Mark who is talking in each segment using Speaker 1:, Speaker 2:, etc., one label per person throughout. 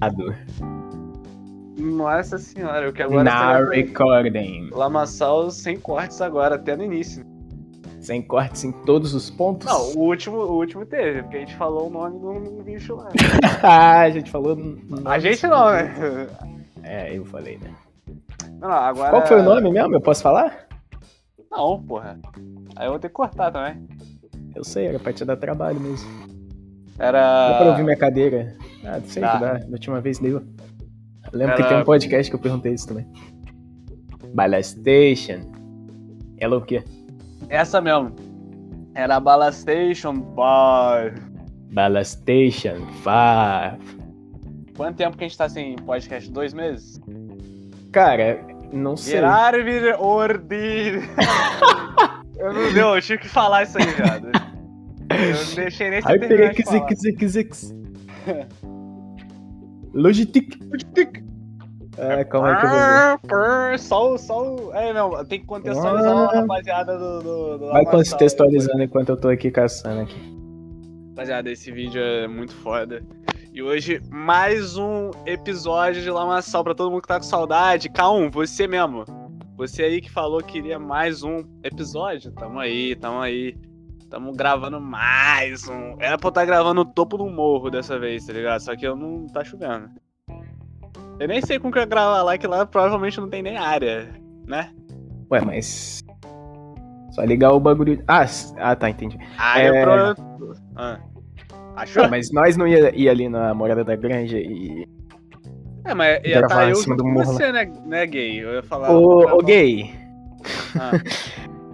Speaker 1: errado.
Speaker 2: Nossa senhora, o que agora
Speaker 1: Na
Speaker 2: será que-
Speaker 1: recording.
Speaker 2: Lamaçal sem cortes agora, até no início.
Speaker 1: Sem cortes em todos os pontos?
Speaker 2: Não, o último, o último teve, porque a gente falou o nome do bicho lá.
Speaker 1: Ah, a gente falou.
Speaker 2: A gente não, né?
Speaker 1: É, eu falei, né?
Speaker 2: Não, não, agora...
Speaker 1: Qual que foi o nome mesmo? Eu posso falar?
Speaker 2: Não, porra. Aí eu vou ter que cortar também.
Speaker 1: Eu sei, era pra te dar trabalho mesmo.
Speaker 2: Era.
Speaker 1: Dá pra ouvir minha cadeira? Ah, sei
Speaker 2: Dá.
Speaker 1: que dá. Da última vez deu. Eu lembro que
Speaker 2: Era-
Speaker 1: tem um podcast que eu perguntei isso também. Ballastation. Ela o quê?
Speaker 2: Essa mesmo. Era a Ballastation Boy.
Speaker 1: Ballastation. Fá.
Speaker 2: Quanto tempo que a gente tá sem podcast? Dois meses?
Speaker 1: Cara, não sei.
Speaker 2: Virar vir ordir. eu não deu, eu tive que falar isso aí, viado. Eu não deixei nem você
Speaker 1: Aí
Speaker 2: terminar
Speaker 1: peguei
Speaker 2: de
Speaker 1: que
Speaker 2: falar.
Speaker 1: zic, zic, zic. Logitech. Ah, calma aí que eu vou ver.
Speaker 2: Prrr, prrr, Só o. Só o. É, não, tem que contextualizar
Speaker 1: Ah.
Speaker 2: a rapaziada do. do, do
Speaker 1: Vai
Speaker 2: Lamaçal aí.
Speaker 1: contextualizando enquanto eu tô aqui caçando aqui.
Speaker 2: Rapaziada, esse vídeo é muito foda. E hoje, mais um episódio de Lamaçal pra todo mundo que tá com saudade. K1, você mesmo. Você aí que falou que queria mais um episódio. Tamo aí, tamo aí. Tamo gravando mais um. Era pra eu estar gravando o topo do morro dessa vez, tá ligado? Só que eu não tá chovendo. Eu nem sei como que eu ia gravar lá, que lá provavelmente não tem nem área, né?
Speaker 1: Ué, mas. Só ligar o bagulho. Ah, s- ah tá, entendi.
Speaker 2: Área
Speaker 1: É.
Speaker 2: pro. Ah. Achou?
Speaker 1: Ah, mas nós não ia ir ali na Morada da Granja e.
Speaker 2: É, mas ia
Speaker 1: Gravar
Speaker 2: tá
Speaker 1: em
Speaker 2: eu
Speaker 1: cima
Speaker 2: junto
Speaker 1: do
Speaker 2: com
Speaker 1: morro
Speaker 2: você, né, né, gay? Eu ia falar.
Speaker 1: Ô,
Speaker 2: eu
Speaker 1: ô
Speaker 2: ia
Speaker 1: gay!
Speaker 2: falar- ah.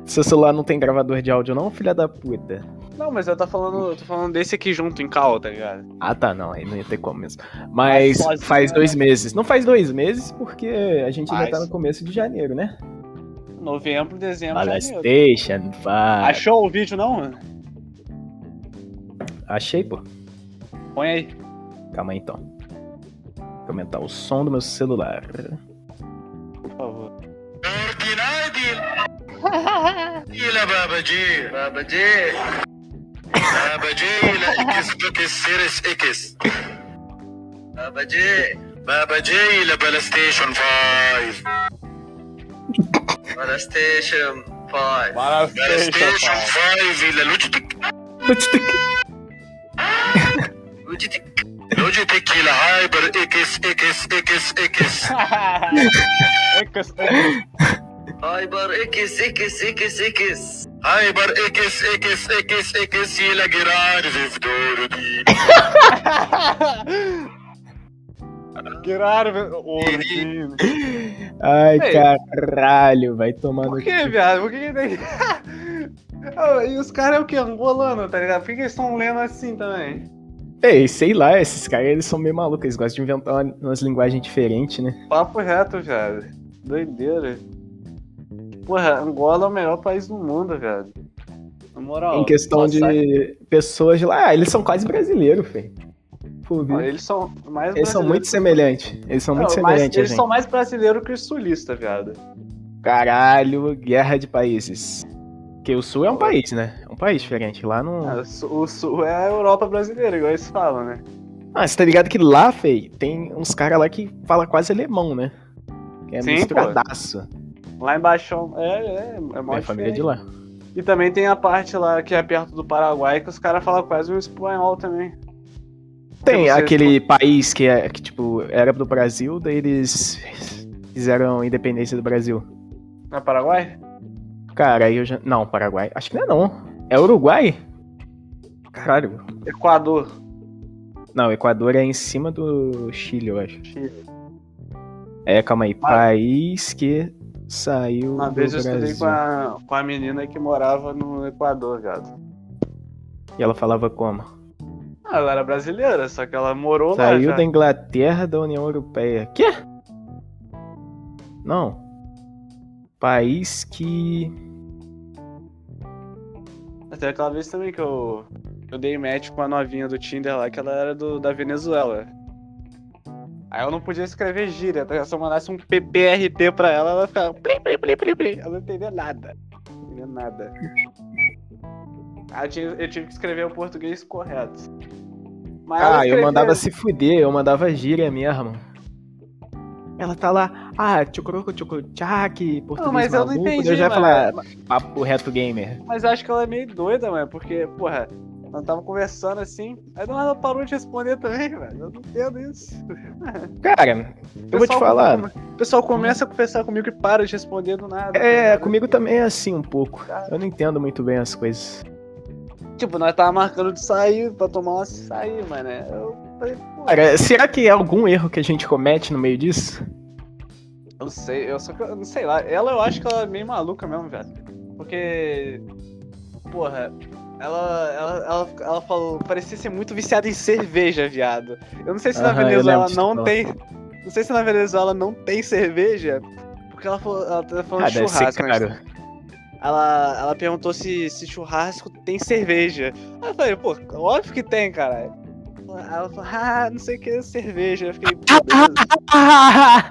Speaker 1: Seu celular não tem gravador de áudio, não, filha da puta?
Speaker 2: Não, mas eu tô falando, eu tô falando desse aqui junto em cal, tá ligado?
Speaker 1: Ah, tá, não, aí não ia ter como mesmo. Mas
Speaker 2: Mas sozinho,
Speaker 1: faz
Speaker 2: né?
Speaker 1: dois meses. Não faz dois meses porque a gente ainda
Speaker 2: Faz.
Speaker 1: tá no começo de janeiro, né?
Speaker 2: Novembro, dezembro. janeiro.
Speaker 1: Ballastation, vai.
Speaker 2: Achou o vídeo não?
Speaker 1: Achei, pô.
Speaker 2: Põe aí.
Speaker 1: Calma aí então. Vou aumentar o som do meu celular.
Speaker 2: Por favor.
Speaker 3: नादी बाबा जी बाबा जी बाबा जी इक्कीस बत्तीस सीरीज इक्कीस बाबा जी बाबा जी बल स्टेशन फाइव बल स्टेशन फाइव बल स्टेशन फाइव लॉजिटिक लॉजिटिक लॉजिटिक हाइबर इक्कीस इक्कीस इक्कीस इक्कीस Hyper X, X, X, X. Hyper X, X, X, X, ile girer Vivdor
Speaker 2: Girar, ordino.
Speaker 1: Ai,
Speaker 2: Ei.
Speaker 1: caralho, vai tomar no
Speaker 2: Por que, viado? Por que que tem que- Ah, E os caras é o quê? Angolano, tá ligado? Por que, que eles estão lendo assim também?
Speaker 1: Ei, sei lá, esses caras eles são meio malucos, eles gostam de inventar uma- umas linguagens diferentes, né?
Speaker 2: Papo reto, viado. Doideira. Porra, Angola é o melhor país do mundo, viado. Na moral.
Speaker 1: em questão de
Speaker 2: Oh, nossa, é.
Speaker 1: pessoas de lá, ah, eles são quase brasileiros, feio. Pô, viu?
Speaker 2: Ó, Eles são mais
Speaker 1: Eles são
Speaker 2: brasileiros
Speaker 1: muito
Speaker 2: que-
Speaker 1: semelhantes. Eles são
Speaker 2: Não,
Speaker 1: muito
Speaker 2: mas
Speaker 1: semelhantes, né?
Speaker 2: Eles
Speaker 1: gente.
Speaker 2: são mais brasileiros que os sulistas, viado.
Speaker 1: Caralho, guerra de países. Porque o Sul é um país, né? É um país diferente. Lá não.
Speaker 2: Ah, o Su- O sul é a Europa brasileira, igual eles falam, né?
Speaker 1: Ah, você tá ligado que lá, Fei, tem uns caras lá que fala quase alemão, né? Que é
Speaker 2: Sim, pô.
Speaker 1: misturadaço.
Speaker 2: Lá em Baixão. É, é, é mó
Speaker 1: É a família
Speaker 2: diferente.
Speaker 1: de lá.
Speaker 2: E também tem a parte lá que é perto do Paraguai que os caras falam quase um espanhol também.
Speaker 1: Tem
Speaker 2: Você-
Speaker 1: aquele país que, é, que, tipo, era do Brasil, daí eles fizeram a independência do Brasil.
Speaker 2: Não é Paraguai?
Speaker 1: Cara, aí eu já. Não, Paraguai. Acho que não é não. É Uruguai? Caralho.
Speaker 2: Equador.
Speaker 1: Não, Equador é em cima do Chile, eu acho.
Speaker 2: Chile.
Speaker 1: É, calma aí.
Speaker 2: Mas-
Speaker 1: País que saiu
Speaker 2: Uma
Speaker 1: do
Speaker 2: vez eu estudei
Speaker 1: Brasil.
Speaker 2: com a, com a menina que morava no Equador, viado.
Speaker 1: E ela falava como?
Speaker 2: Ah, ela era brasileira, só que ela morou
Speaker 1: saiu
Speaker 2: lá.
Speaker 1: da
Speaker 2: já.
Speaker 1: Inglaterra da União Europeia. Quê? Não. País que.
Speaker 2: Até aquela vez também que eu, eu dei match com a novinha do Tinder lá, que ela era do, da Venezuela. Aí eu não podia escrever gíria, tá? se eu mandasse um PPRT pra ela, ela ficava. Plim, plim, plim, plim, plim. Ela não entendia nada. Não entendia nada. Aí eu, tinha- eu tive que escrever o português correto. Mas ela
Speaker 1: Ah, eu
Speaker 2: escreveu-
Speaker 1: mandava se fuder, eu mandava gíria mesmo. Ela tá lá, ah, tchocoroco, tchocochac, assim, português
Speaker 2: Não, mas eu não
Speaker 1: maluco, daí
Speaker 2: entendi.
Speaker 1: Eu já ia
Speaker 2: mano.
Speaker 1: falar, papo reto gamer.
Speaker 2: Mas eu acho que ela é meio doida, mano, porque, porra, nós tava conversando assim, aí do nada ela parou de responder também, velho. Eu não entendo isso.
Speaker 1: Cara, eu vou te falar,
Speaker 2: O pessoal começa a conversar comigo e para de responder do nada. tá
Speaker 1: é,
Speaker 2: cara.
Speaker 1: comigo também é assim um pouco. Eu não entendo muito bem as coisas.
Speaker 2: Tipo, nós tava marcando de sair pra tomar uma sair, mano. né? Eu falei, pô,
Speaker 1: Cara, será que é algum erro que a gente comete no meio disso?
Speaker 2: É eu não sei, eu só que eu não sei lá. Ela eu acho que ela é meio maluca mesmo, velho. Porque. Porra, ela, ela, ela, ela falou, parecia ser muito viciada em cerveja, viado. Eu não sei se na
Speaker 1: Aham, eu
Speaker 2: Venezuela
Speaker 1: lembro disso,
Speaker 2: não
Speaker 1: não.
Speaker 2: tem. Não sei se na Venezuela não tem cerveja. Porque ela falou, ela tá falando
Speaker 1: Ah,
Speaker 2: de
Speaker 1: deve ser
Speaker 2: churrasco, né?
Speaker 1: caro.
Speaker 2: ela, ela perguntou se, se churrasco tem cerveja. Aí eu falei, pô, óbvio que tem, caralho. Ela falou, ah, não sei o que é cerveja. Eu fiquei, pô, beleza.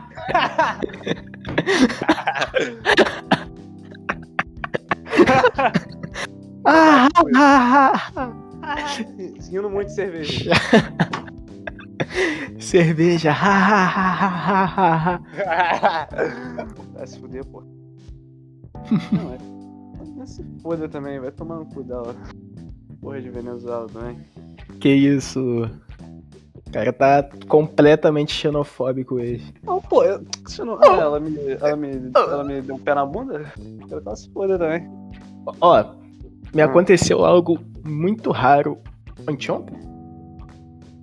Speaker 2: Rindo muito de cerveja.
Speaker 1: Cerveja.
Speaker 2: Vai se fuder, pô. Não, é- Não se foda também, vai tomar no cu dela. Porra de Venezuela também.
Speaker 1: que isso? O cara tá completamente xenofóbico hoje.
Speaker 2: Não, pô, eu, isso não- ah, ela, me, ela, me, ela me deu um pé na bunda? Eu quero que ela se foda também.
Speaker 1: Ó, me
Speaker 2: Hum.
Speaker 1: aconteceu algo muito raro anteontem.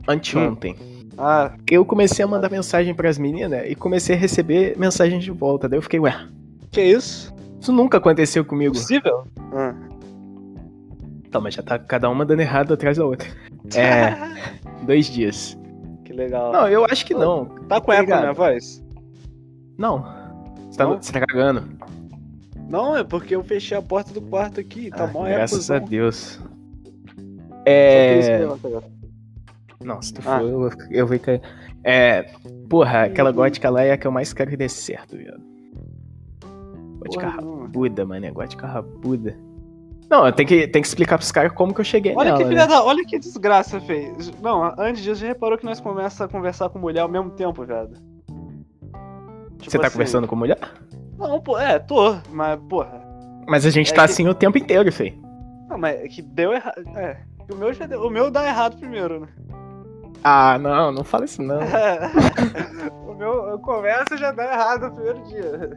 Speaker 1: Anteontem.
Speaker 2: Ah,
Speaker 1: Eu comecei a mandar mensagem pras meninas e comecei a receber mensagens de volta. Daí eu fiquei, ué,
Speaker 2: que isso?
Speaker 1: isso nunca aconteceu comigo.
Speaker 2: Possível? Ah.
Speaker 1: Tá, mas já tá cada uma dando errado atrás da outra. É, dois dias.
Speaker 2: que legal.
Speaker 1: Não, eu acho que não.
Speaker 2: tá com eco na
Speaker 1: ligado?
Speaker 2: minha voz?
Speaker 1: Não. Você tá,
Speaker 2: Não?
Speaker 1: você tá cagando.
Speaker 2: Não, é porque eu fechei a porta do quarto aqui. Tá
Speaker 1: Ah,
Speaker 2: mó
Speaker 1: graças
Speaker 2: ecozão.
Speaker 1: a Deus.
Speaker 2: Só tem isso
Speaker 1: É.
Speaker 2: mesmo, tá ligado?
Speaker 1: Não, se tu
Speaker 2: Ah.
Speaker 1: for, eu, vou- eu vou cair. É. Porra, aquela gótica lá é a que eu mais quero desse certo, viado. Gótica
Speaker 2: Porra, não.
Speaker 1: rabuda, mano. é Gótica rabuda. Não, eu tenho que, tenho que explicar pros caras como que eu cheguei
Speaker 2: Olha
Speaker 1: nela,
Speaker 2: que
Speaker 1: né?
Speaker 2: filha da. Olha que desgraça, Fê. Não, antes disso, já reparou que nós começamos a conversar com mulher ao mesmo tempo, viado? Tipo
Speaker 1: Você tá
Speaker 2: assim,
Speaker 1: conversando com mulher?
Speaker 2: Não, pô, é, tô, mas, porra.
Speaker 1: Mas a gente
Speaker 2: É
Speaker 1: tá
Speaker 2: que-
Speaker 1: assim o tempo inteiro, fei.
Speaker 2: Não, mas é que deu errado. É. O meu, já deu- o meu dá errado primeiro, né?
Speaker 1: Ah, não, não fala isso não.
Speaker 2: o meu eu começo e já dá errado no primeiro dia.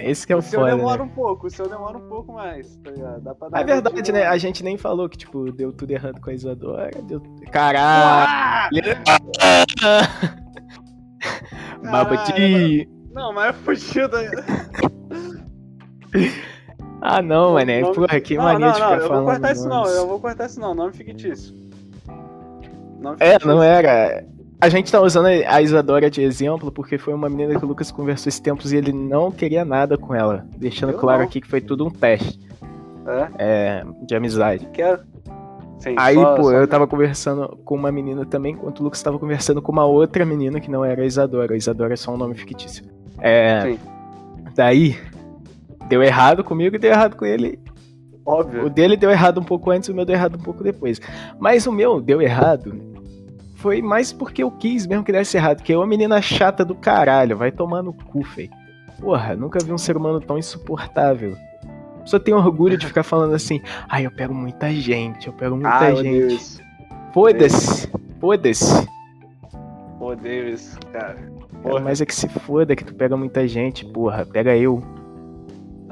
Speaker 1: Esse que é o
Speaker 2: o seu
Speaker 1: foda.
Speaker 2: demora
Speaker 1: né?
Speaker 2: um pouco, o seu demora um pouco mais, tá ligado? Dá pra dar
Speaker 1: É verdade, né?
Speaker 2: uma-
Speaker 1: A gente nem falou que, tipo, deu tudo errado com a Isadora. Deu... Caralho!
Speaker 2: Ah!
Speaker 1: Babadi!
Speaker 2: Não, mas é fudido.
Speaker 1: Ah, não, mané.
Speaker 2: Nome-
Speaker 1: Porra, que
Speaker 2: não,
Speaker 1: mania
Speaker 2: não,
Speaker 1: de
Speaker 2: não,
Speaker 1: ficar
Speaker 2: eu
Speaker 1: falando.
Speaker 2: vou cortar isso não,
Speaker 1: nomes.
Speaker 2: eu vou cortar isso não, nome fictício. Nome
Speaker 1: É, não era. A gente tá usando a Isadora de exemplo porque foi uma menina que o Lucas conversou esses tempos e ele não queria nada com ela. Deixando
Speaker 2: Eu
Speaker 1: claro
Speaker 2: não.
Speaker 1: aqui que foi tudo um teste
Speaker 2: É,
Speaker 1: é, de amizade.
Speaker 2: quero. Sim,
Speaker 1: Aí,
Speaker 2: só-
Speaker 1: pô,
Speaker 2: só-
Speaker 1: eu tava conversando com uma menina também, enquanto o Lucas tava conversando com uma outra menina que não era a Isadora. A Isadora é só um nome fictício. É.
Speaker 2: Sim.
Speaker 1: Daí, deu errado comigo e deu errado com ele. O
Speaker 2: Óbvio.
Speaker 1: dele deu errado um pouco antes, o meu deu errado um pouco depois. Mas o meu deu errado. Foi mais porque eu quis mesmo que desse errado, que é uma menina chata do caralho, vai tomar no cu, fei. Porra, nunca vi um ser humano tão insuportável. Só tenho orgulho de ficar falando assim, ai, eu pego muita gente, eu pego muita
Speaker 2: Ah, eu
Speaker 1: gente.
Speaker 2: odeio isso. É
Speaker 1: Foda-se, foda-se.
Speaker 2: Odeio isso, cara.
Speaker 1: Porra.
Speaker 2: Porra.
Speaker 1: Mas é que se foda que tu pega muita gente, porra. Pega eu.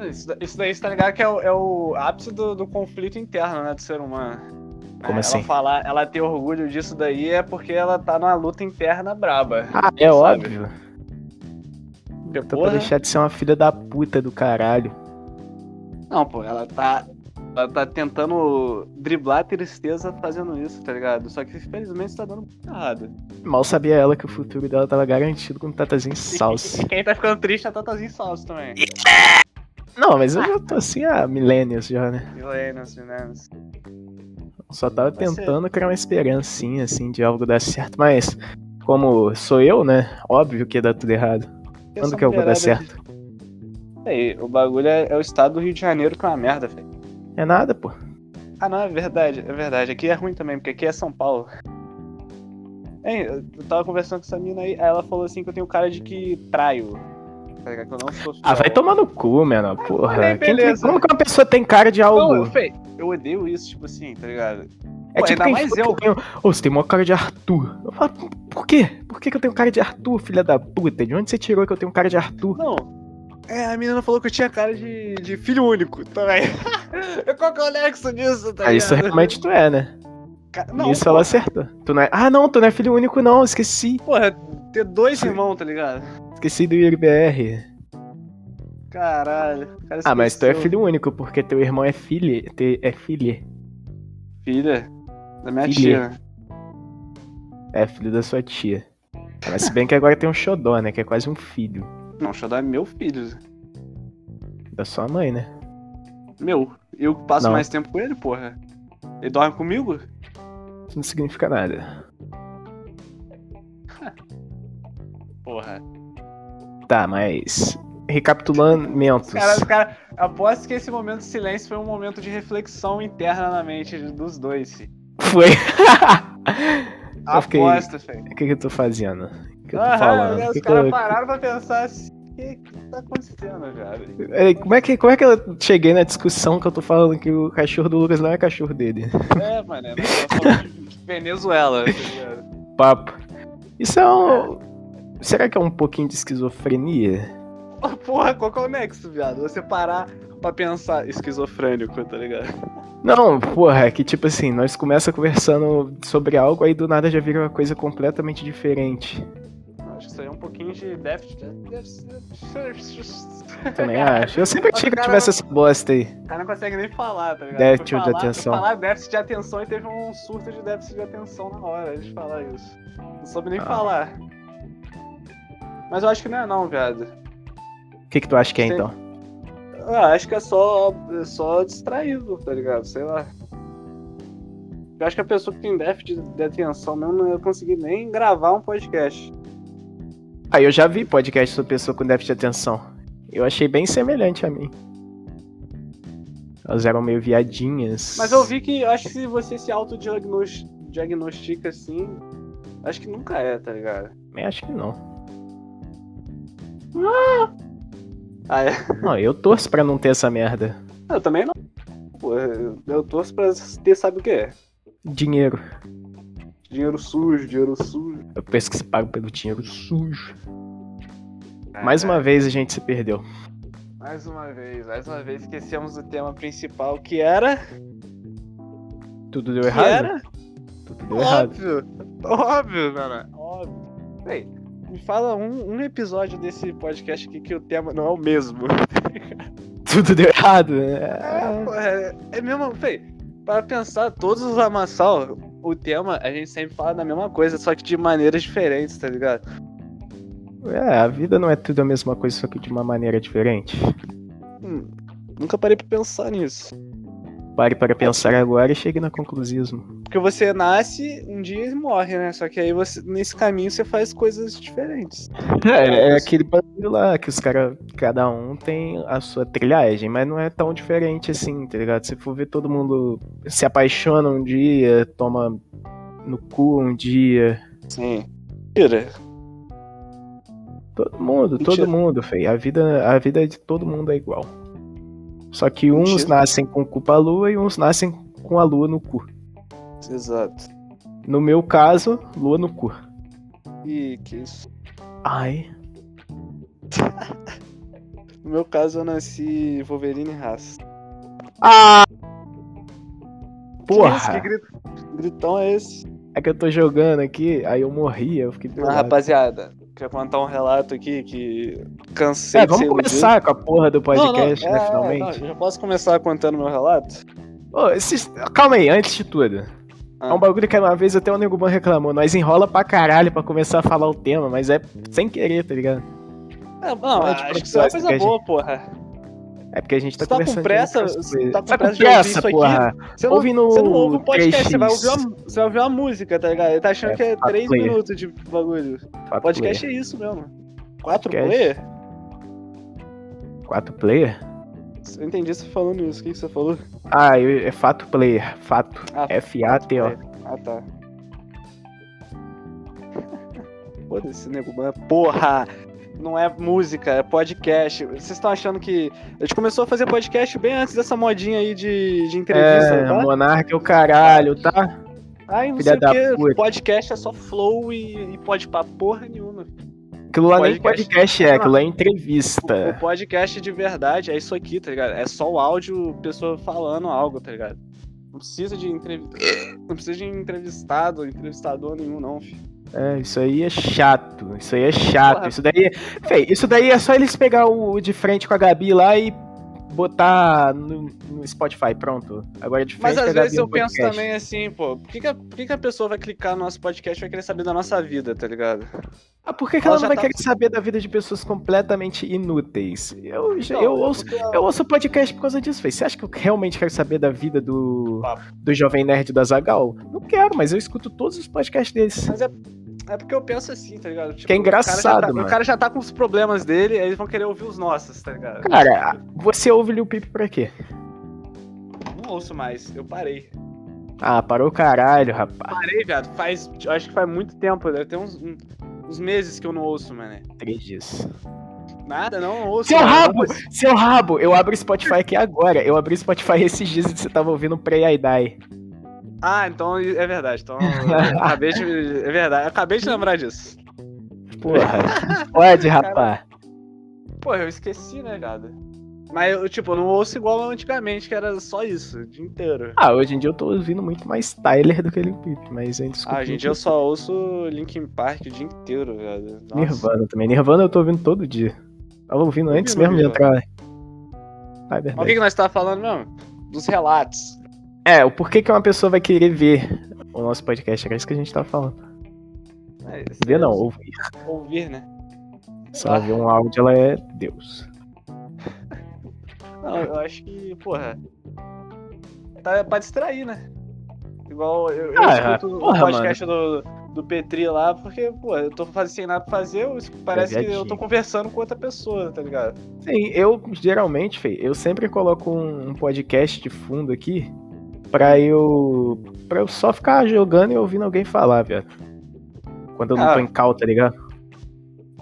Speaker 2: Isso, da- isso daí você tá ligado que é o, é o ápice do, do conflito interno, né, do ser humano.
Speaker 1: Como
Speaker 2: É,
Speaker 1: assim?
Speaker 2: Ela falar, ela ter orgulho disso daí é porque ela tá numa luta interna braba.
Speaker 1: Ah, é
Speaker 2: sabe?
Speaker 1: óbvio.
Speaker 2: Porque,
Speaker 1: Tô
Speaker 2: porra,
Speaker 1: pra deixar de ser uma filha da puta do caralho.
Speaker 2: Não, pô, ela tá. Ela tá tentando driblar a tristeza fazendo isso, tá ligado? Só que infelizmente tá dando muito errado.
Speaker 1: Mal sabia ela que o futuro dela tava garantido com tatazinho e salsa.
Speaker 2: E quem tá ficando triste é a Tatazinha Salsa também.
Speaker 1: Não, mas eu já tô assim há milênios já, né?
Speaker 2: Milênios, milênios.
Speaker 1: Só tava
Speaker 2: Tá certo.
Speaker 1: tentando criar uma esperancinha, assim, de algo dar certo. Mas, como sou eu, né? Óbvio que ia dar tudo errado. Quando que eu vou dar certo?
Speaker 2: Aí, o bagulho é, é o estado do Rio de Janeiro que é uma merda, velho.
Speaker 1: É nada, pô.
Speaker 2: Ah, não, é verdade, é verdade. Aqui é ruim também, porque aqui é São Paulo. É, eu tava conversando com essa mina aí, aí ela falou assim que eu tenho cara de que traio. Tá ligado? Que eu não sou
Speaker 1: Ah,
Speaker 2: fiel.
Speaker 1: vai tomar no cu, mano. Porra. Quem
Speaker 2: falei,
Speaker 1: que-
Speaker 2: beleza.
Speaker 1: como que uma pessoa tem cara de algo?
Speaker 2: Não, Fê, eu odeio isso, tipo assim, tá ligado?
Speaker 1: é
Speaker 2: pô,
Speaker 1: tipo
Speaker 2: ainda
Speaker 1: quem
Speaker 2: mais
Speaker 1: fala
Speaker 2: eu.
Speaker 1: que tem- Ô, você tem uma cara de Arthur. Eu falo, por quê? Por que, que eu tenho cara de Arthur, filha da puta? De onde você tirou que eu tenho cara de Arthur?
Speaker 2: Não. É, a menina falou que eu tinha cara de, de filho único também. Qual que é o nexo disso, tá
Speaker 1: Ah, isso
Speaker 2: ligado?
Speaker 1: realmente tu é, né?
Speaker 2: Ca-
Speaker 1: isso
Speaker 2: pô,
Speaker 1: ela acertou. Tu não é... Ah, não, tu não é filho único, não. Esqueci.
Speaker 2: Porra, ter dois irmãos, tá ligado?
Speaker 1: Esqueci do IBR.
Speaker 2: Caralho. o cara
Speaker 1: Ah, mas tu é
Speaker 2: esqueceu.
Speaker 1: filho único, porque teu irmão é filha. te- É filha.
Speaker 2: Filha da minha
Speaker 1: Filha.
Speaker 2: tia.
Speaker 1: É filho da sua tia. Mas se bem que agora tem um xodó, né? Que é quase um filho.
Speaker 2: Não, deixa eu dar meu filho.
Speaker 1: Da sua mãe, né?
Speaker 2: Meu. Eu que passo
Speaker 1: Não.
Speaker 2: mais tempo com ele, porra. Ele dorme comigo?
Speaker 1: Isso não significa nada.
Speaker 2: Porra.
Speaker 1: Tá, mas. Recapitulando. mentos.
Speaker 2: Cara, os cara, aposto que esse momento de silêncio foi um momento de reflexão interna na mente dos dois. fi.
Speaker 1: Foi. Eu fiquei-
Speaker 2: Aposto, velho.
Speaker 1: O que, que eu tô fazendo? O que eu tô
Speaker 2: Aham, né,
Speaker 1: falando? O
Speaker 2: Os
Speaker 1: que que
Speaker 2: caras
Speaker 1: eu-
Speaker 2: pararam pra pensar assim, o que, que tá acontecendo, velho?
Speaker 1: É, Como é, que, como é que eu cheguei na discussão que eu tô falando que o cachorro do Lucas não é cachorro dele?
Speaker 2: É, mano, é nós estamos falando de Venezuela. tá ligado?
Speaker 1: Papo. Isso é um. Será que é um pouquinho de esquizofrenia?
Speaker 2: Porra, qual que é o nexo, viado? Você parar pra pensar esquizofrênico, tá ligado?
Speaker 1: Não, porra, é que tipo assim, nós começa conversando sobre algo, aí do nada já vira uma coisa completamente diferente.
Speaker 2: Acho que isso aí é um pouquinho de déficit. né? O
Speaker 1: Também acho. Eu sempre
Speaker 2: Mas,
Speaker 1: achei que eu
Speaker 2: cara,
Speaker 1: tivesse essa bosta aí.
Speaker 2: cara não consegue nem falar, tá ligado?
Speaker 1: Déficit
Speaker 2: Foi
Speaker 1: de
Speaker 2: falar-
Speaker 1: atenção.
Speaker 2: foi Falar déficit de atenção e teve um surto de déficit de atenção na hora de falar isso. Não soube nem
Speaker 1: Ah.
Speaker 2: falar. Mas eu acho que não é não, viado.
Speaker 1: O que, que tu acha que é
Speaker 2: Sim.
Speaker 1: então?
Speaker 2: Ah, acho que é só, é só distraído, tá ligado? Sei lá. Eu acho que a pessoa que tem déficit de atenção mesmo não ia conseguir nem gravar um podcast.
Speaker 1: Ah, eu já vi podcast sobre pessoa com déficit de atenção. Eu achei bem semelhante a mim. Elas eram meio viadinhas.
Speaker 2: Mas eu vi que eu acho que se você se autodiagnostica assim, acho que nunca é, tá ligado?
Speaker 1: Mas acho que não.
Speaker 2: Ah, é.
Speaker 1: Não, eu torço pra não ter essa merda.
Speaker 2: Eu também não. Pô, eu eu torço pra ter, sabe o que é?
Speaker 1: Dinheiro.
Speaker 2: Dinheiro sujo, dinheiro sujo.
Speaker 1: Eu penso que se paga pelo dinheiro sujo.
Speaker 2: Ah.
Speaker 1: Mais uma vez a gente se perdeu.
Speaker 2: Mais uma vez, mais uma vez esquecemos o tema principal que era.
Speaker 1: Tudo deu
Speaker 2: que
Speaker 1: errado?
Speaker 2: era?
Speaker 1: Tudo deu errado.
Speaker 2: Óbvio, cara. Óbvio. Ei, me fala um, um episódio desse podcast aqui que o tema não é o mesmo.
Speaker 1: Tudo deu errado.
Speaker 2: É,
Speaker 1: né?
Speaker 2: pô, é, é mesmo. Fei, para pensar, todos os Amassal, o tema, a gente sempre fala da mesma coisa, só que de maneiras diferentes, tá ligado?
Speaker 1: É, a vida não é tudo a mesma coisa, só que de uma maneira diferente.
Speaker 2: Hum, nunca parei pra pensar nisso.
Speaker 1: Pare para pensar agora e chegue no conclusismo.
Speaker 2: Porque você nasce um dia e morre, né? Só que aí você, nesse caminho você faz coisas diferentes.
Speaker 1: É, é aquele bagulho lá que os caras, cada um tem a sua trilhagem, mas não é tão diferente assim, tá ligado? Se for ver todo mundo se apaixona um dia, toma no cu um dia.
Speaker 2: Sim. Tira.
Speaker 1: Todo mundo,
Speaker 2: Mentira.
Speaker 1: todo mundo, feio. A vida, a vida de todo mundo é igual. Só que uns
Speaker 2: Mentira.
Speaker 1: nascem com o cu pra lua e uns nascem com a lua no cu.
Speaker 2: Exato.
Speaker 1: No meu caso, lua no cu.
Speaker 2: E que isso.
Speaker 1: Ai.
Speaker 2: No meu caso, eu nasci Wolverine Raça.
Speaker 1: Porra!
Speaker 2: Que, isso? que grito- gritão é esse?
Speaker 1: É que eu tô jogando aqui, aí eu morri, eu fiquei
Speaker 2: Ah,
Speaker 1: pelado.
Speaker 2: rapaziada, quero contar um relato aqui que cansei
Speaker 1: É,
Speaker 2: de ser um
Speaker 1: vamos começar com a porra do
Speaker 2: iludido.
Speaker 1: podcast,
Speaker 2: Não, não,
Speaker 1: né,
Speaker 2: é, é,
Speaker 1: finalmente.
Speaker 2: não, já posso começar contando meu relato?
Speaker 1: Ô, esses- Calma aí, antes de tudo.
Speaker 2: Ah.
Speaker 1: É um bagulho que uma vez até o Nego Ban reclamou. Nós enrola pra caralho pra começar a falar o tema, mas é sem querer, tá ligado?
Speaker 2: É, não,
Speaker 1: Pode
Speaker 2: acho que isso é uma
Speaker 1: procurar,
Speaker 2: coisa
Speaker 1: porque a
Speaker 2: boa, porra.
Speaker 1: É porque a gente tá
Speaker 2: Você tá com
Speaker 1: conversando... de
Speaker 2: pressa?
Speaker 1: outras
Speaker 2: Você
Speaker 1: coisas.
Speaker 2: tá com
Speaker 1: Tá
Speaker 2: pressa de ouvir isso aqui?
Speaker 1: porra?
Speaker 2: Você não,
Speaker 1: Ouve no
Speaker 2: você não ouve um podcast, você vai,
Speaker 1: 3x.
Speaker 2: ouvir uma, você vai ouvir uma música, tá ligado? Ele tá achando
Speaker 1: É,
Speaker 2: que é
Speaker 1: fato
Speaker 2: 3
Speaker 1: player.
Speaker 2: minutos de bagulho.
Speaker 1: Quatro
Speaker 2: Podcast é isso mesmo. 4
Speaker 1: Podcast.
Speaker 2: player?
Speaker 1: player. Quatro player?
Speaker 2: Eu entendi você falando isso, o que que você falou?
Speaker 1: Ah, eu- é fato player. Fato.
Speaker 2: Ah,
Speaker 1: F-A-T, ó.
Speaker 2: Ah, tá. Foda-se, nego, mas porra! Não é música, é podcast. Vocês estão achando que. A gente começou a fazer podcast bem antes dessa modinha aí de, de entrevista.
Speaker 1: É,
Speaker 2: tá?
Speaker 1: monarca é o caralho, tá?
Speaker 2: Ai, não
Speaker 1: filha
Speaker 2: sei
Speaker 1: da
Speaker 2: o que.
Speaker 1: puta.
Speaker 2: Podcast é só flow e, e pode pra porra nenhuma.
Speaker 1: Aquilo lá nem
Speaker 2: Podcast.
Speaker 1: podcast é, aquilo lá é
Speaker 2: O
Speaker 1: entrevista.
Speaker 2: podcast de verdade é isso aqui, tá ligado? É só o áudio, pessoa falando algo, tá ligado? Não precisa de entrevista. Não precisa de entrevistado, entrevistador nenhum, não, filho.
Speaker 1: É, isso aí é chato, isso aí é chato.
Speaker 2: Porra.
Speaker 1: Isso daí, é- Fê, isso daí é só eles pegar o de frente com a Gabi lá e botar no, no Spotify, pronto. Agora é de frente
Speaker 2: Mas
Speaker 1: com a
Speaker 2: às
Speaker 1: Gabi
Speaker 2: vezes
Speaker 1: no
Speaker 2: eu penso
Speaker 1: podcast.
Speaker 2: também assim, pô, por que, que, a, por que que a pessoa vai clicar no nosso podcast e vai querer saber da nossa vida, tá ligado?
Speaker 1: Ah, por que, que ela
Speaker 2: Ela
Speaker 1: não
Speaker 2: já
Speaker 1: vai
Speaker 2: tá-
Speaker 1: querer saber da vida de pessoas completamente inúteis? Eu,
Speaker 2: Então,
Speaker 1: já- eu ouço
Speaker 2: é porque
Speaker 1: Eu ouço podcast por causa disso, velho. Você acha que eu realmente quero saber da vida do,
Speaker 2: Papo.
Speaker 1: do jovem nerd da Zagal? Não quero, mas eu escuto todos os podcasts deles.
Speaker 2: Mas é, é porque eu penso assim, tá ligado? Tipo,
Speaker 1: Que é
Speaker 2: o cara já
Speaker 1: engraçado,
Speaker 2: tá-
Speaker 1: mano.
Speaker 2: O cara já tá com os problemas dele, aí eles vão querer ouvir os nossos, tá ligado?
Speaker 1: Cara, você ouve Lil Peep pra quê?
Speaker 2: Não ouço mais, eu parei.
Speaker 1: Ah, parou o caralho, rapaz.
Speaker 2: Parei, viado, faz. Acho que faz muito tempo, deve ter uns, um- uns meses que eu não ouço, mano.
Speaker 1: Três dias.
Speaker 2: Nada, não ouço.
Speaker 1: Seu
Speaker 2: mano.
Speaker 1: rabo! Seu rabo! Eu abro o Spotify aqui agora. Eu abri o Spotify esses dias e você tava ouvindo Pray I Die.
Speaker 2: Ah, então é verdade. Então, eu acabei de. É verdade, eu acabei de lembrar disso.
Speaker 1: Porra. Pode, rapaz.
Speaker 2: Pô, eu esqueci, né, viado? Mas, eu, tipo, eu não ouço igual antigamente, que era só isso, o dia inteiro.
Speaker 1: Ah, hoje em dia eu tô ouvindo muito mais Tyler do que Lil Peep, mas ainda escuto.
Speaker 2: Ah, gente, eu só ouço Linkin Park o dia inteiro, velho. Nossa.
Speaker 1: Nirvana também. Nirvana eu tô ouvindo todo dia. Tava ouvindo antes
Speaker 2: ouvindo
Speaker 1: mesmo de entrar.
Speaker 2: Nirvana.
Speaker 1: Ah, é
Speaker 2: Mas o
Speaker 1: verdade.
Speaker 2: que, que nós tava falando mesmo? Dos relatos.
Speaker 1: É, o porquê que uma pessoa vai querer ver o nosso podcast? Era isso que a gente tava falando.
Speaker 2: É,
Speaker 1: Ver não, ouvir.
Speaker 2: Ouvir, né? Ah.
Speaker 1: Só ver um áudio, ela é Deus.
Speaker 2: Não, eu acho que, porra. Tá pra distrair, né? Igual eu, eu
Speaker 1: Ah,
Speaker 2: escuto
Speaker 1: porra,
Speaker 2: o podcast do, do Petri lá, porque, pô, eu tô fazendo sem nada pra fazer, eu, parece que eu
Speaker 1: viadinho.
Speaker 2: tô conversando com outra pessoa, tá ligado?
Speaker 1: Sim, eu geralmente, Fê, eu sempre coloco um, um podcast de fundo aqui pra eu. pra eu só ficar jogando e ouvindo alguém falar, velho. Quando eu não
Speaker 2: Ah.
Speaker 1: tô em cal, tá ligado?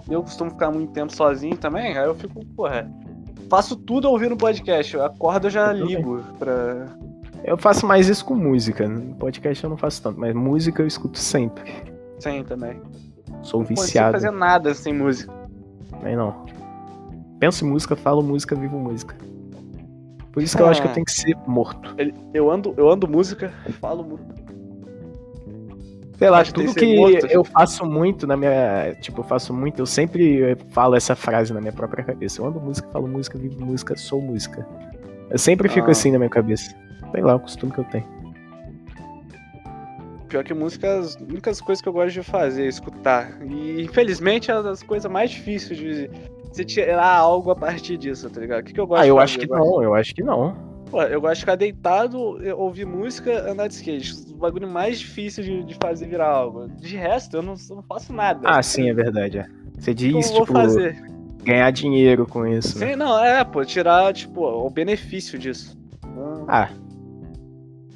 Speaker 2: Eu costumo ficar muito tempo sozinho também, aí eu fico, porra. Faço tudo ouvindo podcast. Eu acordo, eu já
Speaker 1: Eu também.
Speaker 2: ligo pra,
Speaker 1: Eu faço mais isso com música. né? Podcast eu não faço tanto, mas música eu escuto sempre.
Speaker 2: Sim, também.
Speaker 1: Sou
Speaker 2: Não
Speaker 1: viciado.
Speaker 2: fazer nada sem música.
Speaker 1: Aí não. Penso em música, falo música, vivo música. Por isso que eu acho que eu
Speaker 2: Ah.
Speaker 1: tenho que ser morto.
Speaker 2: Eu ando, eu ando música, falo música.
Speaker 1: Sei lá,
Speaker 2: Acho que tem
Speaker 1: tudo
Speaker 2: que
Speaker 1: que
Speaker 2: ser morto.
Speaker 1: eu faço muito na minha. Tipo, eu faço muito, eu sempre eh, falo essa frase na minha própria cabeça. Eu amo música, falo música, vivo música, sou música. Eu sempre fico
Speaker 2: Ah.
Speaker 1: assim na minha cabeça. Sei lá, é o costume que eu tenho.
Speaker 2: Pior que música, as únicas coisas que eu gosto de fazer é escutar. E infelizmente é uma das coisas mais difíceis de você tirar algo a partir disso, tá ligado? O que, que eu gosto
Speaker 1: Ah,
Speaker 2: de
Speaker 1: eu
Speaker 2: fazer?
Speaker 1: acho que
Speaker 2: gosto-
Speaker 1: não, eu acho que não.
Speaker 2: Pô, eu gosto de ficar deitado, eu- ouvir música, andar de skate. O bagulho mais difícil de, de fazer virar algo. De resto, eu não, eu não faço nada.
Speaker 1: Ah, sim, é verdade. é. Você
Speaker 2: O que eu
Speaker 1: diz,
Speaker 2: vou
Speaker 1: tipo,
Speaker 2: fazer?
Speaker 1: ganhar dinheiro com isso. né?
Speaker 2: Sim, não, é, pô, tirar, tipo, o benefício disso.
Speaker 1: Ah.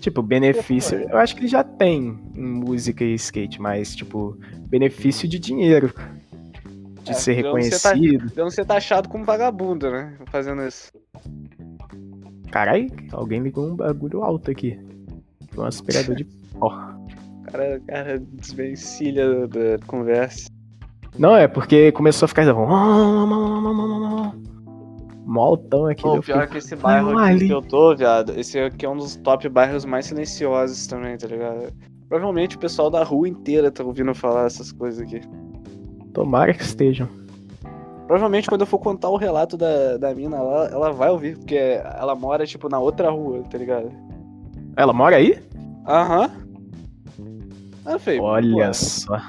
Speaker 1: Tipo, benefício, eu acho que ele já tem em música e skate, mas, tipo, benefício de dinheiro. De
Speaker 2: É,
Speaker 1: ser
Speaker 2: então você tá-
Speaker 1: reconhecido.
Speaker 2: Então você tá achado como vagabundo, né? Fazendo isso.
Speaker 1: Carai, alguém ligou um bagulho alto aqui. Foi Um aspirador de pó.
Speaker 2: O cara, cara desvencilha da da conversa.
Speaker 1: Não, é porque começou a ficar. Mó altão aqui.
Speaker 2: Pô,
Speaker 1: eu fiquei-
Speaker 2: pior que esse bairro aqui
Speaker 1: ali.
Speaker 2: que eu tô, viado, esse aqui é um dos top bairros mais silenciosos também, tá ligado? Provavelmente o pessoal da rua inteira tá ouvindo falar essas coisas aqui.
Speaker 1: Tomara que estejam.
Speaker 2: Provavelmente quando eu for contar o relato da, da mina lá, ela vai ouvir, porque ela mora, tipo, na outra rua, tá ligado?
Speaker 1: Ela mora aí?
Speaker 2: Aham. Ah, feio.
Speaker 1: Olha
Speaker 2: pô,
Speaker 1: só.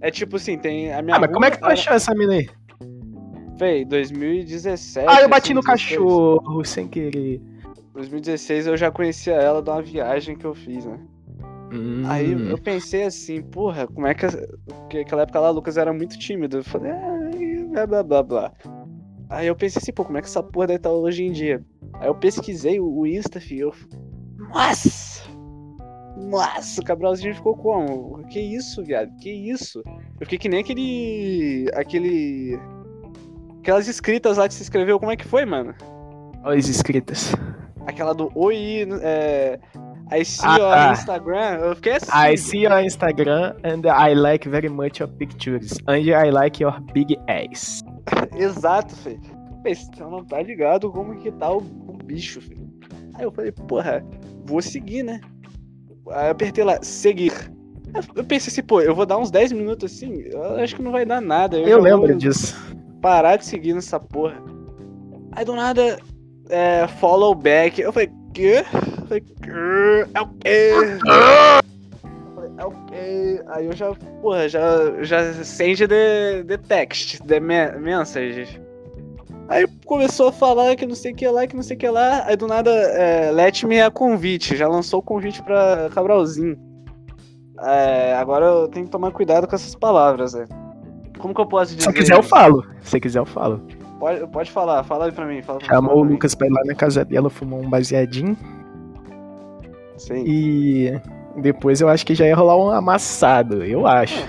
Speaker 2: É tipo assim, tem a minha.
Speaker 1: Ah, mas
Speaker 2: rua- tá
Speaker 1: como é que tu achou essa mina aí?
Speaker 2: Véi, 2017.
Speaker 1: Ah, eu bati
Speaker 2: assim,
Speaker 1: no
Speaker 2: 16.
Speaker 1: cachorro sem querer.
Speaker 2: 2016 eu já conhecia ela de uma viagem que eu fiz, né?
Speaker 1: Hum.
Speaker 2: Aí eu pensei assim, porra, como é que. essa- Porque naquela época lá o Lucas era muito tímido. Eu falei, ah, e blá blá blá blá. Aí eu pensei assim, pô, como é que essa porra deve estar hoje em dia? Aí eu pesquisei o, o Insta, filho. Eu... Nossa! Nossa, o Cabralzinho ficou como? Que isso, viado? Que isso? Eu fiquei que nem aquele. aquele. Aquelas escritas lá que você escreveu, como é que foi, mano?
Speaker 1: Olha as escritas.
Speaker 2: Aquela do Oi, é. I see
Speaker 1: Ah,
Speaker 2: your
Speaker 1: tá.
Speaker 2: Instagram. Eu fiquei assim.
Speaker 1: I see your Instagram and I like very much your pictures. And I like your big ass.
Speaker 2: Exato, filho. Mas você não tá ligado como que tá o, o bicho, filho. Aí eu falei, porra, vou seguir, né? Aí eu apertei lá, seguir. Eu- Eu pensei assim, pô, eu vou dar uns 10 minutos assim, eu acho que não vai dar nada.
Speaker 1: Eu
Speaker 2: já
Speaker 1: lembro
Speaker 2: vou
Speaker 1: disso.
Speaker 2: Parar de seguir nessa porra. Aí do nada, é, follow back. Eu falei, quê? Eu falei, quê? É o quê? Eu falei, É o quê? Aí eu já, porra, já, já send the, the text, the me message. Aí começou a falar que não sei o que lá, que não sei o que lá. Aí do nada, é, Let Me é convite. Já lançou o convite pra Cabralzinho. É, agora eu tenho que tomar cuidado com essas palavras, né? Como que eu posso dizer?
Speaker 1: Se eu quiser, eu falo. Se eu quiser, eu falo.
Speaker 2: Pode, pode falar, fala aí pra mim. Fala pra mim,
Speaker 1: Chamou o
Speaker 2: fala pra mim.
Speaker 1: Lucas pra ir lá na casa dela, fumou um baseadinho.
Speaker 2: Sim.
Speaker 1: E depois eu acho que já ia rolar um amassado. Eu acho.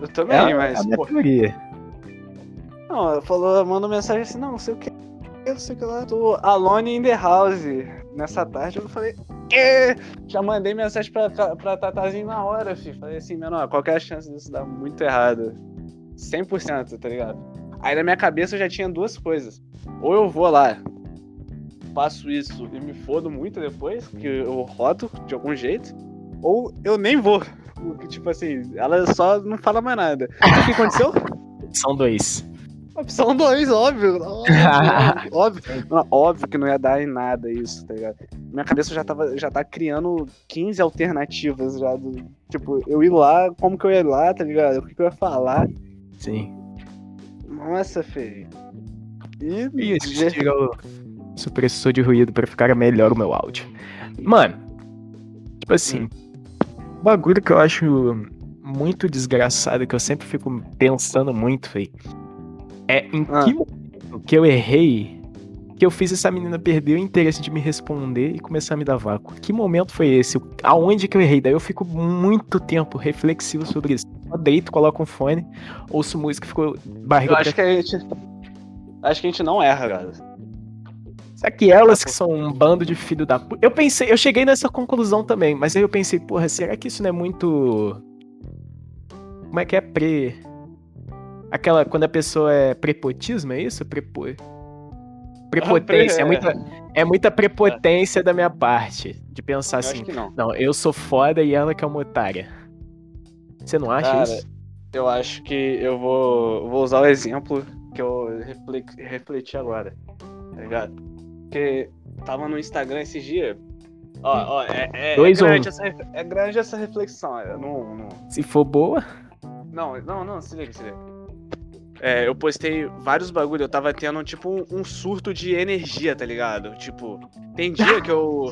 Speaker 2: Eu também,
Speaker 1: É a,
Speaker 2: mas.
Speaker 1: a minha
Speaker 2: pô,
Speaker 1: teoria.
Speaker 2: não, ela falou, mandou mensagem assim, não, não sei o que. Eu não sei o que lá. Tô alone in the house. Nessa tarde eu falei, quê? Já mandei mensagem pra, ca- pra Tatazinho na hora, filho. Falei assim, menor, qual que é a chance disso dar muito errado? 100%, tá ligado? Aí na minha cabeça eu já tinha duas coisas. Ou eu vou lá, faço isso e me fodo muito depois, que eu roto de algum jeito, ou eu nem vou. Tipo assim, ela só não fala mais nada. O que aconteceu?
Speaker 1: São dois.
Speaker 2: Opção 2, óbvio. Óbvio, óbvio. Não, óbvio que não ia dar em nada isso, tá ligado? Minha cabeça já, tava, já tá criando 15 alternativas já. do- tipo, eu ir lá, como que eu ia lá, tá ligado? O que, que eu ia falar.
Speaker 1: Sim.
Speaker 2: Nossa, feio. E,
Speaker 1: E se tirar o supressor de ruído pra ficar melhor o meu áudio. Mano, tipo assim,
Speaker 2: Hum.
Speaker 1: o bagulho que eu acho muito desgraçado, que eu sempre fico pensando muito, véi, é em
Speaker 2: Ah.
Speaker 1: que momento que eu errei que eu fiz essa menina perder o interesse de me responder e começar a me dar vácuo. Que momento foi esse? Aonde que eu errei? Daí eu fico muito tempo reflexivo sobre isso. Só deito, coloco um fone, ouço música, fico barriga
Speaker 2: eu
Speaker 1: pra
Speaker 2: acho que a gente. Acho que a gente não erra, cara.
Speaker 1: Será que elas
Speaker 2: Tá
Speaker 1: que são um bando de filho da puta? Eu pensei, eu cheguei nessa conclusão também, mas aí eu pensei, porra, será que isso não é muito. Como é que é pre. Aquela. Quando a pessoa é prepotismo, é isso? Prepo... Prepotência. É
Speaker 2: Ah,
Speaker 1: muita, é muita prepotência da minha parte. De pensar
Speaker 2: Eu
Speaker 1: assim,
Speaker 2: acho que não.
Speaker 1: não, eu sou foda e ela que é uma otária. Você não acha
Speaker 2: Cara,
Speaker 1: isso?
Speaker 2: Eu acho que eu vou, vou usar o exemplo que eu reflexi- refleti agora. Tá ligado? Porque tava no Instagram esses dias. Ó, ó, é, é- é
Speaker 1: Dois ou
Speaker 2: grande
Speaker 1: um?
Speaker 2: essa, ref- é grande essa reflexão. eu não- não,
Speaker 1: Se for boa,
Speaker 2: não, não, não, se liga, se liga. É, eu postei vários bagulho, eu tava tendo, tipo, um- um surto de energia, tá ligado? Tipo, tem dia que eu.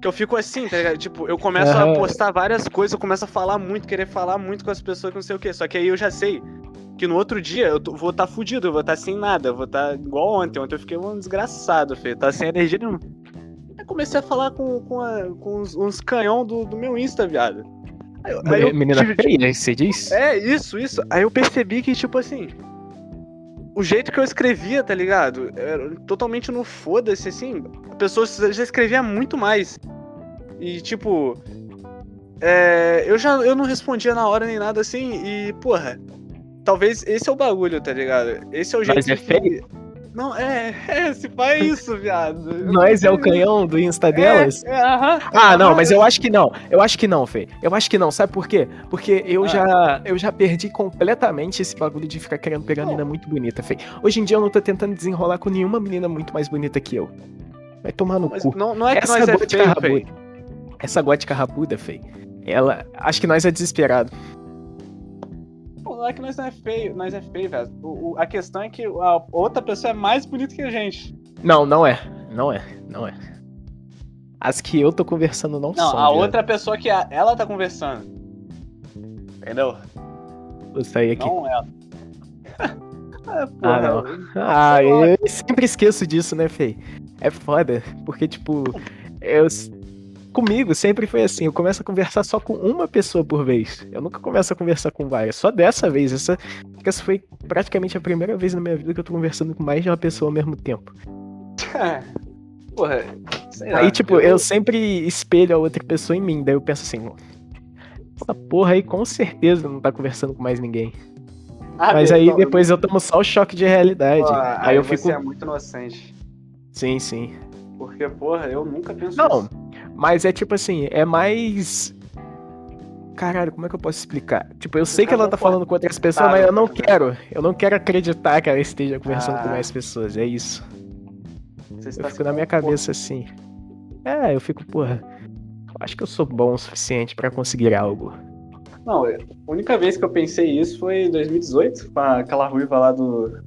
Speaker 2: que eu fico assim, tá ligado? Tipo, eu começo a
Speaker 1: Aham.
Speaker 2: postar várias coisas, eu começo a falar muito, querer falar muito com as pessoas, que não sei o quê. Só que aí eu já sei que no outro dia eu tô- vou estar tá fudido, eu vou estar sem nada, eu vou estar igual ontem. Ontem eu fiquei um desgraçado, filho, tá sem energia nenhuma. Aí comecei a falar com, com, a- com uns, uns canhão do, do meu Insta, viado. Aí, eu- aí eu
Speaker 1: menina
Speaker 2: tive- tipo,
Speaker 1: feia, você diz?
Speaker 2: é, isso, isso. Aí eu percebi que, tipo assim. O jeito que eu escrevia, tá ligado? Era totalmente no foda-se, assim. A pessoa já escrevia muito mais. E, tipo. é, eu já eu não respondia na hora nem nada assim. E, porra. Talvez esse é o bagulho, tá ligado? Esse é o jeito.
Speaker 1: Nós é
Speaker 2: que-
Speaker 1: feio?
Speaker 2: Não, é. É, se pá, é isso, viado. Eu
Speaker 1: Nós é o
Speaker 2: não sei.
Speaker 1: canhão do Insta
Speaker 2: É,
Speaker 1: delas?
Speaker 2: é, aham.
Speaker 1: Ah, não,
Speaker 2: Aham,
Speaker 1: mas eu acho que não. Eu acho que não, Fê. Eu acho que não. Sabe por quê? Porque eu
Speaker 2: Ah.
Speaker 1: já eu já perdi completamente esse bagulho de ficar querendo pegar
Speaker 2: Não.
Speaker 1: menina muito bonita, Fê. Hoje em dia eu não tô tentando desenrolar com nenhuma menina muito mais bonita que eu. Vai tomar no
Speaker 2: Mas
Speaker 1: cu.
Speaker 2: não, não é que
Speaker 1: Essa
Speaker 2: nós é
Speaker 1: gótica
Speaker 2: feio, feio.
Speaker 1: rabuda. Essa gótica rabuda, Fê. Ela. Acho que nós é desesperado.
Speaker 2: Pô, não é que nós não é feio, nós é feio, velho. O- o- a questão é que a outra pessoa é mais bonita que a gente.
Speaker 1: Não, não é. Não é. Não é. As que eu tô conversando não,
Speaker 2: Não,
Speaker 1: são.
Speaker 2: a
Speaker 1: viado.
Speaker 2: outra pessoa que a- ela tá conversando. Entendeu?
Speaker 1: Vou sair aqui.
Speaker 2: Não ela. É ah,
Speaker 1: Ah, não. Ah, eu sempre esqueço disso, né, Fê? É foda, porque, tipo, eu s- comigo sempre foi assim, eu começo a conversar só com uma pessoa por vez. Eu nunca começo a conversar com várias. Só dessa vez, essa, essa foi praticamente a primeira vez na minha vida que eu tô conversando com mais de uma pessoa ao mesmo tempo.
Speaker 2: Porra, sei lá.
Speaker 1: Aí, tipo, eu sempre espelho a outra pessoa em mim, daí eu penso assim, essa porra aí com certeza não tá conversando com mais ninguém.
Speaker 2: Ah,
Speaker 1: Mas
Speaker 2: beleza,
Speaker 1: aí
Speaker 2: não,
Speaker 1: depois eu tomo só o choque de realidade.
Speaker 2: Pô,
Speaker 1: aí eu fico.
Speaker 2: Você é muito inocente.
Speaker 1: Sim, sim.
Speaker 2: Porque, porra, eu nunca penso
Speaker 1: Não,
Speaker 2: nisso.
Speaker 1: mas é tipo assim, é mais. Caralho, como é que eu posso explicar? Tipo, eu sei que ela
Speaker 2: cara Ah, não
Speaker 1: tá
Speaker 2: pode
Speaker 1: falando com outras
Speaker 2: acreditar
Speaker 1: pessoas, mas eu
Speaker 2: no
Speaker 1: não
Speaker 2: que tá
Speaker 1: quero. Eu não quero acreditar que ela esteja conversando com
Speaker 2: Ah.
Speaker 1: mais pessoas. É isso.
Speaker 2: Você tá
Speaker 1: Eu
Speaker 2: está um
Speaker 1: fico na minha cabeça assim. É, eu fico, porra. eu Acho que eu sou bom o suficiente pra conseguir algo.
Speaker 2: Não, é, a única vez que eu pensei isso foi em 2018, com a- aquela ruiva lá do,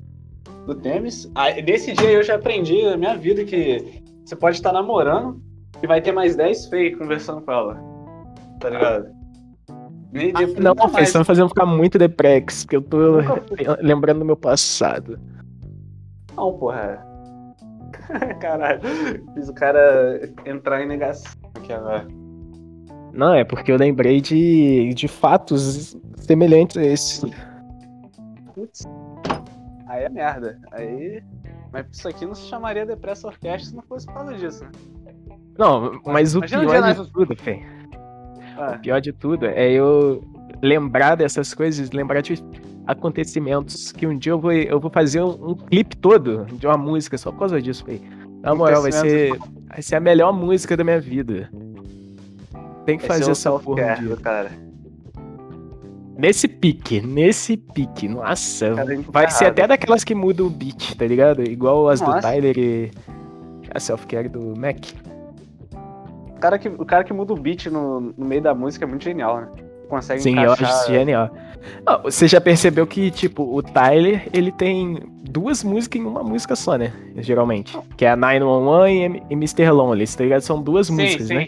Speaker 2: do Temis. Aí, Nesse dia eu já aprendi na minha vida que você pode estar namorando e vai ter mais 10 fake conversando com ela. Tá ligado? Nem- nem-
Speaker 1: Ah, Não,
Speaker 2: nunca
Speaker 1: vocês
Speaker 2: mais.
Speaker 1: estão me fazendo ficar muito deprex, porque eu tô
Speaker 2: Nunca fui.
Speaker 1: lembrando do meu passado.
Speaker 2: Não, porra. Caralho, fiz o cara entrar em negação aqui agora.
Speaker 1: Não, é porque eu lembrei de, de fatos semelhantes a esse.
Speaker 2: Putz. Aí é merda. Aí. Mas isso aqui não se chamaria Depressa Orquestra se não fosse por causa disso, né?
Speaker 1: Não, mas o
Speaker 2: Imagina o
Speaker 1: pior é
Speaker 2: Genésio.
Speaker 1: de tudo, Fê.
Speaker 2: Ah,
Speaker 1: O pior de tudo é eu lembrar dessas coisas, lembrar de acontecimentos que um dia eu vou, eu vou fazer um, um clipe todo de uma música só por causa disso, Fê. Na moral, vai ser, vai ser a melhor música da minha vida. Tem que
Speaker 2: é
Speaker 1: fazer essa porra um dia.
Speaker 2: cara.
Speaker 1: Nesse pique, nesse pique, nossa.
Speaker 2: Cara, ele tá
Speaker 1: Vai ser
Speaker 2: errado.
Speaker 1: até daquelas que mudam o beat, tá ligado? Igual as do
Speaker 2: Nossa.
Speaker 1: Tyler e a self-care do Mac.
Speaker 2: O cara que, o cara que muda o beat no, no meio da música é muito genial, né? Consegue
Speaker 1: Sim, eu acho
Speaker 2: encaixar... né?
Speaker 1: isso genial. Ah, você já percebeu que, tipo, o Tyler, ele tem duas músicas em uma música só, né? Geralmente. Que é a 911 e M- e Mr. Lonely, tá ligado? São duas
Speaker 2: Sim,
Speaker 1: músicas,
Speaker 2: sim.
Speaker 1: né?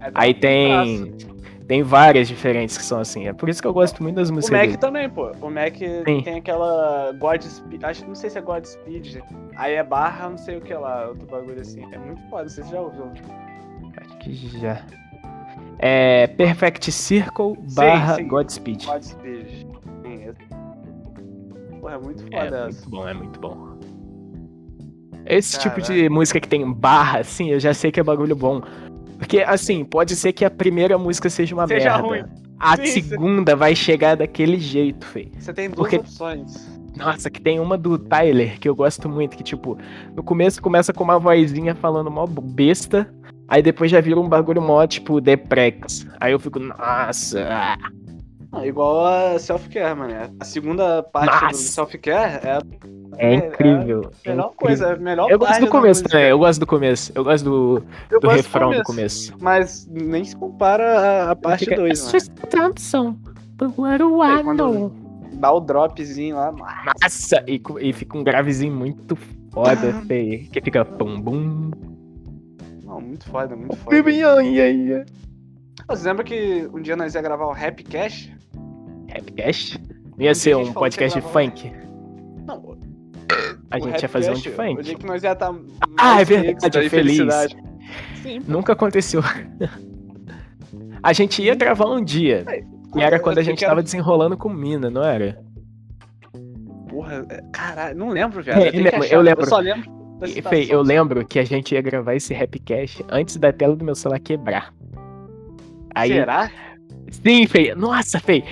Speaker 2: É,
Speaker 1: Aí
Speaker 2: um
Speaker 1: tem... Tem várias diferentes que são assim. É por isso que eu gosto muito das
Speaker 2: traço. O
Speaker 1: músicas
Speaker 2: Mac
Speaker 1: dele.
Speaker 2: também, pô. O Mac tem aquela Godspeed. Acho que não sei se é Godspeed. Aí é barra, não sei o que lá, outro bagulho assim. É muito foda, não sei se você já ouviu.
Speaker 1: Acho que já... É... Perfect Circle
Speaker 2: Sim,
Speaker 1: barra
Speaker 2: sim.
Speaker 1: Godspeed.
Speaker 2: Godspeed. Sim, esse... Porra, é muito
Speaker 1: É
Speaker 2: foda essa.
Speaker 1: muito bom, é muito bom. Esse tipo de
Speaker 2: Caraca.
Speaker 1: música que tem barra, assim, eu já sei que é bagulho bom. Porque, assim, pode ser que a primeira música seja uma
Speaker 2: Seja
Speaker 1: merda.
Speaker 2: ruim.
Speaker 1: A
Speaker 2: Sim,
Speaker 1: segunda vai chegar daquele jeito, feio.
Speaker 2: Você tem duas
Speaker 1: Porque-
Speaker 2: opções.
Speaker 1: Nossa, que tem uma do Tyler que eu gosto muito, que, tipo, no começo começa com uma vozinha falando mó besta, aí depois já vira um bagulho mó, tipo, deprex. Aí eu fico, nossa, ah,
Speaker 2: Ah, igual a self-care, mano. A segunda parte
Speaker 1: Nossa.
Speaker 2: do self-care é a
Speaker 1: é incrível.
Speaker 2: a
Speaker 1: É
Speaker 2: melhor
Speaker 1: incrível.
Speaker 2: coisa, a melhor
Speaker 1: Eu gosto
Speaker 2: parte
Speaker 1: do
Speaker 2: da
Speaker 1: começo
Speaker 2: música.
Speaker 1: também, eu gosto do começo. Eu gosto do,
Speaker 2: Eu
Speaker 1: do
Speaker 2: gosto assim.
Speaker 1: refrão do começo.
Speaker 2: Mas nem se compara a, a parte 2, mano.
Speaker 1: Tradução.
Speaker 2: Aí quando- Dá o dropzinho lá. mas-
Speaker 1: Nossa, e, cu- e fica um gravezinho muito foda,
Speaker 2: Ah.
Speaker 1: feio. Que fica pum bum.
Speaker 2: Não, muito foda, muito foda.
Speaker 1: Rapcast?
Speaker 2: Você lembra que um dia nós ia gravar o Rap Cash?
Speaker 1: Não ia ser
Speaker 2: a gente
Speaker 1: um
Speaker 2: falou que ia
Speaker 1: podcast de
Speaker 2: gravar um-
Speaker 1: funk.
Speaker 2: Não, o
Speaker 1: A gente ia
Speaker 2: Rap
Speaker 1: fazer um
Speaker 2: Cash,
Speaker 1: de
Speaker 2: O dia
Speaker 1: funk.
Speaker 2: que nós ia tá estar.
Speaker 1: Ah, é verdade, é feliz.
Speaker 2: Sim.
Speaker 1: Nunca aconteceu. A gente ia gravar um dia. E era quando a gente tava desenrolando com mina, não era?
Speaker 2: Porra, é- caralho, não lembro, velho.
Speaker 1: É,
Speaker 2: tenho
Speaker 1: lembro,
Speaker 2: que achar.
Speaker 1: eu lembro.
Speaker 2: Eu só lembro. da
Speaker 1: E,
Speaker 2: citação.
Speaker 1: Fê, eu lembro que a gente ia gravar esse rapcast antes da tela do meu celular quebrar. Aí
Speaker 2: Será?
Speaker 1: Sim, Fei. Nossa, Fei.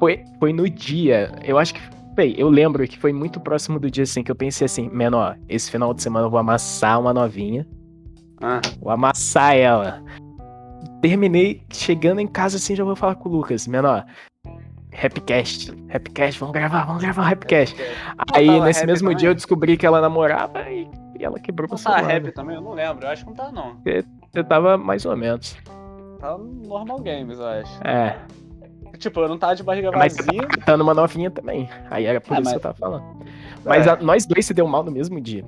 Speaker 1: Foi, foi no dia. Eu acho que. Fei, eu lembro que foi muito próximo do dia assim que eu pensei assim, menor, esse final de semana eu vou amassar uma novinha.
Speaker 2: Ah,
Speaker 1: Vou amassar ela. Terminei chegando em casa assim, já vou falar com o Lucas, menor. Rapcast, Rapcast, vamos gravar, vamos gravar o Rapcast. Aí
Speaker 2: tava
Speaker 1: nesse
Speaker 2: rap
Speaker 1: mesmo
Speaker 2: também?
Speaker 1: dia eu descobri que ela namorava e, e ela quebrou meu
Speaker 2: não tá
Speaker 1: celular.
Speaker 2: rap também? Eu não lembro, eu acho que não tá, não.
Speaker 1: Eu tava mais ou menos.
Speaker 2: Tá no normal games, eu acho.
Speaker 1: É.
Speaker 2: Tipo, eu não tava de barriga
Speaker 1: Mas
Speaker 2: vazia.
Speaker 1: você tava catando uma Tá novinha também. Aí era por
Speaker 2: É,
Speaker 1: isso
Speaker 2: mas-
Speaker 1: que eu tava falando. Ah, Mas
Speaker 2: É.
Speaker 1: a- nós dois se deu mal no mesmo dia.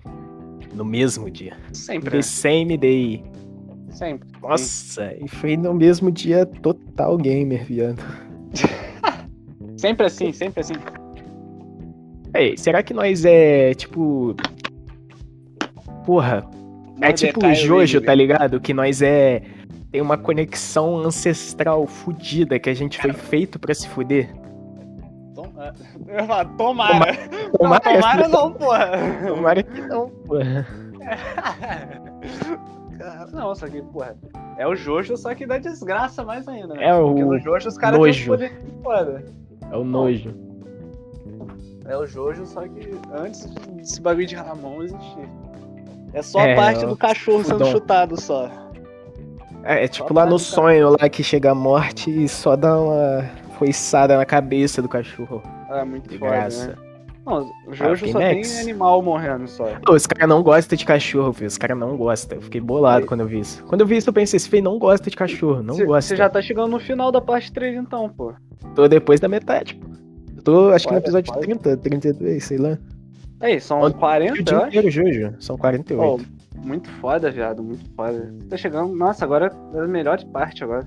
Speaker 1: No mesmo dia.
Speaker 2: Sempre,
Speaker 1: The same day.
Speaker 2: né? sempre.
Speaker 1: Nossa, e foi no mesmo dia total gamer, viado.
Speaker 2: Sempre assim, sempre assim.
Speaker 1: É Ei, será que nós é tipo. né? tá Porra. É tipo o Jojo, tá ligado? Que nós é tem uma conexão ancestral fudida que a gente foi feito pra se fuder.
Speaker 2: Tom- ah, Eu ia falar, tomara. Tomara,
Speaker 1: Tomara- né?
Speaker 2: tomara não, porra.
Speaker 1: Tomara que não, porra.
Speaker 2: Cara, Não, só que, porra, é o Jojo, só que dá desgraça mais ainda, né?
Speaker 1: É o
Speaker 2: Porque no Jojo os caras têm os
Speaker 1: nojo.
Speaker 2: poderes de foda.
Speaker 1: É o nojo.
Speaker 2: É o Jojo, só que antes desse bagulho de Ramon existia. É só a
Speaker 1: É,
Speaker 2: parte
Speaker 1: o
Speaker 2: do cachorro sendo
Speaker 1: fudão.
Speaker 2: chutado só.
Speaker 1: É, é tipo lá no sonho lá que chega a morte e só dá uma foiçada na cabeça do cachorro.
Speaker 2: Ah, muito
Speaker 1: De
Speaker 2: foda,
Speaker 1: graça.
Speaker 2: né? Não, o Jojo
Speaker 1: Ah,
Speaker 2: só
Speaker 1: Pinex.
Speaker 2: tem animal morrendo só.
Speaker 1: Pô, Os caras não gostam de cachorro, filho. Os caras não gostam. Eu fiquei bolado quando eu vi isso. Quando eu vi isso, eu pensei, esse feio não gosta de cachorro, não
Speaker 2: Cê-
Speaker 1: gosta.
Speaker 2: Você já tá chegando no final da parte 3 então, pô.
Speaker 1: Tô depois da metade, pô. Eu Tô, acho que no
Speaker 2: Olha,
Speaker 1: episódio
Speaker 2: olha.
Speaker 1: 30, 32, sei lá.
Speaker 2: Aí, são
Speaker 1: Ó,
Speaker 2: 40,
Speaker 1: E o
Speaker 2: eu
Speaker 1: dia
Speaker 2: acho.
Speaker 1: inteiro, Jojo. São 48.
Speaker 2: Pô, muito foda, viado, muito foda. Tá chegando, nossa, agora é a melhor parte agora.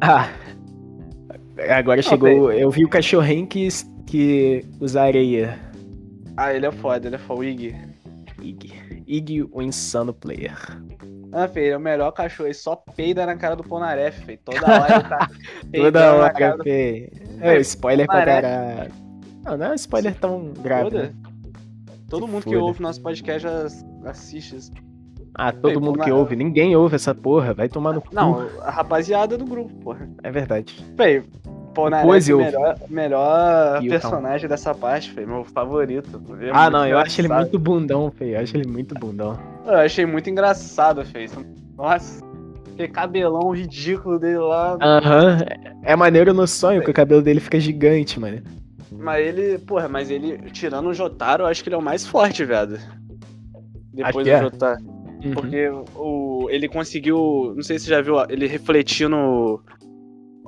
Speaker 1: Ah. Agora
Speaker 2: Não,
Speaker 1: chegou. Eu vi o cachorrinho que, que usa areia.
Speaker 2: Ah, ele é foda, ele é foda, o Iggy.
Speaker 1: Ig. Ig, o insano player.
Speaker 2: Ah, filho, ele é o melhor cachorro, ele só peida na cara do Ponaref, filho. Toda hora ele tá peidando
Speaker 1: Toda
Speaker 2: na cara
Speaker 1: hora,
Speaker 2: do
Speaker 1: fê. É, spoiler pra
Speaker 2: Parece.
Speaker 1: caralho. Não, não é um spoiler tão grave.
Speaker 2: Foda.
Speaker 1: né?
Speaker 2: Todo
Speaker 1: Se
Speaker 2: mundo que
Speaker 1: foda.
Speaker 2: ouve nosso podcast já assiste. esse-
Speaker 1: Ah, todo
Speaker 2: Ei,
Speaker 1: mundo
Speaker 2: pô,
Speaker 1: que
Speaker 2: na-
Speaker 1: ouve. Ninguém ouve essa porra. Vai tomar no cu.
Speaker 2: Não, a rapaziada do grupo, porra.
Speaker 1: É verdade.
Speaker 2: Véi, Ponaref
Speaker 1: Pois
Speaker 2: é o
Speaker 1: eu-
Speaker 2: melhor, melhor
Speaker 1: E o
Speaker 2: personagem dessa parte, foi meu favorito. Ele é
Speaker 1: Ah,
Speaker 2: muito
Speaker 1: não, eu acho ele
Speaker 2: engraçado.
Speaker 1: muito bundão, feio. Eu acho ele muito bundão.
Speaker 2: Eu achei muito engraçado, fez. Nossa, aquele cabelão ridículo dele lá.
Speaker 1: Aham. É maneiro no sonho, porque o cabelo dele fica gigante, mano.
Speaker 2: Mas ele, porra, mas ele, tirando o Jotaro, eu acho que ele é o mais forte, velho. Depois
Speaker 1: que
Speaker 2: do
Speaker 1: é.
Speaker 2: Jotaro.
Speaker 1: Porque...
Speaker 2: Porque o, ele conseguiu. Não sei se você já viu, ó, ele refletindo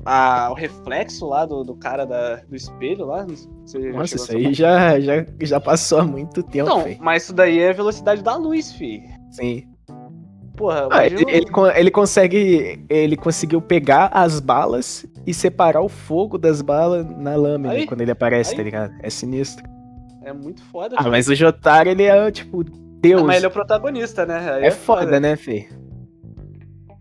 Speaker 2: a- o reflexo lá do, do cara da- do espelho lá. Não sei se você já
Speaker 1: Uhum. Nossa,
Speaker 2: chegou
Speaker 1: isso
Speaker 2: a-
Speaker 1: aí já, já, já passou há muito tempo,
Speaker 2: Então,
Speaker 1: feio.
Speaker 2: mas isso daí é a velocidade da luz, fi.
Speaker 1: Sim.
Speaker 2: Porra,
Speaker 1: Ah,
Speaker 2: imagina- um-
Speaker 1: ele, ele con- ele consegue. Ele conseguiu pegar as balas e separar o fogo das balas na lâmina
Speaker 2: Aí,
Speaker 1: quando ele aparece,
Speaker 2: aí.
Speaker 1: tá ligado? É sinistro.
Speaker 2: é muito foda.
Speaker 1: Ah,
Speaker 2: fi.
Speaker 1: mas o Jotaro, ele é, tipo,
Speaker 2: Ah,
Speaker 1: Deus.
Speaker 2: mas ele é o protagonista, né? Aí
Speaker 1: é, foda, né, Fê?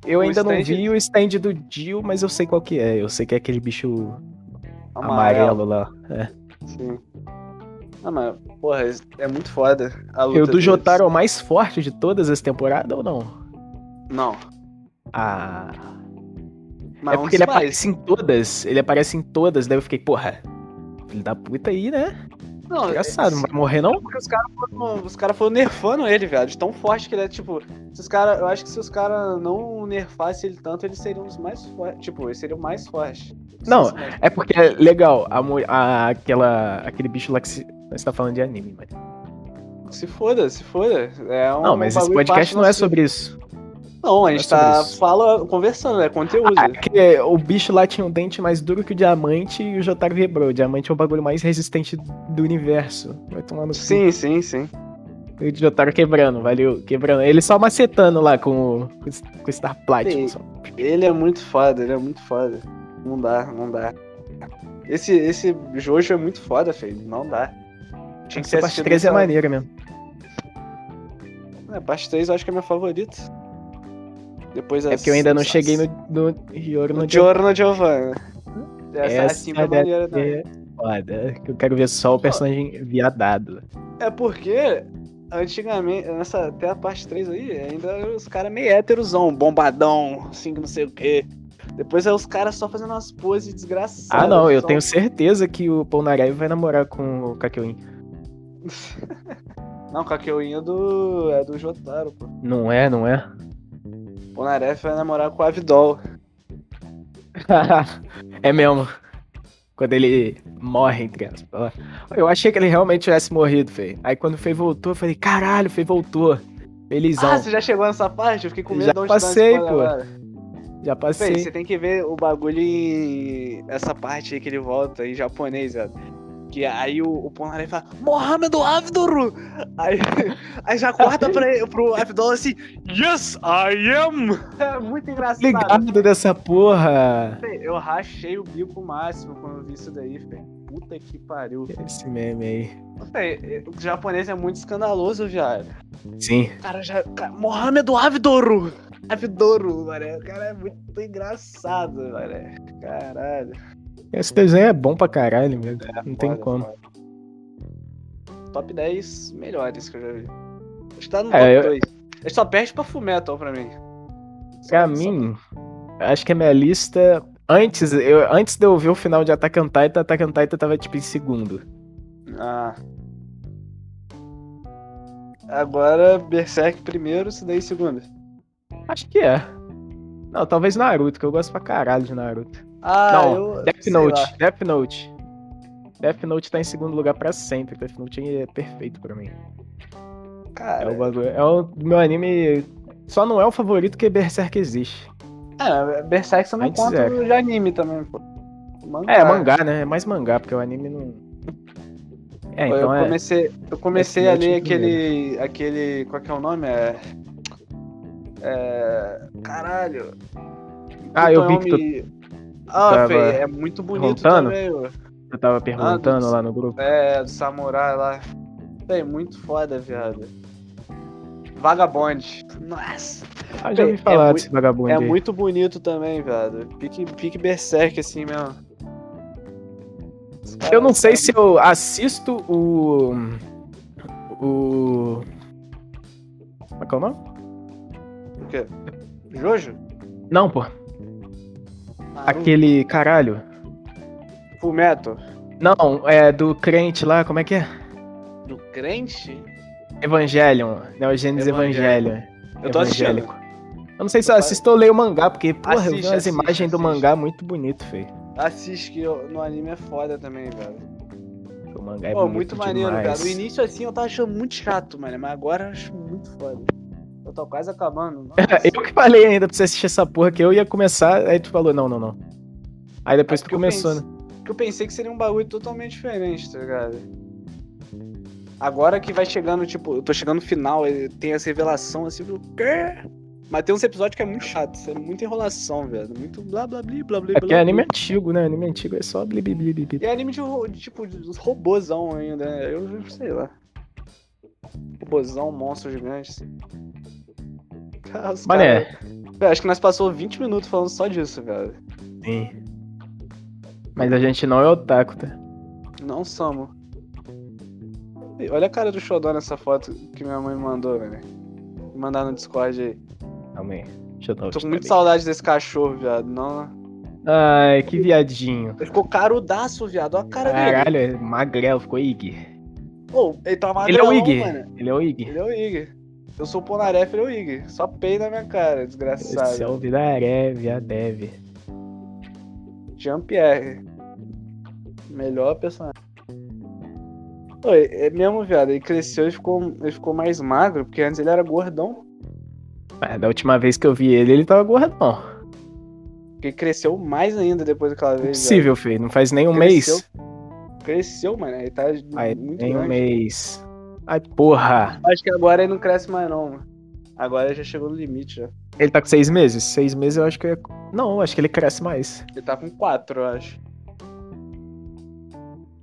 Speaker 1: Eu
Speaker 2: O
Speaker 1: ainda não
Speaker 2: stand-
Speaker 1: vi o stand do Dio, mas eu sei qual que é. Eu sei que é aquele bicho amarelo,
Speaker 2: Amarelo.
Speaker 1: lá.
Speaker 2: Sim. Ah, mas, porra, isso é muito foda a luta.
Speaker 1: E o do
Speaker 2: deles.
Speaker 1: Jotaro é o mais forte de todas as temporadas ou não?
Speaker 2: Não.
Speaker 1: Ah.
Speaker 2: Mas
Speaker 1: é porque ele aparece em todas. Ele aparece em todas, daí eu fiquei, porra. Filho da puta aí, né?
Speaker 2: Não, é
Speaker 1: Engraçado, não vai morrer não?
Speaker 2: Porque os caras foram, os cara foram nerfando ele, velho. De tão forte que ele é, tipo. Se os cara, eu acho que se os caras não nerfassem ele tanto, eles seriam os mais fortes. Tipo, eles seriam mais fortes.
Speaker 1: Não,
Speaker 2: sei se-
Speaker 1: É porque é legal, a, mu- a- aquela, aquele bicho lá que se, você tá falando de anime, mas...
Speaker 2: Se foda, se foda. É um
Speaker 1: Não, mas esse
Speaker 2: bagulho
Speaker 1: podcast
Speaker 2: parte
Speaker 1: não é
Speaker 2: nosso-
Speaker 1: sobre isso.
Speaker 2: Não, a
Speaker 1: não é
Speaker 2: gente tá
Speaker 1: sobre isso.
Speaker 2: fala, conversando, é conteúdo.
Speaker 1: Ah, porque o bicho lá tinha um dente mais duro que o diamante e o Jotaro quebrou. O diamante é o bagulho mais resistente do universo. Vai tomar no cu.
Speaker 2: sim, sim, sim.
Speaker 1: E o Jotaro quebrando, valeu, quebrando. Ele só macetando lá com o, com o Star Platinum.
Speaker 2: Sim.
Speaker 1: só.
Speaker 2: Ele é muito foda, ele é muito foda. Não dá, não dá. Esse, esse Jojo é muito foda, filho. Não dá. Tinha que ser
Speaker 1: Essa parte
Speaker 2: assistido
Speaker 1: 13 é
Speaker 2: nessa-
Speaker 1: maneira mesmo.
Speaker 2: É, parte 3 eu acho que é minha favorita. Depois
Speaker 1: É porque eu ainda não cheguei no, no Hiyori no
Speaker 2: No Giorno Giovanna. Essa,
Speaker 1: Essa
Speaker 2: assim é
Speaker 1: deve
Speaker 2: maneira, não.
Speaker 1: Dia. Foda, que eu quero ver só o personagem viadado.
Speaker 2: É porque antigamente, nessa, até a parte 3 aí, ainda eram os caras meio héterosão, bombadão, assim que não sei o quê. Depois é os caras só fazendo umas poses desgraçadas.
Speaker 1: Ah, não, eu
Speaker 2: só- um
Speaker 1: tenho certeza que o Polnarev vai namorar com o Kakyoin.
Speaker 2: Não, o Kakeuinha é do. é do Jotaro, pô.
Speaker 1: Não é, não é?
Speaker 2: Bonaref vai namorar com a Avidol.
Speaker 1: é mesmo. Quando ele morre, entre aspas. ó. Eu achei que ele realmente tivesse morrido, Fê. Aí quando o Fê voltou, eu falei, caralho, o Fê voltou. Felizão.
Speaker 2: Ah, você já chegou nessa parte? Eu fiquei com medo
Speaker 1: Já
Speaker 2: de onde
Speaker 1: passei,
Speaker 2: tá
Speaker 1: pô.
Speaker 2: Agora.
Speaker 1: Já
Speaker 2: Fê,
Speaker 1: passei.
Speaker 2: você tem que ver o bagulho em... Essa parte aí que ele volta em japonês, velho. Que aí o, o Polnareff fala, Mohamed Avdoru! Aí, aí já corta pra, ele- pro Avdol assim, Yes, I am! É muito engraçado.
Speaker 1: Ligado dessa porra.
Speaker 2: Fê, Eu rachei o bico máximo quando eu vi isso daí, Fê. Puta que pariu.
Speaker 1: Esse meme aí.
Speaker 2: Puta, é- é- O japonês é muito escandaloso, viado.
Speaker 1: Sim.
Speaker 2: Cara, já. Cara, Mohamed do Avidouro! Avidouro, mano. O cara é muito engraçado, mano. Caralho.
Speaker 1: Esse desenho é bom pra caralho, meu. Não tem
Speaker 2: Foda,
Speaker 1: como.
Speaker 2: foda. Top 10 melhores que eu já vi. Acho que tá no
Speaker 1: É,
Speaker 2: top
Speaker 1: eu-
Speaker 2: 2. Ele só perde pra Fullmetal pra mim. Só-
Speaker 1: Pra
Speaker 2: só-
Speaker 1: mim, acho que a minha lista. Antes, eu, antes de eu ver o final de Attack on Titan, Attack on Titan tava tipo em segundo.
Speaker 2: Ah. Agora Berserk primeiro, se daí segundo.
Speaker 1: Acho que é. Não, talvez Naruto, que eu gosto pra caralho de Naruto.
Speaker 2: Ah,
Speaker 1: Não,
Speaker 2: eu.
Speaker 1: Death
Speaker 2: sei
Speaker 1: Note,
Speaker 2: lá.
Speaker 1: Death Note. Death Note tá em segundo lugar pra sempre. Death Note é perfeito pra mim. É
Speaker 2: Cara,
Speaker 1: o, bagulho- é o meu anime. Só não é o favorito que Berserk existe.
Speaker 2: é, Berserk só não
Speaker 1: Antes
Speaker 2: conta
Speaker 1: era.
Speaker 2: de anime também, pô.
Speaker 1: É, é mangá, né? É mais mangá, porque o anime não. É,
Speaker 2: Pô,
Speaker 1: então
Speaker 2: eu
Speaker 1: é.
Speaker 2: comecei, eu comecei a
Speaker 1: Death Note
Speaker 2: ler
Speaker 1: em
Speaker 2: aquele, aquele. Qual que é o nome? É. é caralho.
Speaker 1: Ah, eu vi que tu
Speaker 2: Toyomi- Ah,
Speaker 1: tava
Speaker 2: Fê, é muito bonito
Speaker 1: contando.
Speaker 2: também, ó.
Speaker 1: eu tava perguntando lá no grupo.
Speaker 2: É, do samurai lá. Fê, é muito foda, viado. Vagabond. Nossa.
Speaker 1: Ah, já
Speaker 2: é
Speaker 1: ouvi falar
Speaker 2: muito-
Speaker 1: desse vagabundo
Speaker 2: É
Speaker 1: aí.
Speaker 2: muito bonito também, viado. Pique, pique berserk assim mesmo. Os
Speaker 1: Eu não
Speaker 2: caras-
Speaker 1: sei se eu assisto o. O. Como é que é o nome?
Speaker 2: O quê? Jojo?
Speaker 1: Não, pô.
Speaker 2: Aqui.
Speaker 1: Aquele. Caralho.
Speaker 2: Fumeto.
Speaker 1: Não, é do crente lá, como é que é?
Speaker 2: Do crente?
Speaker 1: Evangelion. Neo Genesis
Speaker 2: Evangelion.
Speaker 1: Evangelion.
Speaker 2: Eu tô assistindo.
Speaker 1: Evangélico. Eu não sei se eu
Speaker 2: Eu
Speaker 1: assisto ou leio o mangá, porque, porra, eu vi
Speaker 2: Assiste,
Speaker 1: umas
Speaker 2: assiste,
Speaker 1: imagens do
Speaker 2: assiste.
Speaker 1: mangá muito bonito, feio.
Speaker 2: Assiste que eu- no anime é foda também, velho.
Speaker 1: O mangá é
Speaker 2: Pô,
Speaker 1: bonito
Speaker 2: muito maneiro,
Speaker 1: demais.
Speaker 2: cara. No início assim eu tava achando muito chato, mano. Mas agora eu acho muito foda. Eu tô quase acabando. Nossa.
Speaker 1: Eu que falei ainda pra você assistir essa porra que eu ia começar, aí tu falou, não, não, não. Aí depois tu
Speaker 2: É porque eu
Speaker 1: começou, né?
Speaker 2: pense- Porque eu pensei que seria um bagulho totalmente diferente, tá ligado? Agora que vai chegando, tipo, eu tô chegando no final, e tem essa revelação assim, o quê? Mas tem uns episódios que é muito chato, isso é muita enrolação, velho. Muito blá blá blá blá blá.
Speaker 1: É porque
Speaker 2: blá,
Speaker 1: anime
Speaker 2: blá.
Speaker 1: antigo, né? Anime antigo é só bli, bli, bli, bli, bli.
Speaker 2: E é anime de, ro- de, tipo, de uns robôzão ainda, né? Eu sei lá. Robôzão, monstro gigante. assim. Cara, os
Speaker 1: Mané.
Speaker 2: cara- Velho, acho que nós passou 20 minutos falando só disso, velho.
Speaker 1: Sim. Mas a gente não é otaku, tá?
Speaker 2: Não somos. E Olha a cara do Xodó nessa foto que minha mãe mandou, velho. Vou Mandar no Discord aí.
Speaker 1: Calma aí. Deixa eu dar
Speaker 2: Tô com muito saudade desse cachorro, viado. Não...
Speaker 1: Ai, que viadinho.
Speaker 2: Ele ficou carudaço, viado. Olha a cara dele.
Speaker 1: Caralho, é magrelo, ficou Ig.
Speaker 2: Ô, ele tá
Speaker 1: Ele é o
Speaker 2: magrelão,
Speaker 1: Ig.
Speaker 2: mano.
Speaker 1: Ele é o Ig.
Speaker 2: Ele é o Ig. Eu sou o Ponaref, ele é o Ig. Só pei na minha cara, desgraçado.
Speaker 1: Esse é o Vidaré, Viadeve.
Speaker 2: Jean-Pierre. Melhor personagem. Pô, é é mesmo, viado. Ele cresceu e ficou, ele ficou mais magro, porque antes ele era gordão.
Speaker 1: Mas da última vez que eu vi ele, ele tava gordão.
Speaker 2: Ele cresceu mais ainda depois daquela vez. viado.
Speaker 1: Impossível, filho. Não faz nem um
Speaker 2: é. Cresceu.
Speaker 1: mês.
Speaker 2: Cresceu, mano. Ele tá
Speaker 1: Aí,
Speaker 2: muito
Speaker 1: nem um
Speaker 2: grande.
Speaker 1: mês. Ai, porra.
Speaker 2: Acho que agora ele não cresce mais, não, mano. Agora ele já chegou no limite, já.
Speaker 1: Ele tá com seis meses? Seis meses eu acho que é. Não, eu acho que ele cresce mais.
Speaker 2: Ele tá com 4, eu acho.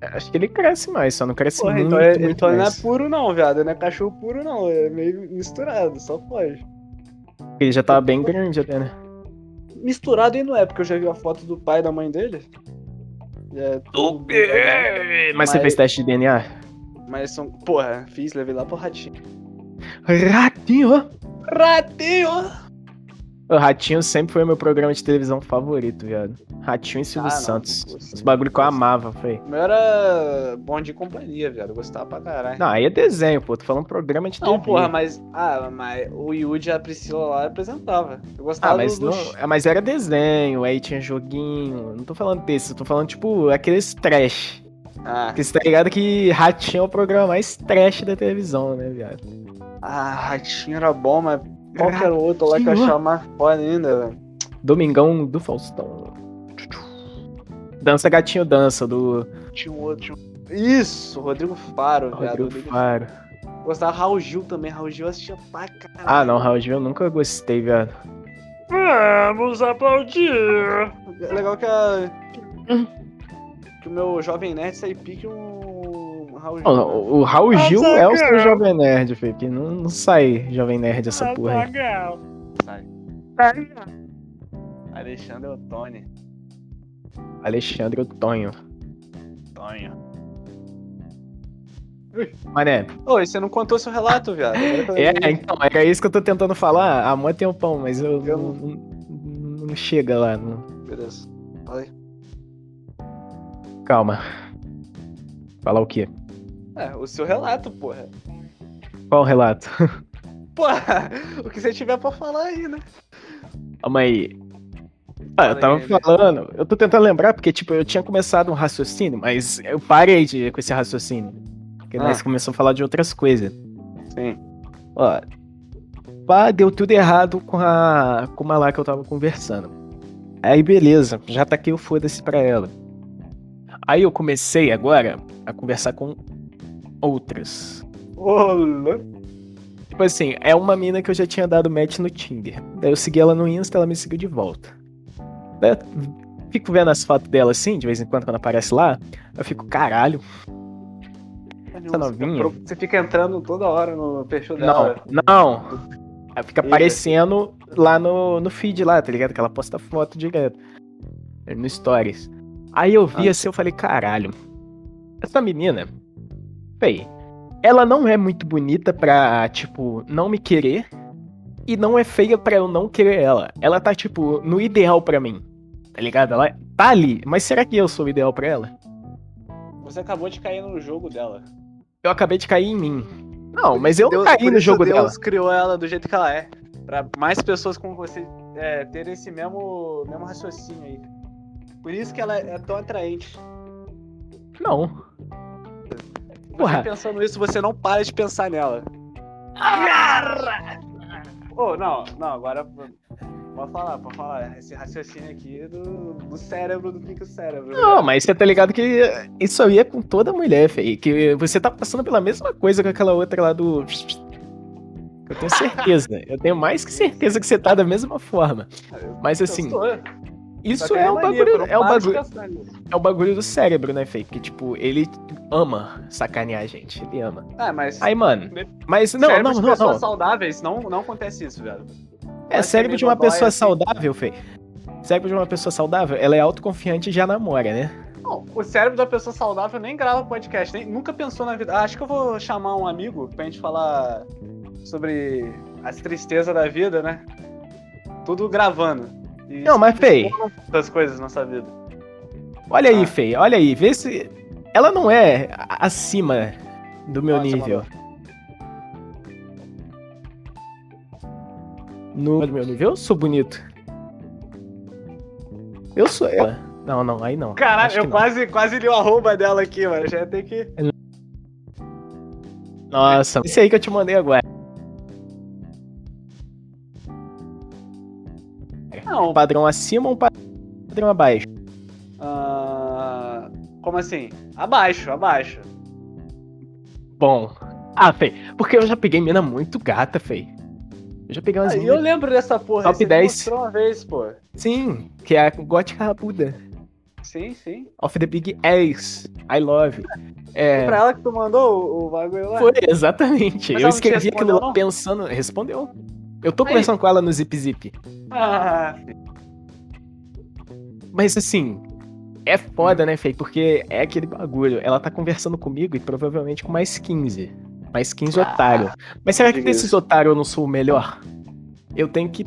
Speaker 1: Acho que ele cresce mais, só não cresce
Speaker 2: Porra,
Speaker 1: muito,
Speaker 2: então, ele,
Speaker 1: muito
Speaker 2: então ele não é
Speaker 1: mais.
Speaker 2: puro, não, viado. Ele não é cachorro puro, não. Ele é meio misturado, só pode.
Speaker 1: Ele já tava bem grande até, né?
Speaker 2: Misturado aí não é, porque eu já vi a foto do pai e da mãe dele. É, tudo- É,
Speaker 1: Mas, você fez teste de DNA?
Speaker 2: Mas são. Porra, fiz, levei lá pro ratinho.
Speaker 1: Ratinho!
Speaker 2: Ratinho!
Speaker 1: O Ratinho sempre foi meu programa de televisão favorito, viado. Ratinho e Silvio
Speaker 2: Ah, não,
Speaker 1: Santos.
Speaker 2: não
Speaker 1: Esse bagulho que eu amava, foi.
Speaker 2: O meu era bom de companhia, viado. Eu gostava pra caralho.
Speaker 1: Não, aí é desenho, pô. Tô falando programa de
Speaker 2: Não,
Speaker 1: TV.
Speaker 2: porra, mas. Ah, mas o Yuji e a Priscila lá apresentava. Eu gostava
Speaker 1: Ah, mas,
Speaker 2: do.
Speaker 1: não, ah, mas era desenho, aí tinha joguinho. Não tô falando desse, eu tô falando, tipo, aqueles trash.
Speaker 2: Ah,
Speaker 1: Porque você tá ligado que Ratinho é o programa mais trash da televisão, né, viado?
Speaker 2: ah, ratinho era bom, mas qualquer outro lá que eu
Speaker 1: Ratinho.
Speaker 2: achava mais foda ainda, velho.
Speaker 1: Domingão do Faustão. Dança Gatinho Dança, do
Speaker 2: Tinha um outro. Tinha um... Isso, Rodrigo Faro, viado.
Speaker 1: Rodrigo Faro.
Speaker 2: Eu Gostava Raul Gil também. Raul Gil eu assistia pra caralho.
Speaker 1: Ah, não, Raul Gil eu nunca gostei, viado.
Speaker 2: Vamos aplaudir! É legal que a. que o meu jovem nerd sai pique um Raul Gil.
Speaker 1: Não, não,
Speaker 2: né?
Speaker 1: o Raul
Speaker 4: Mas
Speaker 1: Gil
Speaker 4: é
Speaker 1: é o seu
Speaker 4: que-
Speaker 1: Jovem Nerd, Felipe. Não, não sai Jovem Nerd essa porra.
Speaker 4: é
Speaker 1: aí.
Speaker 4: Azaghal.
Speaker 2: Sai.
Speaker 4: Azaghal.
Speaker 2: Alexandre Ottoni.
Speaker 1: Alexandre Otonho.
Speaker 2: Tonho.
Speaker 1: Mané,
Speaker 2: Ô, e você não contou seu relato, viado. Agora que eu
Speaker 1: é,
Speaker 2: lembrei.
Speaker 1: então, era isso que eu tô tentando falar Ah, há mó tempão, um mas eu,
Speaker 2: Eu
Speaker 1: não, não- não chega lá. não-
Speaker 2: Beleza. Fala aí.
Speaker 1: Calma. Falar o quê?
Speaker 2: É, o seu relato, porra.
Speaker 1: Qual o relato?
Speaker 2: Porra, o que você tiver pra falar aí, né?
Speaker 1: Calma aí. Ah, eu tava
Speaker 2: Fala aí, Helena.
Speaker 1: falando, eu tô tentando lembrar, porque, tipo, eu tinha começado um raciocínio, mas eu parei de, com esse raciocínio. Porque
Speaker 2: Ah.
Speaker 1: nós começamos a falar de outras coisas.
Speaker 2: Sim.
Speaker 1: Ó, pá, deu tudo errado com a, com uma lá que eu tava conversando. Aí, beleza, já taquei o foda-se pra ela. Aí eu comecei agora a conversar com outras.
Speaker 2: Ô, louco.
Speaker 1: Tipo assim, é uma mina que eu já tinha dado match no Tinder. Daí eu segui ela no Insta, ela me seguiu de volta. Daí eu fico vendo as fotos dela assim, de vez em quando, quando aparece lá. Eu fico, caralho. é
Speaker 2: Você
Speaker 1: novinha?
Speaker 2: fica pro- Você fica entrando toda hora no perfil
Speaker 1: Não,
Speaker 2: dela.
Speaker 1: não. Aí fica
Speaker 2: Eita.
Speaker 1: aparecendo lá no, no feed lá, tá ligado? Que ela posta foto direto. No Stories. Aí eu vi
Speaker 2: Ah.
Speaker 1: assim, eu falei, caralho. Essa menina. Peraí. Ela não é muito bonita pra, tipo, não me querer. E não é feia pra eu não querer ela. Ela tá, tipo, no ideal pra mim. Tá ligado? Ela tá ali. Mas será que eu sou o ideal pra ela?
Speaker 2: Você acabou de cair no jogo dela.
Speaker 1: Eu acabei de cair em mim. Não, mas eu não
Speaker 2: Deus-
Speaker 1: caí
Speaker 2: por
Speaker 1: no
Speaker 2: isso
Speaker 1: tá jogo
Speaker 2: Deus
Speaker 1: dela.
Speaker 2: criou ela do jeito que ela é. Pra mais pessoas como você é, terem esse mesmo, mesmo raciocínio aí. Por isso que ela é tão atraente.
Speaker 1: Não. tá
Speaker 2: Você
Speaker 1: Porra.
Speaker 2: pensando nisso, você não para de pensar nela. Ô, não, não, agora. Pode falar, pode falar. Esse raciocínio aqui é do, do cérebro, do pico cérebro.
Speaker 1: Não, mas você tá ligado que isso aí é com toda mulher, fei. Que você tá passando pela mesma coisa que aquela outra lá do. Eu tenho certeza. eu tenho mais que certeza que você tá da mesma forma.
Speaker 2: né?
Speaker 1: Mas assim, isso é um bagulho. É um bagulho, é um bagulho do cérebro, né, fei? Que, tipo, ele ama sacanear a gente. Ele ama.
Speaker 2: Ah, mas.
Speaker 1: Aí, mano. Mas não,
Speaker 2: cérebros
Speaker 1: não,
Speaker 2: de
Speaker 1: não,
Speaker 2: pessoas
Speaker 1: não.
Speaker 2: saudáveis não, não acontece isso, velho.
Speaker 1: É cérebro de uma
Speaker 2: Dodói,
Speaker 1: pessoa
Speaker 2: assim.
Speaker 1: saudável, fei. Cérebro de uma pessoa saudável, ela é autoconfiante e já namora, né?
Speaker 2: Não, o cérebro da pessoa saudável nem grava podcast, nem, nunca pensou na vida. Ah, acho que eu vou chamar um amigo pra gente falar sobre as tristezas da vida, né? Tudo gravando. E
Speaker 1: Não, mas, Fê.
Speaker 2: expor Das coisas na nossa vida.
Speaker 1: Olha aí,
Speaker 2: Ah.
Speaker 1: Fei, olha aí, vê se. Ela não é a- acima do meu
Speaker 2: Nossa,
Speaker 1: nível. No do meu nível, eu sou bonito. Eu sou ela. Não, não, aí não.
Speaker 2: Caralho,
Speaker 1: Acho que
Speaker 2: eu quase, quase li o arroba dela aqui, mano. Já ia ter que.
Speaker 1: não. Nossa, esse aí que eu te mandei agora.
Speaker 2: Não.
Speaker 1: Um padrão acima ou um padrão abaixo?
Speaker 2: ah, como assim? Abaixo, abaixo.
Speaker 1: Bom. Ah, Fei, porque eu já peguei mina muito gata, Fei. Eu já peguei umas
Speaker 2: Ah, e
Speaker 1: mina
Speaker 2: eu lembro dessa porra.
Speaker 1: Top
Speaker 2: você me
Speaker 1: 10.
Speaker 2: mostrou uma vez, pô.
Speaker 1: Sim, que é a gótica rabuda.
Speaker 2: Sim, sim.
Speaker 1: Of the Big Ass. I love.
Speaker 2: Foi
Speaker 1: É,
Speaker 2: pra ela que tu mandou o, o bagulho lá.
Speaker 1: foi, exatamente.
Speaker 2: Mas
Speaker 1: eu
Speaker 2: ela não te
Speaker 1: escrevi aquilo
Speaker 2: respondeu,
Speaker 1: lá
Speaker 2: não?
Speaker 1: pensando. Respondeu. Eu tô
Speaker 2: Aí.
Speaker 1: conversando com ela no Zip Zip.
Speaker 2: Ah,
Speaker 1: Mas assim, é foda, né, Fei? Porque é aquele bagulho. Ela tá conversando comigo e provavelmente com mais 15. Mais 15
Speaker 2: Ah,
Speaker 1: otário. Mas será que
Speaker 2: beleza.
Speaker 1: desses otários eu não sou o melhor? Eu tenho que.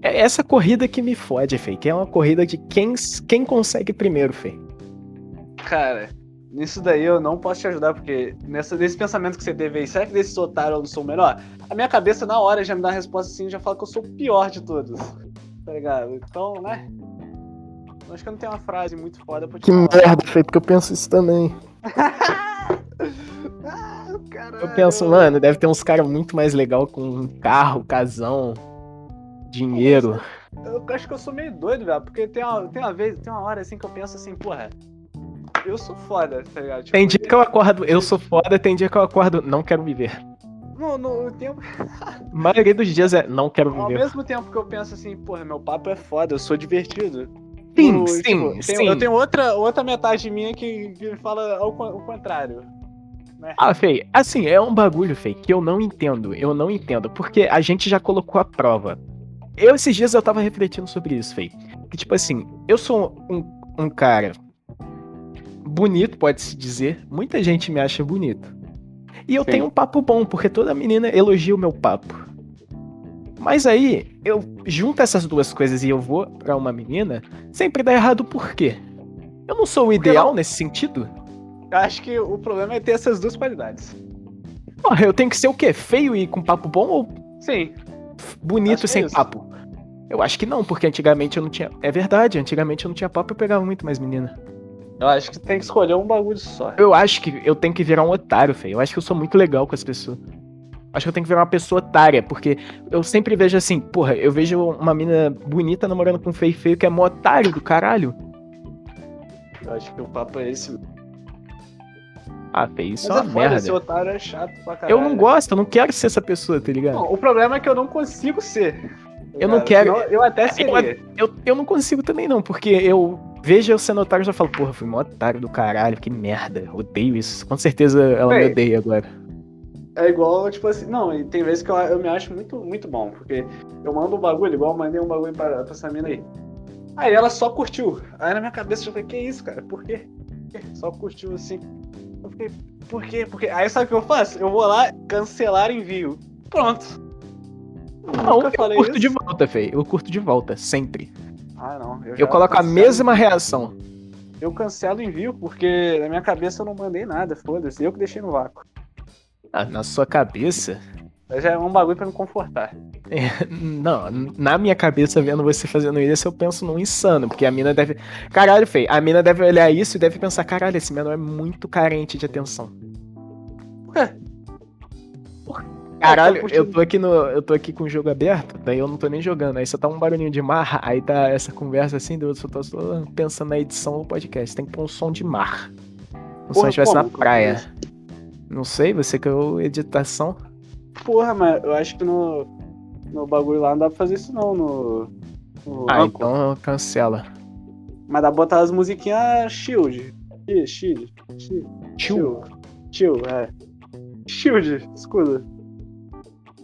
Speaker 1: É essa corrida que me fode, Fei. Que é uma corrida de quem, quem consegue primeiro, Fei.
Speaker 2: Cara, nisso daí eu não posso te ajudar, porque nessa, nesse pensamento que você teve aí, será que desse otário eu não sou o melhor? A minha cabeça, na hora, já me dá uma resposta assim, já fala que eu sou o pior de todos. Tá ligado? Então, né? Eu Acho que eu não tenho uma frase muito foda pra te falar.
Speaker 1: Fei, porque eu penso isso também.
Speaker 2: Ah, caralho.
Speaker 1: Eu penso, mano, deve ter uns caras muito mais legal com um carro, casão, dinheiro.
Speaker 2: Eu acho que eu sou meio doido, velho, porque tem uma, tem uma vez, tem uma hora assim que eu penso assim, porra, eu sou foda, tá ligado? Tipo,
Speaker 1: Tem dia que eu acordo, eu sou foda, tem dia que eu acordo, não quero viver.
Speaker 2: no, no tempo,
Speaker 1: A maioria dos dias é não quero
Speaker 2: ao
Speaker 1: viver.
Speaker 2: mesmo tempo que eu penso assim, porra, meu papo é foda, eu sou divertido.
Speaker 1: Sim,
Speaker 2: tipo,
Speaker 1: sim,
Speaker 2: tem-
Speaker 1: sim.
Speaker 2: Eu tenho outra, outra metade minha que, que fala ao, con- o contrário. né?
Speaker 1: Ah, Fei, assim, é um bagulho, Fei, que eu não entendo. Eu não entendo, porque a gente já colocou a prova. Eu, esses dias, eu tava refletindo sobre isso, Fei. Que, tipo assim, eu sou um, um cara bonito, pode-se dizer. Muita gente me acha bonito. E eu
Speaker 2: Sim.
Speaker 1: tenho um papo bom, porque toda menina elogia o meu papo. Mas aí, eu junto essas duas coisas e eu vou pra uma menina, sempre dá errado por quê? Eu não sou o
Speaker 2: Porque
Speaker 1: ideal nesse sentido?
Speaker 2: Eu acho que o problema é ter essas duas qualidades.
Speaker 1: Porra, eu tenho que ser o quê? Feio e com papo bom ou
Speaker 2: Sim. Acho
Speaker 1: bonito
Speaker 2: que
Speaker 1: sem
Speaker 2: é isso.
Speaker 1: papo. Eu acho que não, porque antigamente eu não tinha. É verdade, antigamente eu não tinha papo, eu pegava muito mais menina.
Speaker 2: Eu acho que tem que escolher um bagulho só.
Speaker 1: Eu acho que eu tenho que virar um otário, feio. Eu acho que eu sou muito legal com as pessoas. Acho que eu tenho que virar uma pessoa otária, porque eu sempre vejo assim, porra, eu vejo uma mina bonita namorando com um feio feio que é mó otário do caralho.
Speaker 2: Eu acho que o papo é esse. mesmo.
Speaker 1: Ah, feio, isso
Speaker 2: Mas
Speaker 1: é
Speaker 2: é
Speaker 1: uma
Speaker 2: foda,
Speaker 1: merda.
Speaker 2: esse otário é chato pra caralho.
Speaker 1: Eu não gosto, eu não quero ser essa pessoa, tá ligado?
Speaker 2: Não, o problema é que eu não consigo ser.
Speaker 1: Eu não quero-
Speaker 2: Senão Eu até
Speaker 1: Eu-
Speaker 2: seria.
Speaker 1: Eu, eu não consigo também, não, porque eu vejo eu sendo otário e já falo, porra, fui mó otário do caralho, que merda, odeio isso. Com certeza ela me
Speaker 2: Bem,
Speaker 1: odeia agora.
Speaker 2: É igual, tipo assim, não, e tem vezes que eu, eu me acho muito, muito bom, porque eu mando um bagulho, igual eu mandei um bagulho pra, pra essa mina aí. Aí ela só curtiu. Aí na minha cabeça eu já falei, que isso, cara? Por quê? Por quê? Só curtiu assim. Eu fiquei, por quê? Por quê? Aí sabe o que eu faço? Eu vou lá, cancelar envio. Pronto. Eu
Speaker 1: Não,
Speaker 2: nunca
Speaker 1: eu
Speaker 2: falei
Speaker 1: curto
Speaker 2: isso.
Speaker 1: de volta, feio. Eu curto de volta, sempre.
Speaker 2: Ah, não. Eu,
Speaker 1: Eu
Speaker 2: já
Speaker 1: coloco a
Speaker 2: cancelo-
Speaker 1: mesma reação.
Speaker 2: Eu cancelo envio, porque na minha cabeça eu não mandei nada, foda-se. Eu que deixei no vácuo.
Speaker 1: Ah, na sua cabeça?
Speaker 2: Mas Já é um bagulho pra me confortar.
Speaker 1: Não, na minha cabeça, vendo você fazendo isso, eu penso num insano, porque a mina deve. Caralho, feio. A mina deve olhar isso e deve pensar: caralho, esse menor é muito carente de atenção.
Speaker 2: quê?
Speaker 1: Por- Caralho,
Speaker 2: Ah, tá curtindo.
Speaker 1: eu tô aqui no. Eu tô aqui com o jogo aberto, daí eu não tô nem jogando. Aí só tá um barulhinho de marra, aí tá essa conversa assim, daí eu só tô só pensando na edição do podcast. Tem que pôr um som de mar. Um som
Speaker 2: Porra,
Speaker 1: que estivesse na
Speaker 2: como que é eu
Speaker 1: praia.
Speaker 2: fiz?
Speaker 1: Não sei, você que é o editação.
Speaker 2: Porra, mas eu acho que no, no bagulho lá não dá pra fazer isso não, no. no
Speaker 1: Ah,
Speaker 2: Anchor.
Speaker 1: então cancela.
Speaker 2: Mas dá pra botar as musiquinhas Shield. Ih, Shield. Shield.
Speaker 1: Tio.
Speaker 2: Shield, é. Shield, escuta.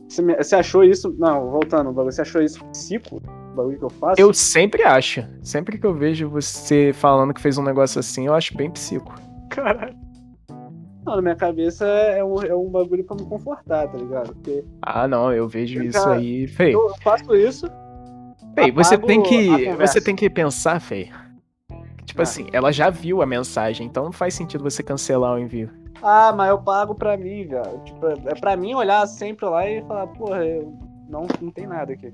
Speaker 2: Você, me- você achou isso. Não, voltando, o bagulho, você achou isso psico? O bagulho que eu faço?
Speaker 1: Eu sempre acho. Sempre que eu vejo você falando que fez um negócio assim, eu acho bem psico.
Speaker 2: Caralho. Não, na minha cabeça é um, é um bagulho pra me confortar, tá ligado? Porque
Speaker 1: Ah, não, eu vejo
Speaker 2: Eu
Speaker 1: isso
Speaker 2: já-
Speaker 1: aí, Fei.
Speaker 2: eu faço isso.
Speaker 1: Fei, você
Speaker 2: apago
Speaker 1: tem
Speaker 2: a
Speaker 1: que,
Speaker 2: conversa.
Speaker 1: você tem que pensar, Fei. que, Tipo
Speaker 2: Ah.
Speaker 1: assim, ela já viu a mensagem, então não faz sentido você cancelar o envio.
Speaker 2: Ah, mas eu pago pra mim, velho. Tipo, é pra mim olhar sempre lá e falar, porra, eu não, não tem nada aqui.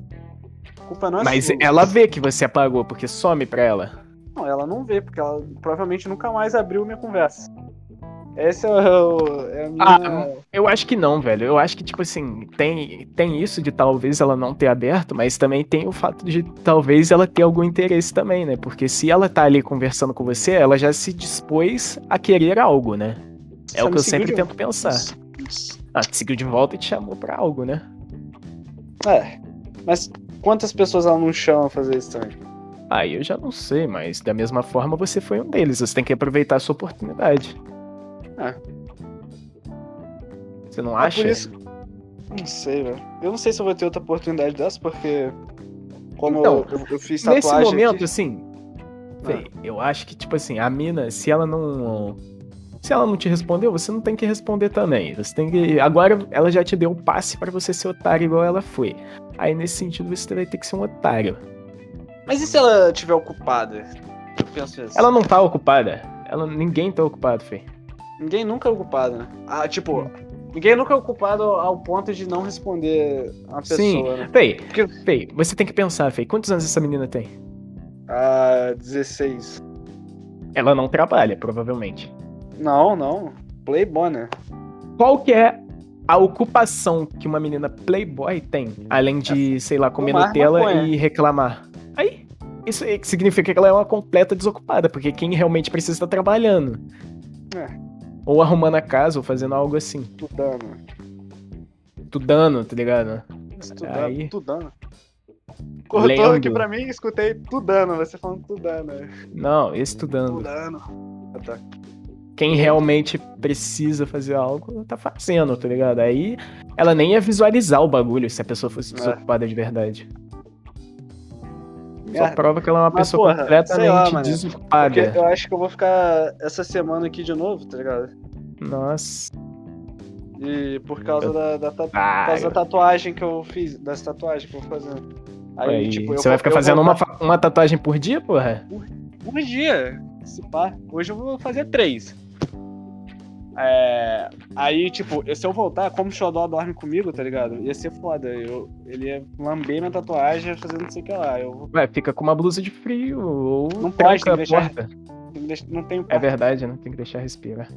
Speaker 2: A culpa não é
Speaker 1: Mas
Speaker 2: sua.
Speaker 1: ela vê que você apagou, porque some pra ela.
Speaker 2: Não, ela não vê, porque ela provavelmente nunca mais abriu minha conversa. Esse é o. É a minha...
Speaker 1: Ah, Eu acho que não, velho. Eu acho que, tipo assim, tem, tem isso de talvez ela não ter aberto, mas também tem o fato de talvez ela ter algum interesse também, né? Porque se ela tá ali conversando com você, ela já se dispôs a querer algo, né? É o
Speaker 2: Só me
Speaker 1: que eu
Speaker 2: seguiu
Speaker 1: sempre
Speaker 2: de-
Speaker 1: tento pensar. Ah, te seguiu de volta e te chamou pra algo, né?
Speaker 2: É. Mas quantas pessoas ela não chama a fazer isso também? É
Speaker 1: Aí eu já não sei, mas da mesma forma você foi um deles. Você tem que aproveitar a sua oportunidade.
Speaker 2: É.
Speaker 1: Você não
Speaker 2: É
Speaker 1: acha?
Speaker 2: Por isso. Não sei, velho. Eu não sei se eu vou ter outra oportunidade dessa, porque. Como
Speaker 1: Então,
Speaker 2: eu, eu- eu fiz
Speaker 1: Nesse
Speaker 2: tatuagem.
Speaker 1: momento,
Speaker 2: aqui-
Speaker 1: assim,
Speaker 2: Ah.
Speaker 1: Sei, Eu acho que, tipo assim, a mina, se ela não. Se ela não te respondeu, você não tem que responder também. Você tem que. Agora ela já te deu o passe pra você ser otário igual ela foi. Aí nesse sentido você vai ter que ser um otário.
Speaker 2: Mas e se ela estiver ocupada? Eu penso isso.
Speaker 1: Ela não tá ocupada. Ela, ninguém tá ocupado, Fê.
Speaker 2: Ninguém nunca é ocupado, né? Ah, tipo, ninguém nunca é ocupado ao ponto de não responder a pessoa,
Speaker 1: Sim.
Speaker 2: né?
Speaker 1: Fê,
Speaker 2: Porque-
Speaker 1: Fê, você tem que pensar, Fê. Quantos anos essa menina tem?
Speaker 2: Ah, 16.
Speaker 1: Ela não trabalha, provavelmente.
Speaker 2: Não, não. Playboy, né?
Speaker 1: Qual que é a ocupação que uma menina playboy tem? Além de, sei lá, comer
Speaker 2: Fumar
Speaker 1: Nutella
Speaker 2: maconha.
Speaker 1: e reclamar. Aí, isso aí que significa que ela é uma completa desocupada, porque quem realmente precisa estar trabalhando.
Speaker 2: É.
Speaker 1: Ou arrumando a casa, ou fazendo algo assim.
Speaker 2: Estudando.
Speaker 1: Estudando, tá ligado?
Speaker 2: Estudando,
Speaker 1: Aí.
Speaker 2: estudando. Cortou
Speaker 1: Leandro.
Speaker 2: aqui pra mim e escutei Tudano, você falando Tudano. é.
Speaker 1: Não, estudando.
Speaker 2: Tudano. Ah, tá.
Speaker 1: quem realmente precisa fazer algo tá fazendo, tá ligado? Aí ela nem ia visualizar o bagulho se a pessoa fosse
Speaker 2: É.
Speaker 1: desocupada de verdade. Só
Speaker 2: Merda.
Speaker 1: prova que ela é uma
Speaker 2: Mas,
Speaker 1: pessoa
Speaker 2: porra, sei lá,
Speaker 1: completamente
Speaker 2: mano. Porque
Speaker 1: desocupada.
Speaker 2: eu acho que eu vou ficar essa semana aqui de novo, tá ligado?
Speaker 1: Nossa.
Speaker 2: E por causa da, da, ta- por
Speaker 1: Ah,
Speaker 2: causa
Speaker 1: eu-
Speaker 2: da tatuagem que eu fiz, das tatuagens que eu vou fazendo. Aí,
Speaker 1: aí,
Speaker 2: tipo, eu
Speaker 1: você vai ficar
Speaker 2: eu vou-
Speaker 1: fazendo uma, fa- uma tatuagem por dia, porra?
Speaker 2: Um dia, se pá. Hoje eu vou fazer três. É, aí, tipo, se eu voltar, como o Xodó dorme comigo, tá ligado? Ia ser foda. Eu, ele ia lamber minha tatuagem fazendo não sei o que lá. Eu vou-
Speaker 1: Ué, fica com uma blusa de frio ou
Speaker 2: Não
Speaker 1: tranca
Speaker 2: pode, tem
Speaker 1: a
Speaker 2: que deixar-
Speaker 1: porta.
Speaker 2: não tenho
Speaker 1: É
Speaker 2: porta.
Speaker 1: verdade, né? Tem que deixar respirar.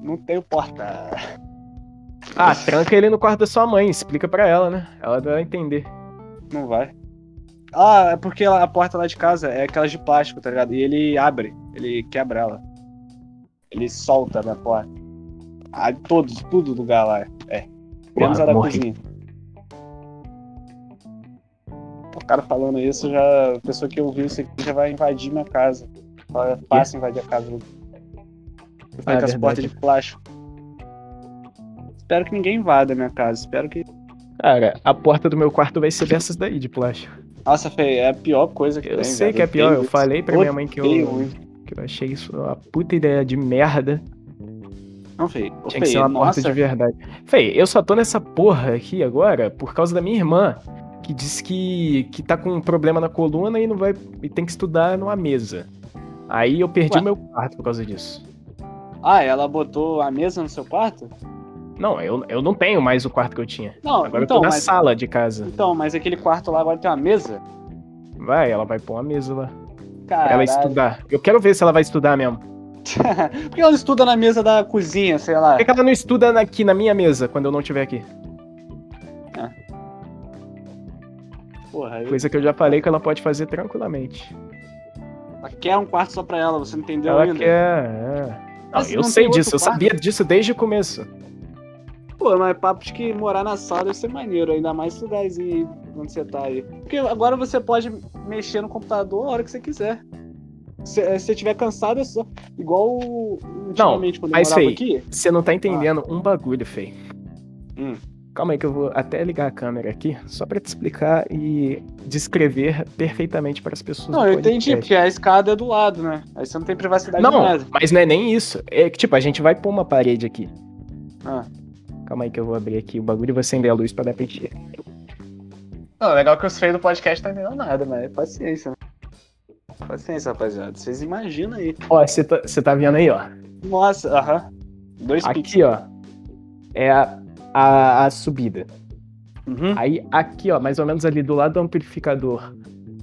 Speaker 2: Não tenho porta.
Speaker 1: Ah, tranca ele no quarto da sua mãe, explica pra ela, né? Ela dá a entender.
Speaker 2: Não vai. Ah, é porque a porta lá de casa é aquelas de plástico, tá ligado? E ele abre, ele quebra ela. Ele solta na porta. Ah, todos, tudo do lugar lá. É. Menos
Speaker 1: Porra,
Speaker 2: a da
Speaker 1: morri.
Speaker 2: cozinha. O cara falando isso, já. A pessoa que ouviu isso aqui já vai invadir minha casa. Ela Passa a invadir a casa. do- Eu falei
Speaker 1: Ah,
Speaker 2: com as
Speaker 1: verdade.
Speaker 2: portas de plástico. Espero que ninguém invada a minha casa. Espero que.
Speaker 1: Cara, a porta do meu quarto vai ser dessas daí, de plástico.
Speaker 2: Nossa, Fê, é a pior coisa que
Speaker 1: Eu
Speaker 2: tem,
Speaker 1: sei
Speaker 2: velho.
Speaker 1: que é pior,
Speaker 2: odeio
Speaker 1: eu
Speaker 2: isso.
Speaker 1: falei pra minha mãe que
Speaker 2: Odeio
Speaker 1: eu,
Speaker 2: muito.
Speaker 1: que eu achei isso uma puta ideia de merda.
Speaker 2: Não, feio.
Speaker 1: Tinha que ser uma porta de verdade. Fei, eu só tô nessa porra aqui agora por causa da minha irmã, que disse que, que tá com um problema na coluna e não vai. e tem que estudar numa mesa. Aí eu perdi
Speaker 2: Ué.
Speaker 1: o meu quarto por causa disso.
Speaker 2: Ah, ela botou a mesa no seu quarto?
Speaker 1: Não, eu, eu não tenho mais o quarto que eu tinha.
Speaker 2: Não,
Speaker 1: Agora
Speaker 2: então,
Speaker 1: eu tô na
Speaker 2: mas,
Speaker 1: sala de casa.
Speaker 2: então, mas aquele quarto lá agora tem uma mesa?
Speaker 1: Vai, ela vai pôr uma mesa lá. Pra ela
Speaker 2: Caralho.
Speaker 1: estudar. Eu quero ver se ela vai estudar mesmo. Por
Speaker 2: Por que ela estuda na mesa da cozinha, sei lá?
Speaker 1: É que, que ela não estuda aqui na minha mesa quando eu não estiver aqui?
Speaker 2: Porra, eu...
Speaker 1: Coisa que eu já falei que ela pode fazer tranquilamente.
Speaker 2: ela quer um quarto só pra ela, você não entendeu
Speaker 1: Ela
Speaker 2: ainda?
Speaker 1: quer. é. Não,
Speaker 2: Mas
Speaker 1: eu
Speaker 2: não
Speaker 1: sei
Speaker 2: tem outro
Speaker 1: disso, eu
Speaker 2: quarto?
Speaker 1: sabia disso desde o começo.
Speaker 2: Pô, mas é papo de que morar na sala deve ser maneiro, ainda mais esse lugarzinho aí onde você tá aí. Porque agora você pode mexer no computador a hora que você quiser. Se eh, se você estiver cansado, é só. Igual o- antigamente quando eu
Speaker 1: mas
Speaker 2: morava
Speaker 1: sei.
Speaker 2: aqui.
Speaker 1: Você não tá entendendo um bagulho, Fei.
Speaker 2: Ah. Hum.
Speaker 1: Calma aí que eu vou até ligar a câmera aqui, só pra te explicar e descrever perfeitamente para as pessoas.
Speaker 2: Não,
Speaker 1: do
Speaker 2: eu entendi,
Speaker 1: podcast.
Speaker 2: porque a escada é do lado, né? Aí você não tem privacidade de
Speaker 1: Não,
Speaker 2: nada.
Speaker 1: mas não é nem isso. É que, tipo, a gente vai pôr uma parede aqui.
Speaker 2: Ah.
Speaker 1: Calma aí que eu vou abrir aqui o bagulho e vou acender a luz pra dar pra encher.
Speaker 2: Não, é legal que os feios do podcast não entendendo nada, mas paciência, né? Paciência, rapaziada. Vocês imaginam aí.
Speaker 1: Ó, você tá, você tá vendo aí, ó.
Speaker 2: Nossa, aham. Dois
Speaker 1: Aqui, ó. É a, a, a subida.
Speaker 2: Uhum.
Speaker 1: Aí aqui, ó, mais ou menos ali do lado do amplificador,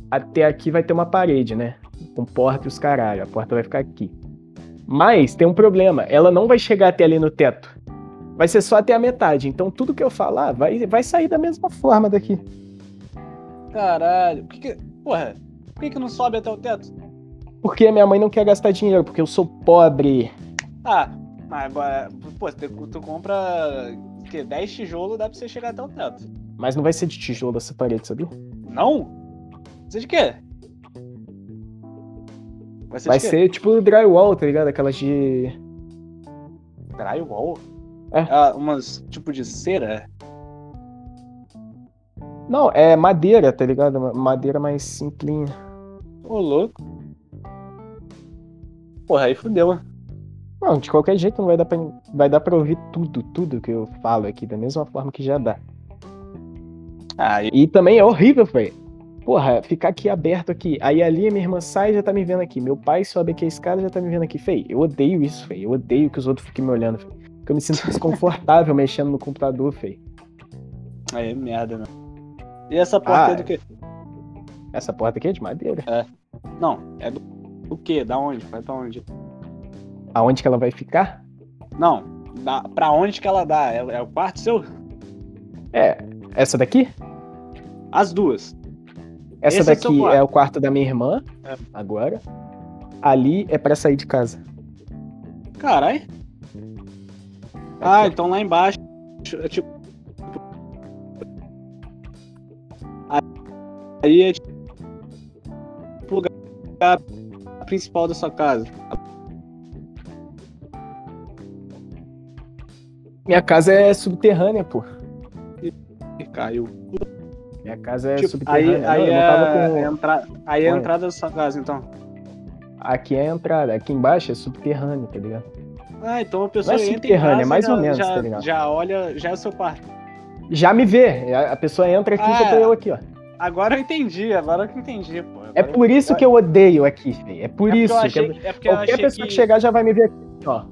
Speaker 1: até aqui vai ter uma parede, né? Com porta e os caralho. A porta vai ficar aqui. Mas tem um problema, ela não vai chegar até ali no teto. Vai ser só até a metade. Então tudo que eu falar vai, vai sair da mesma forma daqui.
Speaker 2: Caralho. Por que que... Porra, por que que não sobe até o teto?
Speaker 1: Porque minha mãe não quer gastar dinheiro, porque eu sou pobre.
Speaker 2: Ah, mas agora... Pô, tu, tu compra... O quê? 10 tijolos, dá pra você chegar até o teto.
Speaker 1: Mas não vai ser de tijolo essa parede, sabia?
Speaker 2: Não? Você de quê? Vai ser
Speaker 1: Vai
Speaker 2: de quê?
Speaker 1: ser tipo drywall, tá ligado? Aquelas de.
Speaker 2: Drywall?
Speaker 1: É.
Speaker 2: Ah, umas tipo de cera?
Speaker 1: Não, é madeira, tá ligado? Ma- Madeira mais simplinha.
Speaker 2: Ô, louco. Porra, aí fudeu.
Speaker 1: Não, de qualquer jeito não vai dar pra, vai dar pra ouvir tudo, tudo que eu falo aqui, da mesma forma que já dá.
Speaker 2: Ah, Aí.
Speaker 1: E também é horrível, velho. Porra, ficar aqui aberto aqui. Aí ali minha irmã sai e já tá me vendo aqui. Meu pai sobe aqui a escada e já tá me vendo aqui. Fei, eu odeio isso, fei. Eu odeio que os outros fiquem me olhando, fei. Porque eu me sinto desconfortável mexendo no computador, fei.
Speaker 2: Aí é merda, né? E essa porta
Speaker 1: Ah,
Speaker 2: é do quê?
Speaker 1: Essa porta aqui é de madeira.
Speaker 2: Não, é do. O quê? Da onde? Vai pra onde?
Speaker 1: Aonde que ela vai ficar?
Speaker 2: Não, da... pra onde que ela dá? É, é o quarto seu?
Speaker 1: É, essa daqui?
Speaker 2: As duas.
Speaker 1: Essa
Speaker 2: Esse é o seu
Speaker 1: daqui
Speaker 2: quarto.
Speaker 1: é, o quarto da minha irmã,
Speaker 2: É.
Speaker 1: agora. Ali é pra sair de casa.
Speaker 2: Caralho. Ah, então lá embaixo. É tipo. Aí é tipo o lugar principal da sua casa.
Speaker 1: Minha casa é subterrânea, pô.
Speaker 2: E caiu.
Speaker 1: Minha casa é
Speaker 2: Tipo, aí
Speaker 1: subterrânea. Não,
Speaker 2: aí
Speaker 1: eu não
Speaker 2: é,
Speaker 1: tava com-
Speaker 2: é a entra- aí é a
Speaker 1: Olha.
Speaker 2: entrada da sua casa, então.
Speaker 1: Aqui é a entrada, aqui embaixo é subterrâneo, tá ligado?
Speaker 2: Ah, então a pessoa
Speaker 1: Não é
Speaker 2: entra em
Speaker 1: subterrânea,
Speaker 2: casa,
Speaker 1: é mais
Speaker 2: já,
Speaker 1: ou menos,
Speaker 2: já,
Speaker 1: tá ligado?
Speaker 2: já olha, já é o seu quarto.
Speaker 1: Já me vê, a a pessoa entra aqui e
Speaker 2: Ah.
Speaker 1: só tô eu aqui, ó.
Speaker 2: Agora eu entendi, agora que eu entendi, pô. Agora
Speaker 1: É
Speaker 2: eu-
Speaker 1: por isso que eu odeio aqui, velho. É por
Speaker 2: porque
Speaker 1: isso
Speaker 2: eu
Speaker 1: que
Speaker 2: achei,
Speaker 1: eu-
Speaker 2: é porque eu
Speaker 1: qualquer
Speaker 2: achei
Speaker 1: pessoa que...
Speaker 2: que-
Speaker 1: chegar já vai me ver aqui, ó.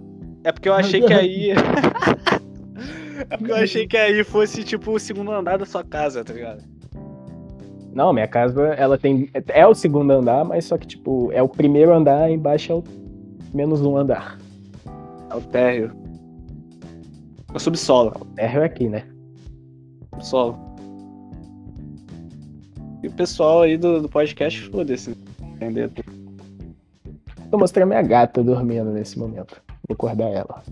Speaker 2: É porque eu achei que aí. é porque eu achei que aí fosse tipo o segundo andar da sua casa, tá ligado?
Speaker 1: Não, minha casa, ela tem. É o segundo andar, mas só que, tipo, é o primeiro andar, embaixo é o menos um andar.
Speaker 2: É o térreo. O subsolo.
Speaker 1: Térreo é aqui, né?
Speaker 2: Subsolo. E o pessoal aí do, do podcast, foda-se. Entendeu?
Speaker 1: Tô mostrando minha gata dormindo nesse momento. Vou acordar ela.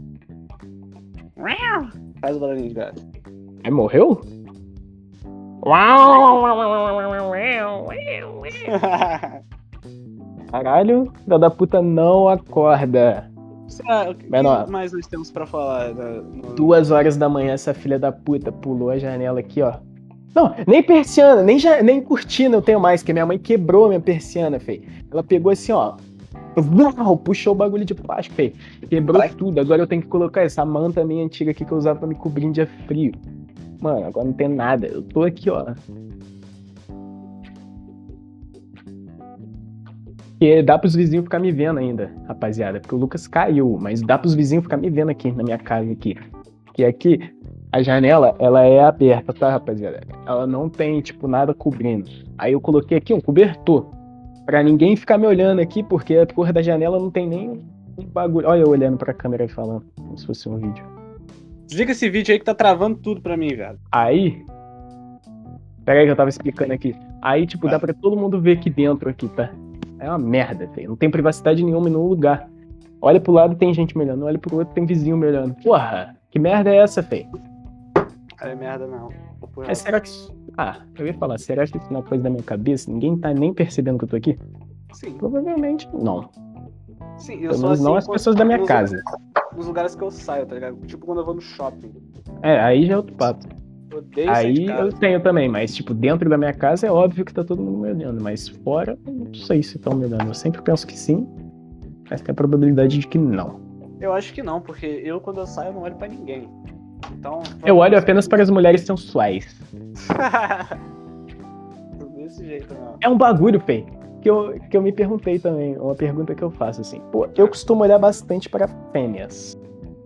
Speaker 2: Faz o barulhinho de gato.
Speaker 1: Aí morreu? Caralho, filha da puta não acorda.
Speaker 2: Será, o que,
Speaker 1: Menor.
Speaker 2: que mais nós temos pra falar? Da, no-
Speaker 1: Duas horas da manhã, essa filha da puta pulou a janela aqui, ó. Não, nem persiana, nem, ja- nem cortina eu tenho mais, que minha mãe quebrou minha persiana, fei. Ela pegou assim, ó. Uau, puxou o bagulho de plástico, fei. Quebrou tudo. Agora eu tenho que colocar essa manta minha antiga aqui que eu usava pra me cobrir em dia frio. Mano, agora não tem nada. Eu tô aqui, ó. Porque dá pros vizinhos ficar me vendo ainda, rapaziada. Porque o Lucas caiu, mas dá pros vizinhos ficar me vendo aqui na minha casa aqui. Que aqui a janela, ela é aberta, tá, rapaziada? Ela não tem, tipo, nada cobrindo. Aí eu coloquei aqui um cobertor. Pra ninguém ficar me olhando aqui, porque a cor da janela não tem nem um bagulho. Olha eu olhando pra câmera e falando, como se fosse um vídeo.
Speaker 2: Desliga esse vídeo aí que tá travando tudo pra mim, velho.
Speaker 1: Aí. Peraí que eu tava explicando aqui. Aí, tipo, dá pra todo mundo ver aqui dentro, aqui, tá? É uma merda, velho. Não tem privacidade nenhuma em nenhum lugar. Olha pro lado, tem gente me olhando. Olha pro outro, tem vizinho me olhando. Porra, que merda é essa, feio?
Speaker 2: É merda, não. Papo
Speaker 1: Mas
Speaker 2: reto.
Speaker 1: É, será que. isso- Ah, eu ia falar, será que isso não é coisa da minha cabeça? Ninguém tá nem percebendo que eu tô aqui?
Speaker 2: Sim,
Speaker 1: Provavelmente não.
Speaker 2: sim. Eu
Speaker 1: Pelo
Speaker 2: sou
Speaker 1: menos
Speaker 2: assim
Speaker 1: não as
Speaker 2: com-
Speaker 1: pessoas da minha
Speaker 2: nos-
Speaker 1: casa.
Speaker 2: Nos lugares que eu saio, tá ligado? Tipo quando eu vou no shopping.
Speaker 1: É, aí já é outro papo.
Speaker 2: Odeio sair de
Speaker 1: Aí
Speaker 2: casa.
Speaker 1: eu tenho também, mas, tipo, dentro da minha casa é óbvio que tá todo mundo me olhando, mas fora, eu não sei se estão me olhando. Eu sempre penso que sim, mas tem a probabilidade de que não.
Speaker 2: Eu acho que não, porque eu quando eu saio eu não olho pra ninguém. Então.
Speaker 1: Eu olho apenas para as mulheres sensuais.
Speaker 2: Desse jeito, né? não.
Speaker 1: É um bagulho, Fê, que eu, que eu me perguntei também, uma pergunta que eu faço, assim. Pô, eu costumo olhar bastante para fêmeas.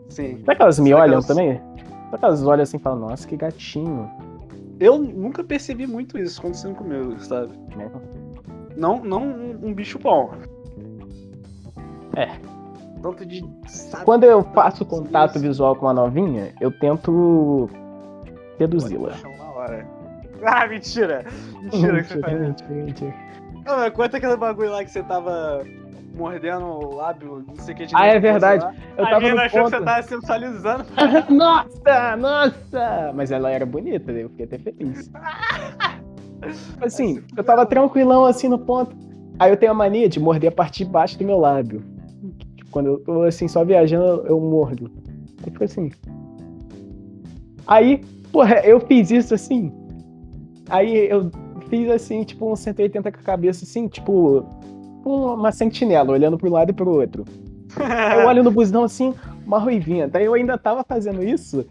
Speaker 2: Sim.
Speaker 1: Será que elas me
Speaker 2: Será que
Speaker 1: olham
Speaker 2: elas-
Speaker 1: também? Será que elas olham assim e falam, nossa, que gatinho?
Speaker 2: Eu nunca percebi muito isso acontecendo comigo, sabe?
Speaker 1: né?
Speaker 2: Não, não um, um bicho bom.
Speaker 1: É.
Speaker 2: Tanto de. sabe?
Speaker 1: Quando eu faço contato visual com uma novinha, eu tento reduzi-la.
Speaker 2: Chão na hora. Ah, mentira! Mentira que você tá faz isso. Ah, mas conta aquele bagulho lá que você tava mordendo o lábio, não sei o que de
Speaker 1: Ah, é
Speaker 2: nervoso
Speaker 1: verdade.
Speaker 2: lá.
Speaker 1: Eu
Speaker 2: a
Speaker 1: tava
Speaker 2: menina
Speaker 1: no
Speaker 2: achou que
Speaker 1: ponto.
Speaker 2: você tava sensualizando.
Speaker 1: nossa, nossa! Mas ela era bonita, eu fiquei até feliz. Assim, eu tava tranquilão assim no ponto. Aí eu tenho a mania de morder a parte de baixo do meu lábio. Tipo, Quando eu tô assim, só viajando, eu- eu mordo. Aí fica assim. Aí, porra, eu fiz isso assim. Aí eu fiz assim, tipo, um 180 com a cabeça assim, tipo, uma sentinela, olhando pro lado e pro outro. Aí
Speaker 2: É.
Speaker 1: eu olho no busão assim, uma ruivinha. Daí eu ainda tava fazendo isso.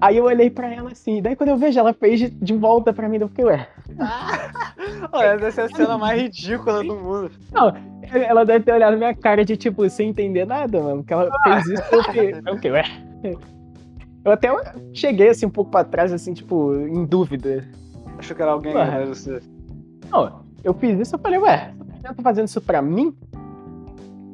Speaker 1: Aí eu olhei pra ela assim. Daí quando eu vejo ela fez de, de volta pra mim, eu fiquei, ué.
Speaker 2: Pô, essa é a cena mais ridícula do mundo.
Speaker 1: Ela deve ter olhado minha cara de tipo, sem entender nada, mano. Porque ela fez isso eu fiquei, eu fiquei, ué. Eu até cheguei assim um pouco pra trás, assim, tipo, em dúvida.
Speaker 2: Achou que era alguém,
Speaker 1: Ué.
Speaker 2: mas você.
Speaker 1: Não, eu fiz isso, eu falei, ué, ela tá fazendo isso pra mim?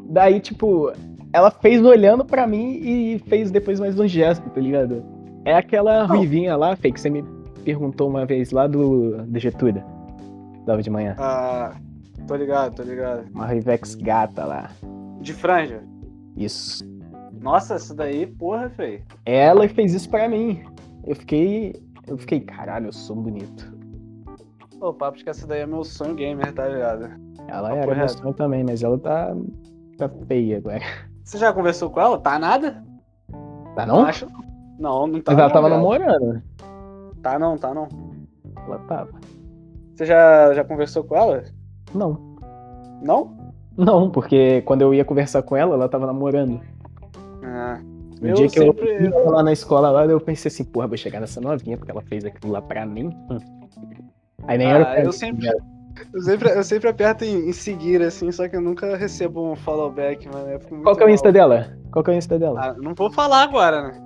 Speaker 1: Daí, tipo, ela fez olhando pra mim e fez depois mais um gesto, tá ligado? É aquela ruivinha lá, Fê, que você me perguntou uma vez lá do, do Getúlio. Dava de manhã.
Speaker 2: Ah, tô ligado, tô ligado.
Speaker 1: Uma Rivex gata lá.
Speaker 2: De franja.
Speaker 1: Isso.
Speaker 2: Nossa, isso daí, porra, feio.
Speaker 1: Ela fez isso pra mim. Eu fiquei. Eu fiquei, caralho, eu sou bonito.
Speaker 2: Pô, papo de que essa daí é meu sonho gamer, tá ligado?
Speaker 1: Ela
Speaker 2: Papo
Speaker 1: era meu
Speaker 2: reto.
Speaker 1: sonho também, mas ela tá. tá feia agora.
Speaker 2: Você já conversou com ela? Tá nada?
Speaker 1: Tá não?
Speaker 2: acho não. Não, não tá.
Speaker 1: Mas ela
Speaker 2: não,
Speaker 1: tava
Speaker 2: viado.
Speaker 1: namorando, né?
Speaker 2: Tá não, tá não.
Speaker 1: Ela tava.
Speaker 2: Você já, já conversou com ela?
Speaker 1: Não.
Speaker 2: Não?
Speaker 1: Não, porque quando eu ia conversar com ela, ela tava namorando.
Speaker 2: Ah.
Speaker 1: No
Speaker 2: Eu
Speaker 1: dia que
Speaker 2: sempre-
Speaker 1: eu ia lá na escola lá, eu pensei assim, porra, vou chegar nessa novinha, porque ela fez aquilo lá pra mim. Hum. Aí nem
Speaker 2: Ah,
Speaker 1: era pra
Speaker 2: eu
Speaker 1: mim,
Speaker 2: sempre-
Speaker 1: né?
Speaker 2: Eu sempre, eu sempre aperto em, em seguir, assim, só que eu nunca recebo um followback, mano. Eu fico muito
Speaker 1: Qual que é o
Speaker 2: mal.
Speaker 1: Insta dela? Qual que é o Insta dela?
Speaker 2: Ah, não vou falar agora, né?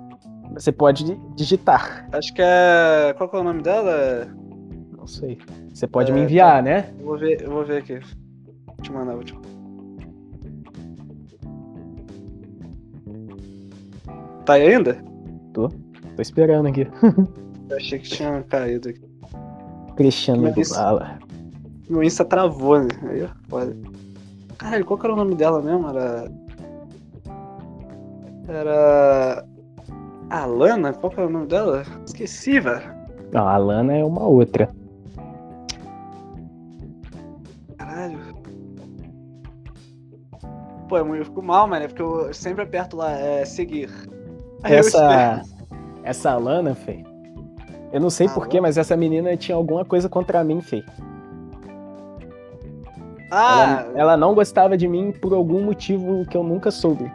Speaker 1: Você pode digitar.
Speaker 2: Acho que é. Qual que é o nome dela?
Speaker 1: Não sei. Você pode
Speaker 2: É,
Speaker 1: me enviar, né?
Speaker 2: Eu vou ver, eu vou ver aqui. Vou te mandar, vou te mandar. Tá aí ainda?
Speaker 1: Tô esperando aqui.
Speaker 2: Eu achei que tinha caído aqui.
Speaker 1: Cristiano
Speaker 2: Mas-
Speaker 1: Bala.
Speaker 2: Meu Insta travou, né? Aí, ó, foda. Caralho, qual que era o nome dela mesmo? Era. Era. Alana? Qual que era o nome dela? Esqueci, velho.
Speaker 1: Não, a Lana é uma outra.
Speaker 2: Caralho. Pô, eu eu fico mal, mano, é porque eu sempre aperto lá, é, seguir. Aí eu
Speaker 1: Essa. Essa Alana, fei. Eu não sei
Speaker 2: Alana?
Speaker 1: porquê, mas essa menina tinha alguma coisa contra mim, fei.
Speaker 2: espero. Ah,
Speaker 1: Ela, ela não é- gostava de mim por algum motivo que eu nunca soube.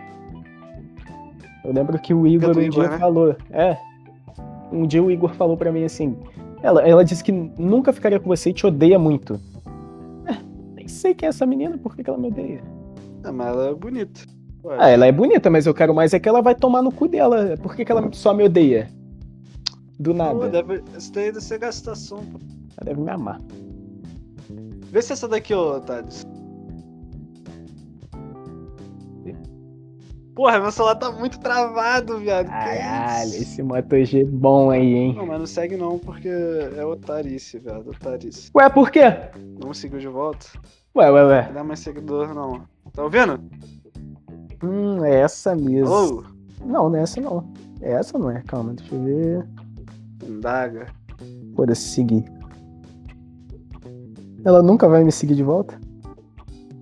Speaker 1: Eu lembro que o Igor
Speaker 2: do
Speaker 1: um
Speaker 2: Igor,
Speaker 1: dia
Speaker 2: né?
Speaker 1: falou. É. Um dia o Igor falou pra mim assim. Ela, ela disse que nunca ficaria com você e te odeia muito. É, nem sei quem é essa menina, por que, que ela me odeia?
Speaker 2: Ah, mas ela é bonita. Ué,
Speaker 1: Ah, ela é bonita, mas eu quero mais é que ela vai tomar no cu dela. Por que, que ela só me odeia? Do nada.
Speaker 2: pô,
Speaker 1: Ela
Speaker 2: deve, isso daí deve ser gastação. pô.
Speaker 1: deve me amar.
Speaker 2: Vê se essa daqui, ô, Thales. Porra, meu celular tá muito travado, viado. que
Speaker 1: Caralho,
Speaker 2: isso?
Speaker 1: esse Moto G bom aí, hein?
Speaker 2: Não, mas não segue não, porque é otarice, viado. Otarice.
Speaker 1: Ué, por quê?
Speaker 2: Não seguiu de volta.
Speaker 1: Ué, ué, ué.
Speaker 2: Não dá mais seguidor, não. Tá ouvindo?
Speaker 1: Hum, é essa mesmo.
Speaker 2: Alô?
Speaker 1: Não, não é essa não. É essa não é, calma, deixa eu ver.
Speaker 2: Indaga.
Speaker 1: Bora seguir. Ela nunca vai me seguir de volta?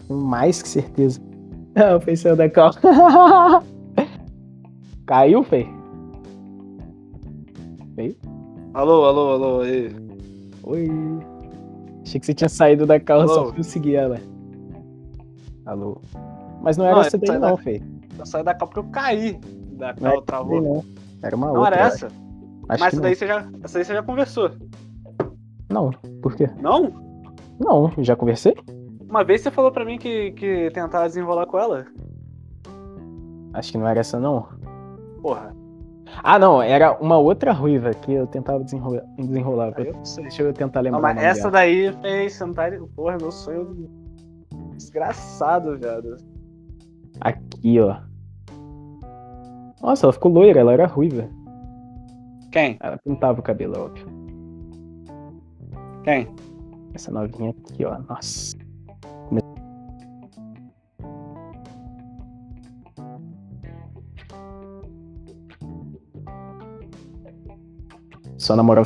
Speaker 1: Tenho mais que certeza. Não, Fei saiu da calma. Caiu, Fei?
Speaker 2: Alô, alô, alô, aí.
Speaker 1: Oi. Achei que você tinha saído da calça,
Speaker 2: Alô?
Speaker 1: só fui seguir ela. Alô. Mas não era
Speaker 2: Não, é
Speaker 1: essa daí
Speaker 2: sai da-
Speaker 1: não, Fei.
Speaker 2: Eu saí da capa porque eu caí. Da
Speaker 1: Não é
Speaker 2: cal,
Speaker 1: essa daí
Speaker 2: travou.
Speaker 1: não. Era uma
Speaker 2: Não
Speaker 1: outra.
Speaker 2: era essa?
Speaker 1: Acho
Speaker 2: mas
Speaker 1: que
Speaker 2: essa daí, você já, essa daí você já conversou.
Speaker 1: não. não, por quê?
Speaker 2: Não?
Speaker 1: Não, já conversei?
Speaker 2: Uma vez você falou pra mim que, que tentava desenrolar com ela.
Speaker 1: Acho que não era essa não.
Speaker 2: Porra,
Speaker 1: Ah, não, era uma outra ruiva que eu tentava desenrolar. desenrolar.
Speaker 2: aí eu não sei.
Speaker 1: Deixa eu tentar lembrar.
Speaker 2: Não,
Speaker 1: o
Speaker 2: mas
Speaker 1: nome
Speaker 2: essa
Speaker 1: dela.
Speaker 2: daí fez sentar. Porra, meu sonho. Desgraçado, viado.
Speaker 1: Aqui, ó. Nossa, ela ficou loira, ela era ruiva.
Speaker 2: Quem?
Speaker 1: Ela pintava o cabelo, é óbvio.
Speaker 2: Quem?
Speaker 1: Essa novinha aqui, ó. Nossa. Só namorou.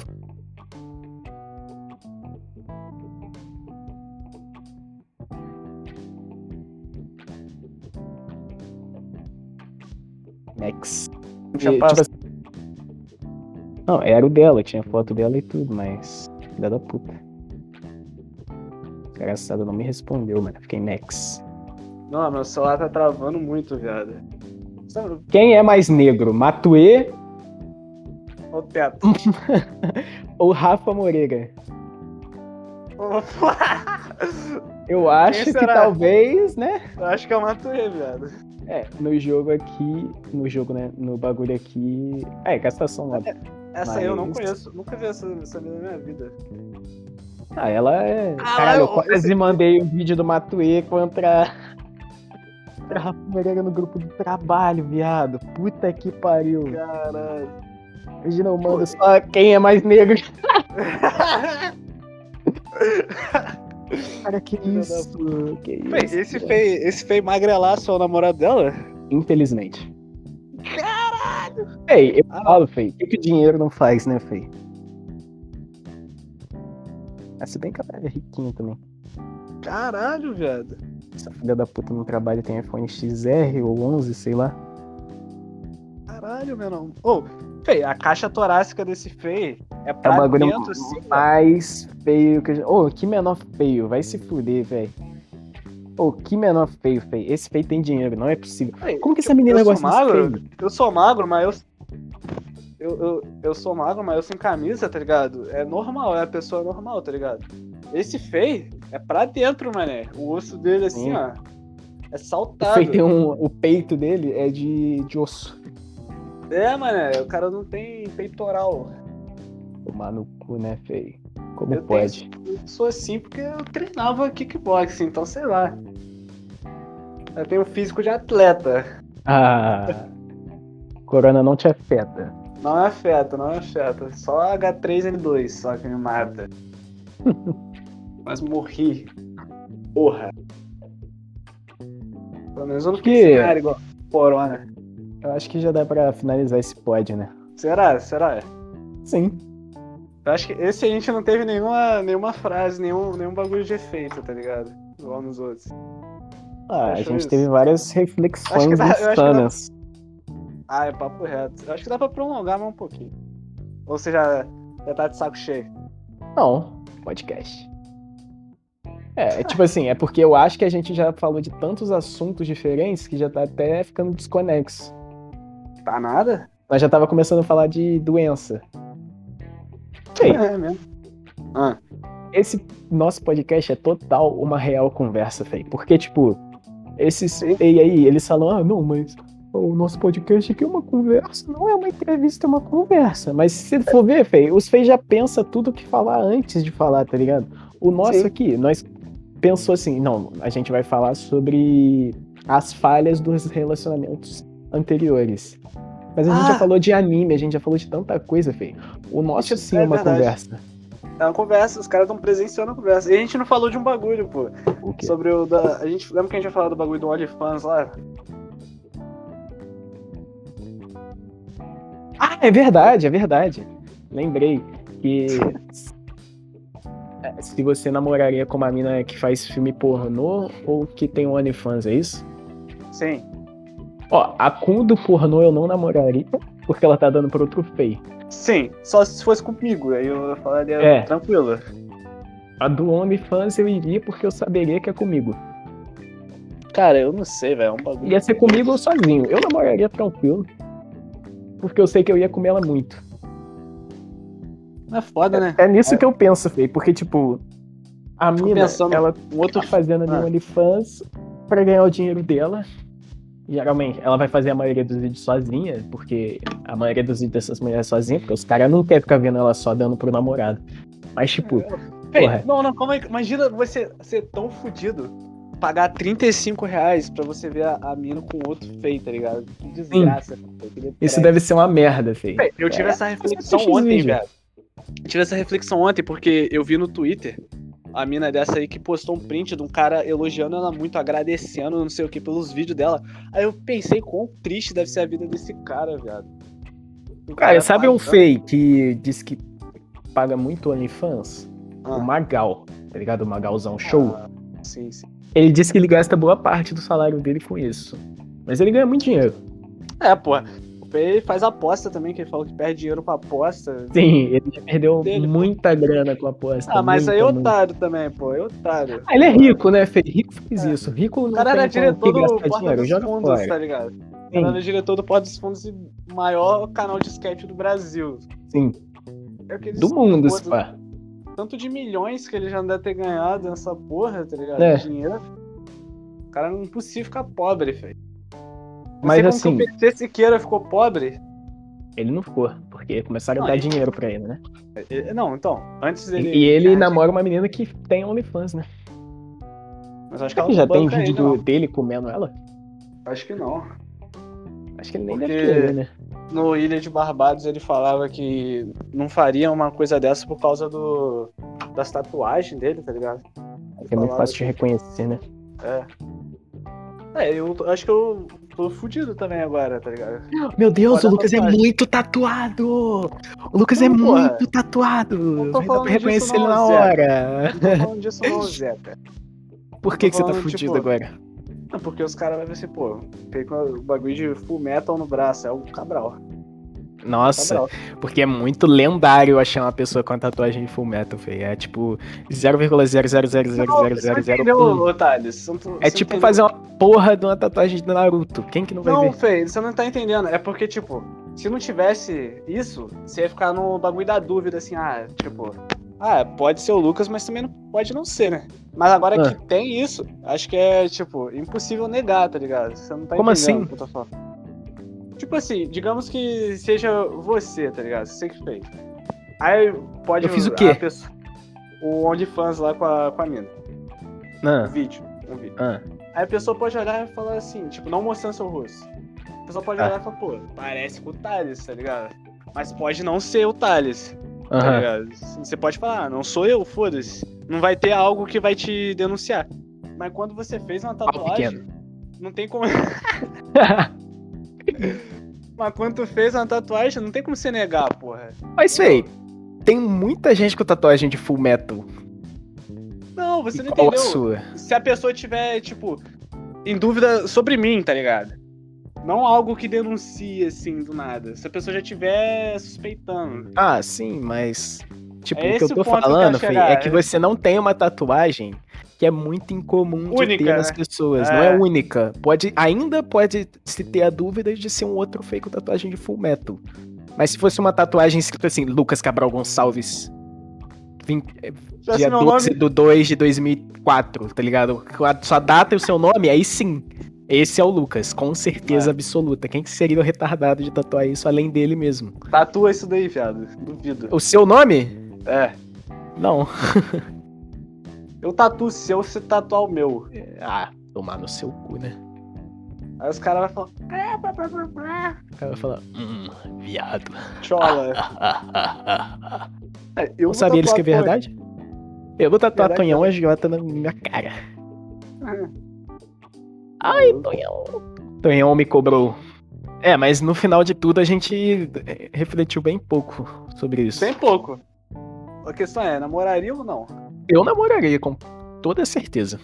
Speaker 1: Max.
Speaker 2: Tinha
Speaker 1: E,
Speaker 2: passo.
Speaker 1: tipo assim- Não, era o dela, tinha foto dela e tudo, mas. Filha da puta. Engraçado, não me respondeu, mano. Fiquei nex. assim-
Speaker 2: Não, meu celular tá travando muito, viado. Sabe,
Speaker 1: Quem é mais negro, Matue
Speaker 2: Ó o teto.
Speaker 1: Hum. ou Rafa Moreira? Eu acho que
Speaker 2: será?
Speaker 1: talvez, né?
Speaker 2: Eu acho que eu matei, viado.
Speaker 1: É, no jogo aqui. No jogo, né? No bagulho aqui. É, gastação lá.
Speaker 2: Essa aí eu não
Speaker 1: Mas-
Speaker 2: conheço. Nunca vi essa, essa mina na minha vida.
Speaker 1: Ah, ela é.
Speaker 2: Ah,
Speaker 1: Caralho, eu
Speaker 2: eu-
Speaker 1: quase mandei o vídeo do Matue contra. contra Rafa Moreira no grupo do trabalho, viado. Puta que pariu.
Speaker 2: Caralho.
Speaker 1: Imagina, eu mando só quem é mais negro. Cara, que
Speaker 2: Filha da
Speaker 1: isso? Que isso?
Speaker 2: Fê, esse feio, esse feio magrelaço é o namorado dela?
Speaker 1: Infelizmente. Caralho! Ei, eu
Speaker 2: Ah, não.
Speaker 1: falo, Fei, o que, que o dinheiro não faz, né, Fei? Ah, se bem que ela é riquinha também.
Speaker 2: Caralho, viado.
Speaker 1: Essa filha da puta no trabalho tem iPhone XR ou 11, sei lá.
Speaker 2: Caralho, meu nome. Ô, feio, a caixa torácica desse feio é
Speaker 1: É o
Speaker 2: pra
Speaker 1: bagulho
Speaker 2: dentro, sim.
Speaker 1: mais feio que eu já... Ô, que menor feio, vai se fuder, velho. Ô, que menor feio, feio. Esse feio tem dinheiro, não é possível.
Speaker 2: Aí, tipo,
Speaker 1: Como que essa menina
Speaker 2: eu sou
Speaker 1: gosta desse
Speaker 2: magro?
Speaker 1: feio?
Speaker 2: Eu sou magro, mas eu... Eu, eu... eu sou magro, mas eu sem camisa, tá ligado? É normal, é a pessoa normal, tá ligado? Esse feio é pra dentro, mané. O osso dele, assim,
Speaker 1: Sim.
Speaker 2: ó, é
Speaker 1: O
Speaker 2: saltado.
Speaker 1: feio tem um... O peito dele é de, de osso.
Speaker 2: É, mané, o cara não tem peitoral.
Speaker 1: Tomar no cu, né, feio? Como
Speaker 2: Eu tenho
Speaker 1: pode?
Speaker 2: Eu sou assim porque eu treinava kickboxing, então sei lá. Eu tenho físico de atleta.
Speaker 1: Ah... Corona não te afeta.
Speaker 2: Não me afeta, não me afeta. Só H3N2 só que me mata. Mas morri. Porra. Pelo menos eu não fiquei
Speaker 1: Que-
Speaker 2: sem ar igual corona.
Speaker 1: Eu acho que já dá pra finalizar esse pod, né?
Speaker 2: Será? Será?
Speaker 1: Sim.
Speaker 2: Eu acho que esse a gente não teve nenhuma, nenhuma frase, nenhum, nenhum bagulho de efeito, tá ligado? Igual nos outros.
Speaker 1: Ah, a
Speaker 2: Fechou
Speaker 1: gente
Speaker 2: isso.
Speaker 1: teve várias
Speaker 2: Acho que
Speaker 1: reflexões
Speaker 2: dá- eu acho que dá-
Speaker 1: insanas.
Speaker 2: Ah, é papo reto. Eu acho que dá pra prolongar mais um pouquinho. Ou você já, já tá de saco cheio?
Speaker 1: Não, podcast. É, é tipo assim, é porque eu acho que a gente já falou de tantos assuntos diferentes que já tá até ficando desconexo.
Speaker 2: Tá nada?
Speaker 1: Nós já tava começando a falar de doença. Ei,
Speaker 2: É mesmo. Ah,
Speaker 1: esse nosso podcast é total uma real conversa, feio. Porque, tipo, esses
Speaker 2: Sim.
Speaker 1: fei aí, eles falam, ah, não, mas o nosso podcast aqui é uma conversa, não é uma entrevista, é uma conversa. Mas se você for ver, feio, os fei já pensa tudo o que falar antes de falar, tá ligado? O nosso
Speaker 2: Sim.
Speaker 1: aqui, nós pensou assim, não, a gente vai falar sobre as falhas dos relacionamentos anteriores. Mas a gente
Speaker 2: Ah.
Speaker 1: já falou de anime, a gente já falou de tanta coisa, feio. O nosso
Speaker 2: Isso
Speaker 1: sim
Speaker 2: é
Speaker 1: é uma
Speaker 2: verdade.
Speaker 1: conversa.
Speaker 2: é uma conversa, os caras tão presenciando a conversa. E a gente não falou de um bagulho, pô.
Speaker 1: O quê?
Speaker 2: Sobre o da. A gente, lembra que a gente ia falar do bagulho do OnlyFans lá?
Speaker 1: Ah, é verdade, é verdade. Lembrei que É, se você namoraria com uma mina que faz filme pornô ou que tem OnlyFans, é isso?
Speaker 2: Sim.
Speaker 1: Ó, a Kun do pornô eu não namoraria, porque ela tá dando pra outro feio.
Speaker 2: Sim. Só se fosse comigo, aí eu falaria
Speaker 1: É.
Speaker 2: tranquilo.
Speaker 1: A do OnlyFans eu iria porque eu saberia que é comigo.
Speaker 2: Cara, eu não sei, velho. É um bagulho.
Speaker 1: Ia ser comigo ou sozinho. Eu namoraria tranquilo, porque eu sei que eu ia comer ela muito.
Speaker 2: Não é foda, né?
Speaker 1: É nisso que eu penso, feio, porque, tipo, a
Speaker 2: Fico
Speaker 1: mina,
Speaker 2: pensando-
Speaker 1: ela
Speaker 2: Um outro
Speaker 1: tá fazendo ali
Speaker 2: Ah.
Speaker 1: um OnlyFans pra ganhar o dinheiro dela. Geralmente, ela vai fazer a maioria dos vídeos sozinha, porque a maioria dos vídeos dessas mulheres é sozinha, porque os caras não querem ficar vendo ela só dando pro namorado. Mas, tipo,
Speaker 2: É, Véi,
Speaker 1: Porra.
Speaker 2: não, não, calma aí. Imagina você ser tão fudido, pagar 35 reais pra você ver a, a mina com outro feio, tá ligado? Que desgraça. pô, que depressa.
Speaker 1: isso deve ser uma merda, feio.
Speaker 2: Véi, Eu tive
Speaker 1: É,
Speaker 2: essa reflexão
Speaker 1: assiste os
Speaker 2: ontem,
Speaker 1: vídeos.
Speaker 2: velho. Eu tive essa reflexão ontem porque eu vi no Twitter a mina dessa aí que postou um print de um cara elogiando ela muito, agradecendo, não sei o que, pelos vídeos dela. Aí eu pensei quão triste deve ser a vida desse cara, viado. O
Speaker 1: Cara, sabe um
Speaker 2: pagando-
Speaker 1: feio que diz que paga muito OnlyFans?
Speaker 2: Ah.
Speaker 1: O Magal, tá ligado? O Magalzão Show.
Speaker 2: Ah, sim, sim.
Speaker 1: Ele diz que ele gasta boa parte do salário dele com isso. Mas ele ganha muito dinheiro.
Speaker 2: É, porra. O Pei faz aposta também, que ele falou que perde dinheiro pra aposta.
Speaker 1: Sim, ele já perdeu
Speaker 2: Dele, pô.
Speaker 1: muita grana com a aposta.
Speaker 2: Ah, mas
Speaker 1: muita,
Speaker 2: aí é
Speaker 1: muita.
Speaker 2: otário também, pô. É otário.
Speaker 1: Ah, ele é rico, né, Fê? Rico fez
Speaker 2: É.
Speaker 1: isso. Rico
Speaker 2: O
Speaker 1: não
Speaker 2: cara
Speaker 1: tem
Speaker 2: era
Speaker 1: como
Speaker 2: diretor
Speaker 1: que
Speaker 2: do
Speaker 1: gastar
Speaker 2: Porta
Speaker 1: dinheiro,
Speaker 2: dos
Speaker 1: joga
Speaker 2: Fundos,
Speaker 1: fora.
Speaker 2: tá ligado? O
Speaker 1: Sim.
Speaker 2: cara era diretor do Porta dos Fundos e maior canal de sketch do Brasil.
Speaker 1: Sim,
Speaker 2: É o que eles-
Speaker 1: do mundo, assim, se
Speaker 2: Foda-se.
Speaker 1: pá.
Speaker 2: Tanto de milhões que ele já não deve ter ganhado nessa porra, tá ligado?
Speaker 1: É.
Speaker 2: De Dinheiro. O cara não é impossível ficar pobre, velho.
Speaker 1: Mas
Speaker 2: como
Speaker 1: assim-
Speaker 2: que o PT Siqueira ficou pobre?
Speaker 1: Ele não ficou, porque começaram
Speaker 2: Não,
Speaker 1: a dar
Speaker 2: ele-
Speaker 1: dinheiro pra ele, né?
Speaker 2: É, Não, então, antes
Speaker 1: E-
Speaker 2: dele.
Speaker 1: e ele
Speaker 2: Ah,
Speaker 1: namora uma menina que tem OnlyFans, né?
Speaker 2: Mas acho que
Speaker 1: Será que
Speaker 2: ela não
Speaker 1: já tem
Speaker 2: banca
Speaker 1: vídeo
Speaker 2: ele,
Speaker 1: do- dele comendo ela?
Speaker 2: não. Acho que não.
Speaker 1: Acho que ele nem
Speaker 2: Porque-
Speaker 1: deve querer, né?
Speaker 2: no Ilha de Barbados ele falava que não faria uma coisa dessa por causa do das tatuagens dele, tá ligado?
Speaker 1: Porque é muito fácil de reconhecer, né?
Speaker 2: É, eu acho que eu tô fudido também agora, tá ligado?
Speaker 1: Meu Deus,
Speaker 2: Olha
Speaker 1: o
Speaker 2: a
Speaker 1: Lucas é
Speaker 2: tatuagem.
Speaker 1: muito tatuado! O Lucas é
Speaker 2: Não, porra.
Speaker 1: muito tatuado!
Speaker 2: tô
Speaker 1: Vai dar
Speaker 2: falando
Speaker 1: pra reconhecer
Speaker 2: disso
Speaker 1: ele
Speaker 2: não,
Speaker 1: na
Speaker 2: Zé.
Speaker 1: hora!
Speaker 2: Não tô falando disso não, Zeca.
Speaker 1: Por que,
Speaker 2: Tô
Speaker 1: que você tá
Speaker 2: falando,
Speaker 1: fudido
Speaker 2: tipo,
Speaker 1: agora?
Speaker 2: Não, Porque os caras vão ser, pô, fiquei com o bagulho de full metal no braço, é o Cabral.
Speaker 1: Nossa,
Speaker 2: Cabral.
Speaker 1: porque é muito lendário achar uma pessoa com a tatuagem de full metal, feio. É tipo
Speaker 2: Você não entendeu,
Speaker 1: 0,0000001.
Speaker 2: ô, Thales? Você não- você
Speaker 1: É
Speaker 2: não
Speaker 1: tipo
Speaker 2: entendeu.
Speaker 1: fazer uma porra de uma tatuagem de Naruto. Quem que não vai
Speaker 2: Não,
Speaker 1: ver?
Speaker 2: Fê, você não tá entendendo. É porque, tipo, se não tivesse isso, você ia ficar no bagulho da dúvida, assim, ah, tipo, ah, pode ser o Lucas, mas também não pode não ser, né? Mas agora
Speaker 1: Ah.
Speaker 2: que tem isso, acho que é, tipo, impossível negar, tá ligado? Você não tá
Speaker 1: Como
Speaker 2: entendendo
Speaker 1: assim?
Speaker 2: o que eu tô falando. Tipo assim, digamos que seja você, tá ligado? Você que fez. Aí pode.
Speaker 1: Eu fiz o
Speaker 2: a
Speaker 1: quê?
Speaker 2: pessoa- o OnlyFans lá com a, com a mina. Um
Speaker 1: Não.
Speaker 2: vídeo. Um vídeo.
Speaker 1: Ah,
Speaker 2: Aí a pessoa pode olhar e falar assim, tipo, não mostrando seu rosto. A pessoa pode
Speaker 1: Ah.
Speaker 2: olhar e falar, pô, parece com o Thales, tá ligado? Mas pode não ser o Thales, tá
Speaker 1: aham.
Speaker 2: ligado? Você pode falar, ah, não sou eu, foda-se. Não vai ter algo que vai te denunciar. Mas quando você fez uma tatuagem, não tem como. Mas quando tu fez uma tatuagem, não tem como você negar, porra.
Speaker 1: Mas, feio, tem muita gente com tatuagem de full metal.
Speaker 2: Não, você não
Speaker 1: Qual a
Speaker 2: entendeu.
Speaker 1: sua?
Speaker 2: se a pessoa tiver, tipo, em dúvida sobre mim, tá ligado? Não algo que denuncie, assim, do nada. Se a pessoa já tiver suspeitando.
Speaker 1: Ah, sim, mas. Tipo,
Speaker 2: É
Speaker 1: o que eu
Speaker 2: esse
Speaker 1: tô
Speaker 2: o ponto que eu quero
Speaker 1: falando, Fê, é
Speaker 2: chegar.
Speaker 1: que você não tem uma tatuagem que é muito incomum de
Speaker 2: Única,
Speaker 1: ter nas
Speaker 2: né?
Speaker 1: pessoas. Não é
Speaker 2: É.
Speaker 1: única. Pode, ainda pode se ter a dúvida de ser um outro Fê com tatuagem de full metal. Mas se fosse uma tatuagem escrita assim, Lucas Cabral Gonçalves. 20,
Speaker 2: Já se
Speaker 1: dia
Speaker 2: meu
Speaker 1: 12
Speaker 2: nome.
Speaker 1: do 2 de 2004, tá ligado? Com a Sua data e o seu nome, aí sim. Esse é o Lucas, com certeza
Speaker 2: É.
Speaker 1: absoluta. Quem que seria o retardado de tatuar isso além dele mesmo?
Speaker 2: Tatua é isso daí, viado. Duvido.
Speaker 1: O seu nome?
Speaker 2: É.
Speaker 1: Não.
Speaker 2: Eu tatuo o seu, você tatuar o meu.
Speaker 1: Ah, tomar no seu cu, né?
Speaker 2: Aí os caras vão falar,
Speaker 1: O cara vai falar, hum, viado.
Speaker 2: chola. É, eu
Speaker 1: Não sabia eles que é verdade? Eu vou tatuar
Speaker 2: Verdade,
Speaker 1: Tonhão agiota na minha cara.
Speaker 2: Ai,
Speaker 1: Tonhão. Tonhão me cobrou. É, mas no final de tudo a gente eh, refletiu bem pouco sobre isso.
Speaker 2: Tem pouco. A questão é, namoraria ou não?
Speaker 1: Eu namoraria com toda certeza.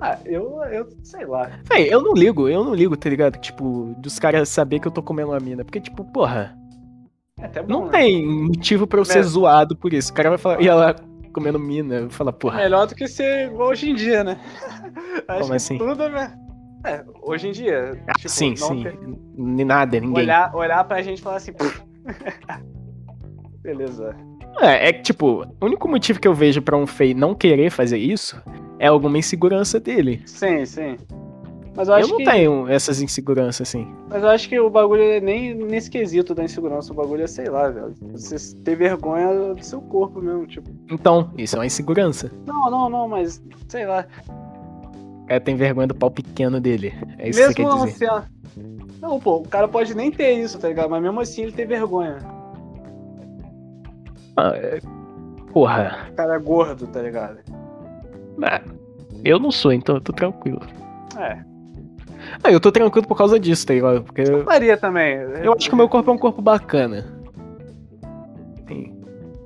Speaker 2: Ah, eu, eu sei lá.
Speaker 1: Véi, eu não ligo, eu não ligo, tá ligado? Tipo, dos caras saber que eu tô comendo uma mina. Porque, tipo, porra,
Speaker 2: É até bom,
Speaker 1: não
Speaker 2: né?
Speaker 1: tem motivo pra eu ser
Speaker 2: Merda.
Speaker 1: zoado por isso. O cara vai falar, e ela comendo mina, vai falar, porra.
Speaker 2: Melhor do que ser igual hoje em dia, né? Acho
Speaker 1: Como
Speaker 2: que
Speaker 1: assim?
Speaker 2: tudo, né? É, hoje em dia.
Speaker 1: Ah,
Speaker 2: tipo,
Speaker 1: sim,
Speaker 2: não
Speaker 1: sim.
Speaker 2: ter-
Speaker 1: N- Nada, ninguém.
Speaker 2: Olhar, olhar pra gente e falar assim. "Pff." Beleza.
Speaker 1: É, é que, tipo, o único motivo que eu vejo pra um feio não querer fazer isso é alguma insegurança dele.
Speaker 2: Sim, sim. Mas eu
Speaker 1: Eu,
Speaker 2: acho
Speaker 1: não
Speaker 2: que.
Speaker 1: tenho essas inseguranças, assim.
Speaker 2: Mas eu acho que o bagulho é nem nesse quesito da insegurança, o bagulho é, sei lá, velho. Você ter vergonha do seu corpo mesmo, tipo.
Speaker 1: Então, isso é uma insegurança.
Speaker 2: Não, não, não, mas sei lá.
Speaker 1: O cara tem vergonha do pau pequeno dele. É isso que
Speaker 2: mesmo
Speaker 1: você quer
Speaker 2: não
Speaker 1: dizer.
Speaker 2: sendo. Não, pô, o cara pode nem ter isso, tá ligado? Mas mesmo assim ele tem vergonha.
Speaker 1: Ah, é- Porra.
Speaker 2: O cara é gordo, tá ligado?
Speaker 1: Ah, Eu não sou, então eu tô tranquilo.
Speaker 2: É.
Speaker 1: Ah, eu tô tranquilo por causa disso, tá ligado? Porque eu,
Speaker 2: Faria também.
Speaker 1: eu acho que o meu corpo é um corpo bacana. Sim.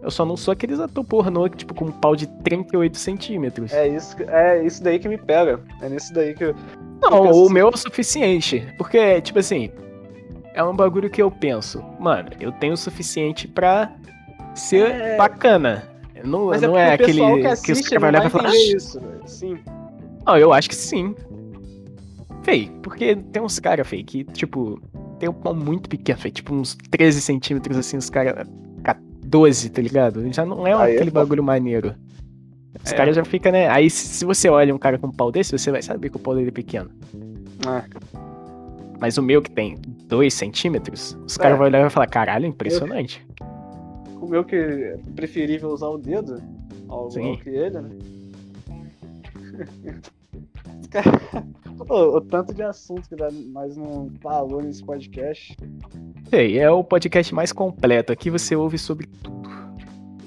Speaker 1: Eu só não sou aqueles ator pornô, que, tipo, com um pau de 38 centímetros.
Speaker 2: É isso, que- é isso daí que me pega. É nisso daí que eu.
Speaker 1: não,
Speaker 2: eu penso
Speaker 1: o
Speaker 2: assim.
Speaker 1: meu é o suficiente. Porque, tipo assim, é um bagulho que eu penso. Mano, eu tenho o suficiente pra ser
Speaker 2: É.
Speaker 1: bacana. Não,
Speaker 2: Mas
Speaker 1: não
Speaker 2: é,
Speaker 1: é,
Speaker 2: porque o
Speaker 1: aquele
Speaker 2: pessoal que
Speaker 1: que os
Speaker 2: assiste
Speaker 1: caras vão
Speaker 2: não
Speaker 1: olhar e vai
Speaker 2: vai
Speaker 1: falar. "Ah,
Speaker 2: entender isso, velho. Sim.
Speaker 1: Não, Ah, eu acho que sim. Fei, porque tem uns caras, Fei, que, tipo, tem um pau muito pequeno, Fei, tipo uns 13 centímetros, assim, os caras. 12, tá ligado? Já não é
Speaker 2: Aí é
Speaker 1: aquele
Speaker 2: foda.
Speaker 1: bagulho maneiro. Os
Speaker 2: É.
Speaker 1: caras já fica, né? Aí se, se você olha um cara com um pau desse, você vai saber que o pau dele é pequeno.
Speaker 2: É.
Speaker 1: Mas o meu que tem 2 centímetros, os caras
Speaker 2: É.
Speaker 1: vão olhar e vai falar, caralho, impressionante.
Speaker 2: O meu que é preferível usar o dedo ao,
Speaker 1: Sim.
Speaker 2: ao que ele, né? Os caras- Ô, o tanto de assunto que dá- nós não falou nesse podcast
Speaker 1: Fei, é o podcast mais completo. Aqui você ouve sobre tudo.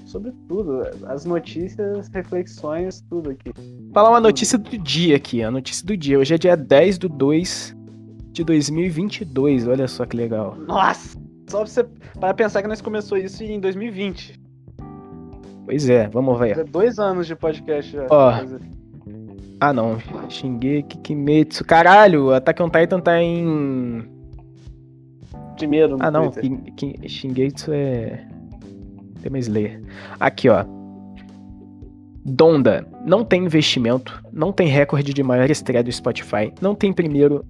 Speaker 2: sobre tudo, as notícias, reflexões, tudo aqui.
Speaker 1: Falar uma notícia do dia aqui, a notícia do dia. Hoje é dia 10 do 2 de 2022, olha só que legal.
Speaker 2: Nossa! Só pra você para pensar que nós começou isso em 2020.
Speaker 1: Pois é, vamos ver.
Speaker 2: Já dois anos de podcast já.
Speaker 1: Ó. Ah não, Shingeki Kimetsu. Caralho, Attack on Titan tá em...
Speaker 2: Primeiro. no
Speaker 1: Ah não,
Speaker 2: Twitter.
Speaker 1: Kin- Kin- Shingeki é... Tema Slayer. Aqui, ó. Donda não tem investimento, não tem recorde de maior estreia do Spotify, não tem primeiro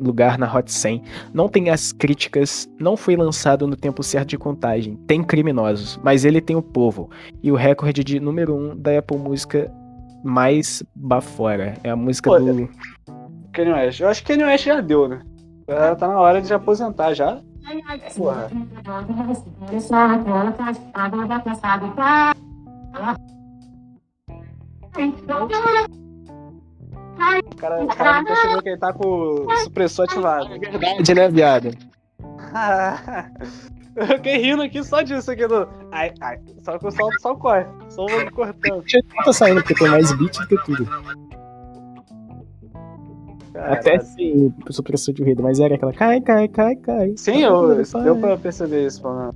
Speaker 1: lugar na Hot 100, não tem as críticas, não foi lançado no tempo certo de contagem, tem criminosos, mas ele tem o povo. E o recorde de número 1 um da Apple Música mais bafora. É a música
Speaker 2: Pô,
Speaker 1: do.
Speaker 2: Kanye West. Eu acho que Kanye West já deu, né? Já tá na hora de aposentar já. Porra. O cara, o cara não percebeu que ele tá com o supressor ativado.
Speaker 1: Verdade, né, viado?
Speaker 2: Ah. Eu fiquei rindo aqui só disso aqui do. Ai, ai. Só que o sol, sol corre. Só vou cortando.
Speaker 1: Não tá saindo, porque tem mais beat do que tudo. Até
Speaker 2: Caralho.
Speaker 1: sim, o supressor de ruído, mas era aquela cai, cai, cai, cai.
Speaker 2: Sim, eu, deu pra perceber isso, mano.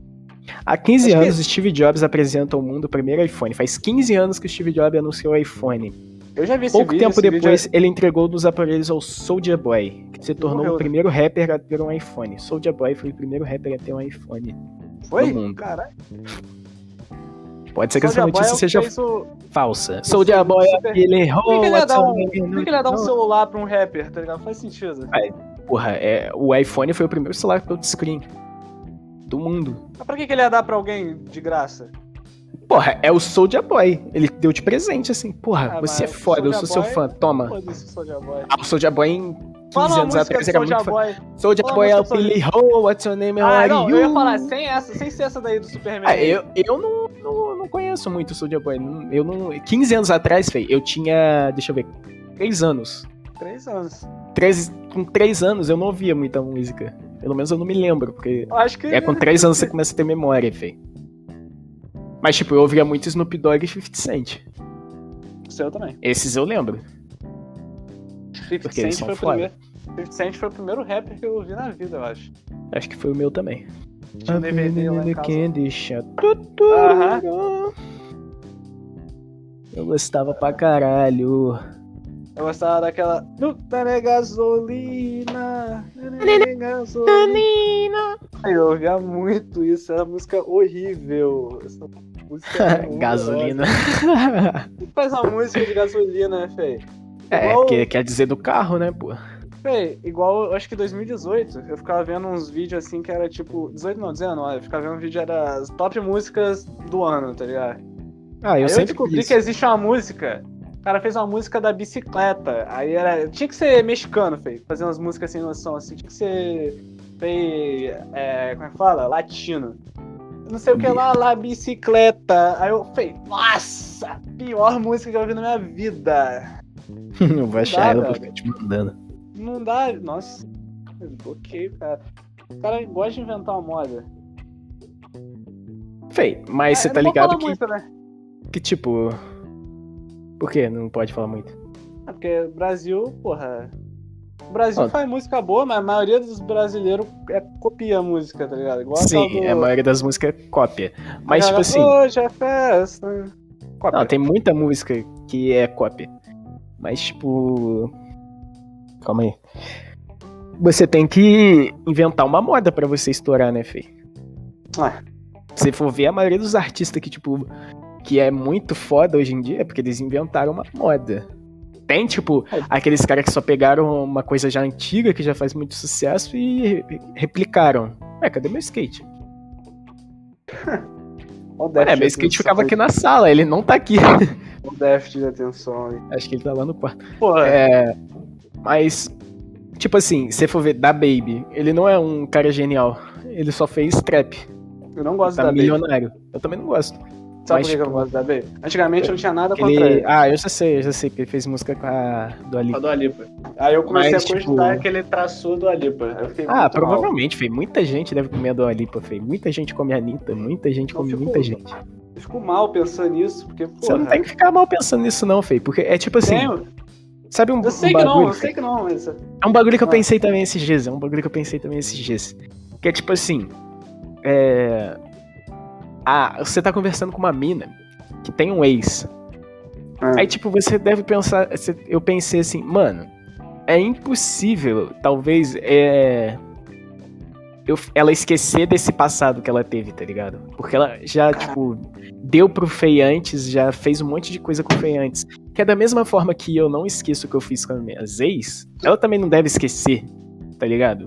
Speaker 1: Há 15
Speaker 2: Acho que-
Speaker 1: anos, Steve Jobs apresenta ao mundo o primeiro iPhone. Faz 15 anos que o Steve Jobs anunciou o iPhone.
Speaker 2: Eu já vi esse
Speaker 1: Pouco
Speaker 2: vídeo.
Speaker 1: tempo
Speaker 2: esse vídeo é
Speaker 1: depois, ele entregou dos aparelhos ao Soulja Boy, que se tornou
Speaker 2: morreu,
Speaker 1: o
Speaker 2: né?
Speaker 1: primeiro rapper a ter um iPhone. Soulja Boy foi o primeiro rapper a ter um iPhone.
Speaker 2: é-
Speaker 1: do
Speaker 2: Foi?
Speaker 1: mundo.
Speaker 2: Caralho.
Speaker 1: Pode ser que essa
Speaker 2: Soulja Boy
Speaker 1: notícia
Speaker 2: é
Speaker 1: seja
Speaker 2: o que fez o-
Speaker 1: falsa. Soulja Boy,
Speaker 2: super-
Speaker 1: aquele
Speaker 2: Por que que ele ia dar um- Por que que ele ia dar um
Speaker 1: Não,
Speaker 2: celular pra um rapper, tá ligado? Faz sentido.
Speaker 1: Porra, é, o iPhone foi o primeiro celular touchscreen do mundo.
Speaker 2: Mas pra que que ele ia dar pra alguém de graça?
Speaker 1: Porra, é o Soulja Boy. Ele deu de presente assim. Porra,
Speaker 2: Ah,
Speaker 1: você é
Speaker 2: mas
Speaker 1: foda, eu sou
Speaker 2: Soulja
Speaker 1: seu
Speaker 2: Boy-
Speaker 1: fã. Toma.
Speaker 2: Foda-se, Soulja Boy.
Speaker 1: Ah, o Soulja Boy em 15
Speaker 2: Fala uma
Speaker 1: anos
Speaker 2: música do
Speaker 1: atrás era muito
Speaker 2: Soulja
Speaker 1: fã.
Speaker 2: Boy.
Speaker 1: Soulja
Speaker 2: Fala
Speaker 1: Boy
Speaker 2: uma
Speaker 1: é o
Speaker 2: música do
Speaker 1: Billy Ho, what's your name, how
Speaker 2: Ah,
Speaker 1: are
Speaker 2: não,
Speaker 1: you?
Speaker 2: eu ia falar sem essa, sem ser essa daí do Superman.
Speaker 1: Ah, eu, eu não, não, não conheço muito o Soulja Boy. Não- Eu não, 15 anos atrás, Fei, eu tinha, deixa eu ver, 3 anos.
Speaker 2: Três anos.
Speaker 1: Três- com 3 anos eu não ouvia muita música. Pelo menos eu não me lembro, porque
Speaker 2: Eu acho que.
Speaker 1: é com 3 anos que você começa a ter memória, Fei. Mas, tipo, eu ouvia muito Snoop Dogg e 50 Cent.
Speaker 2: O seu também.
Speaker 1: Esses eu lembro.
Speaker 2: 50
Speaker 1: Porque eles
Speaker 2: Cent
Speaker 1: são
Speaker 2: foi o
Speaker 1: foda.
Speaker 2: primeiro. 50 Cent foi o primeiro rapper que eu ouvi na vida, eu acho.
Speaker 1: Acho que foi o meu também.
Speaker 2: Tinha um DVD lá em casa.
Speaker 1: Candy Shop.
Speaker 2: Aham.
Speaker 1: Eu gostava pra caralho.
Speaker 2: Eu gostava daquela. Nunca é gasolina. Nunca é gasolina. Eu ouvia muito isso, era uma música horrível. Essa música era horrorosa.
Speaker 1: Gasolina.
Speaker 2: Faz uma música de gasolina, né, Fê?
Speaker 1: é,
Speaker 2: Igual-
Speaker 1: que quer dizer do carro, né, pô?
Speaker 2: Ah, Véi, igual, eu acho que 2018, eu ficava vendo uns vídeos assim que era tipo. 18 não, 19, eu ficava vendo um vídeo era as top músicas do ano, tá ligado?
Speaker 1: Ah, eu
Speaker 2: aí eu
Speaker 1: sempre
Speaker 2: descobri
Speaker 1: fiz.
Speaker 2: que existe uma música. O cara fez uma música da bicicleta. Aí era. Tinha que ser mexicano, fei. Fazer umas músicas sem noção, assim. Tinha que ser. Fei. É, como é que fala? Latino. Não sei o que lá, lá, bicicleta. Aí eu fei, nossa! Pior música que eu ouvi na minha vida.
Speaker 1: Não vou achar
Speaker 2: dá,
Speaker 1: ela pra
Speaker 2: velho.
Speaker 1: ficar te mandando.
Speaker 2: Não dá. Nossa, bloqueio, cara. O cara gosta de inventar uma moda.
Speaker 1: Fei, mas
Speaker 2: Ah,
Speaker 1: você
Speaker 2: eu
Speaker 1: tá
Speaker 2: não vou
Speaker 1: ligado
Speaker 2: falar
Speaker 1: que,
Speaker 2: Muito, né?
Speaker 1: que, tipo. Por quê? Não pode falar muito.
Speaker 2: Ah, Porque o Brasil, porra. O Brasil
Speaker 1: Ah.
Speaker 2: faz música boa, mas a maioria dos brasileiros é, copia a música, tá ligado? Igual aquela
Speaker 1: Sim,
Speaker 2: do-
Speaker 1: a maioria das músicas é cópia. Mas, tipo
Speaker 2: aquela,
Speaker 1: assim.
Speaker 2: Hoje é festa. Cópia.
Speaker 1: Não, tem muita música que é cópia. Mas, tipo. Calma aí. Você tem que inventar uma moda pra você estourar, né, Fê?
Speaker 2: Ah.
Speaker 1: Se for ver, a maioria dos artistas que, tipo. Que é muito foda hoje em dia é porque eles inventaram uma moda. Tem, tipo,
Speaker 2: É.
Speaker 1: aqueles caras que só pegaram uma coisa já antiga que já faz muito sucesso e re- replicaram. Ué, cadê meu skate?
Speaker 2: Olha o déficit
Speaker 1: É,
Speaker 2: de
Speaker 1: meu skate
Speaker 2: atenção
Speaker 1: ficava
Speaker 2: aí,
Speaker 1: aqui na sala, ele não tá aqui.
Speaker 2: olha o déficit de atenção aí.
Speaker 1: Acho que ele tá lá no quarto.
Speaker 2: Porra,
Speaker 1: É, mas, tipo assim, se for ver da Baby, ele não é um cara genial. Ele só fez trap.
Speaker 2: eu não gosto
Speaker 1: tá
Speaker 2: da Baby.
Speaker 1: milionário. Eu também não gosto.
Speaker 2: Sabe
Speaker 1: mas,
Speaker 2: por que eu não
Speaker 1: tipo,
Speaker 2: gosto da Baby? Antigamente eu não tinha nada contra
Speaker 1: Ele,
Speaker 2: ele.
Speaker 1: ah, eu já sei, eu já sei, porque ele fez música com a do Ali.
Speaker 2: A do Alipa. Aí eu comecei
Speaker 1: Mas,
Speaker 2: a cogitar
Speaker 1: tipo-
Speaker 2: aquele traçou do Alipa. Aí eu fiquei
Speaker 1: Ah,
Speaker 2: muito mal.
Speaker 1: provavelmente, Fê. Muita gente deve comer a Dua Lipa, Fê. Muita gente come a Anitta, muita gente
Speaker 2: Não
Speaker 1: come
Speaker 2: ficou-
Speaker 1: muita gente.
Speaker 2: Eu Fico mal pensando nisso, porque, porra.
Speaker 1: Você não tem que ficar mal pensando nisso, não, Fê. Porque é tipo assim,
Speaker 2: tenho-
Speaker 1: Sabe um,
Speaker 2: Eu sei
Speaker 1: um
Speaker 2: que
Speaker 1: bagulho?
Speaker 2: não, eu sei que não, mas.
Speaker 1: É um bagulho que eu
Speaker 2: Ah.
Speaker 1: pensei também esses dias. É um bagulho que eu pensei também esses dias. Que é tipo assim. É. Ah, você tá conversando com uma mina que tem um ex.
Speaker 2: Ah.
Speaker 1: Aí, tipo, você deve pensar. você- Eu pensei assim, mano, é impossível, talvez, é. eu- ela esquecer desse passado que ela teve, tá ligado? Porque ela já, tipo, deu pro Fei antes, já fez um monte de coisa com o Fei antes. Que é da mesma forma que eu não esqueço o que eu fiz com as minhas ex, ela também não deve esquecer, tá ligado?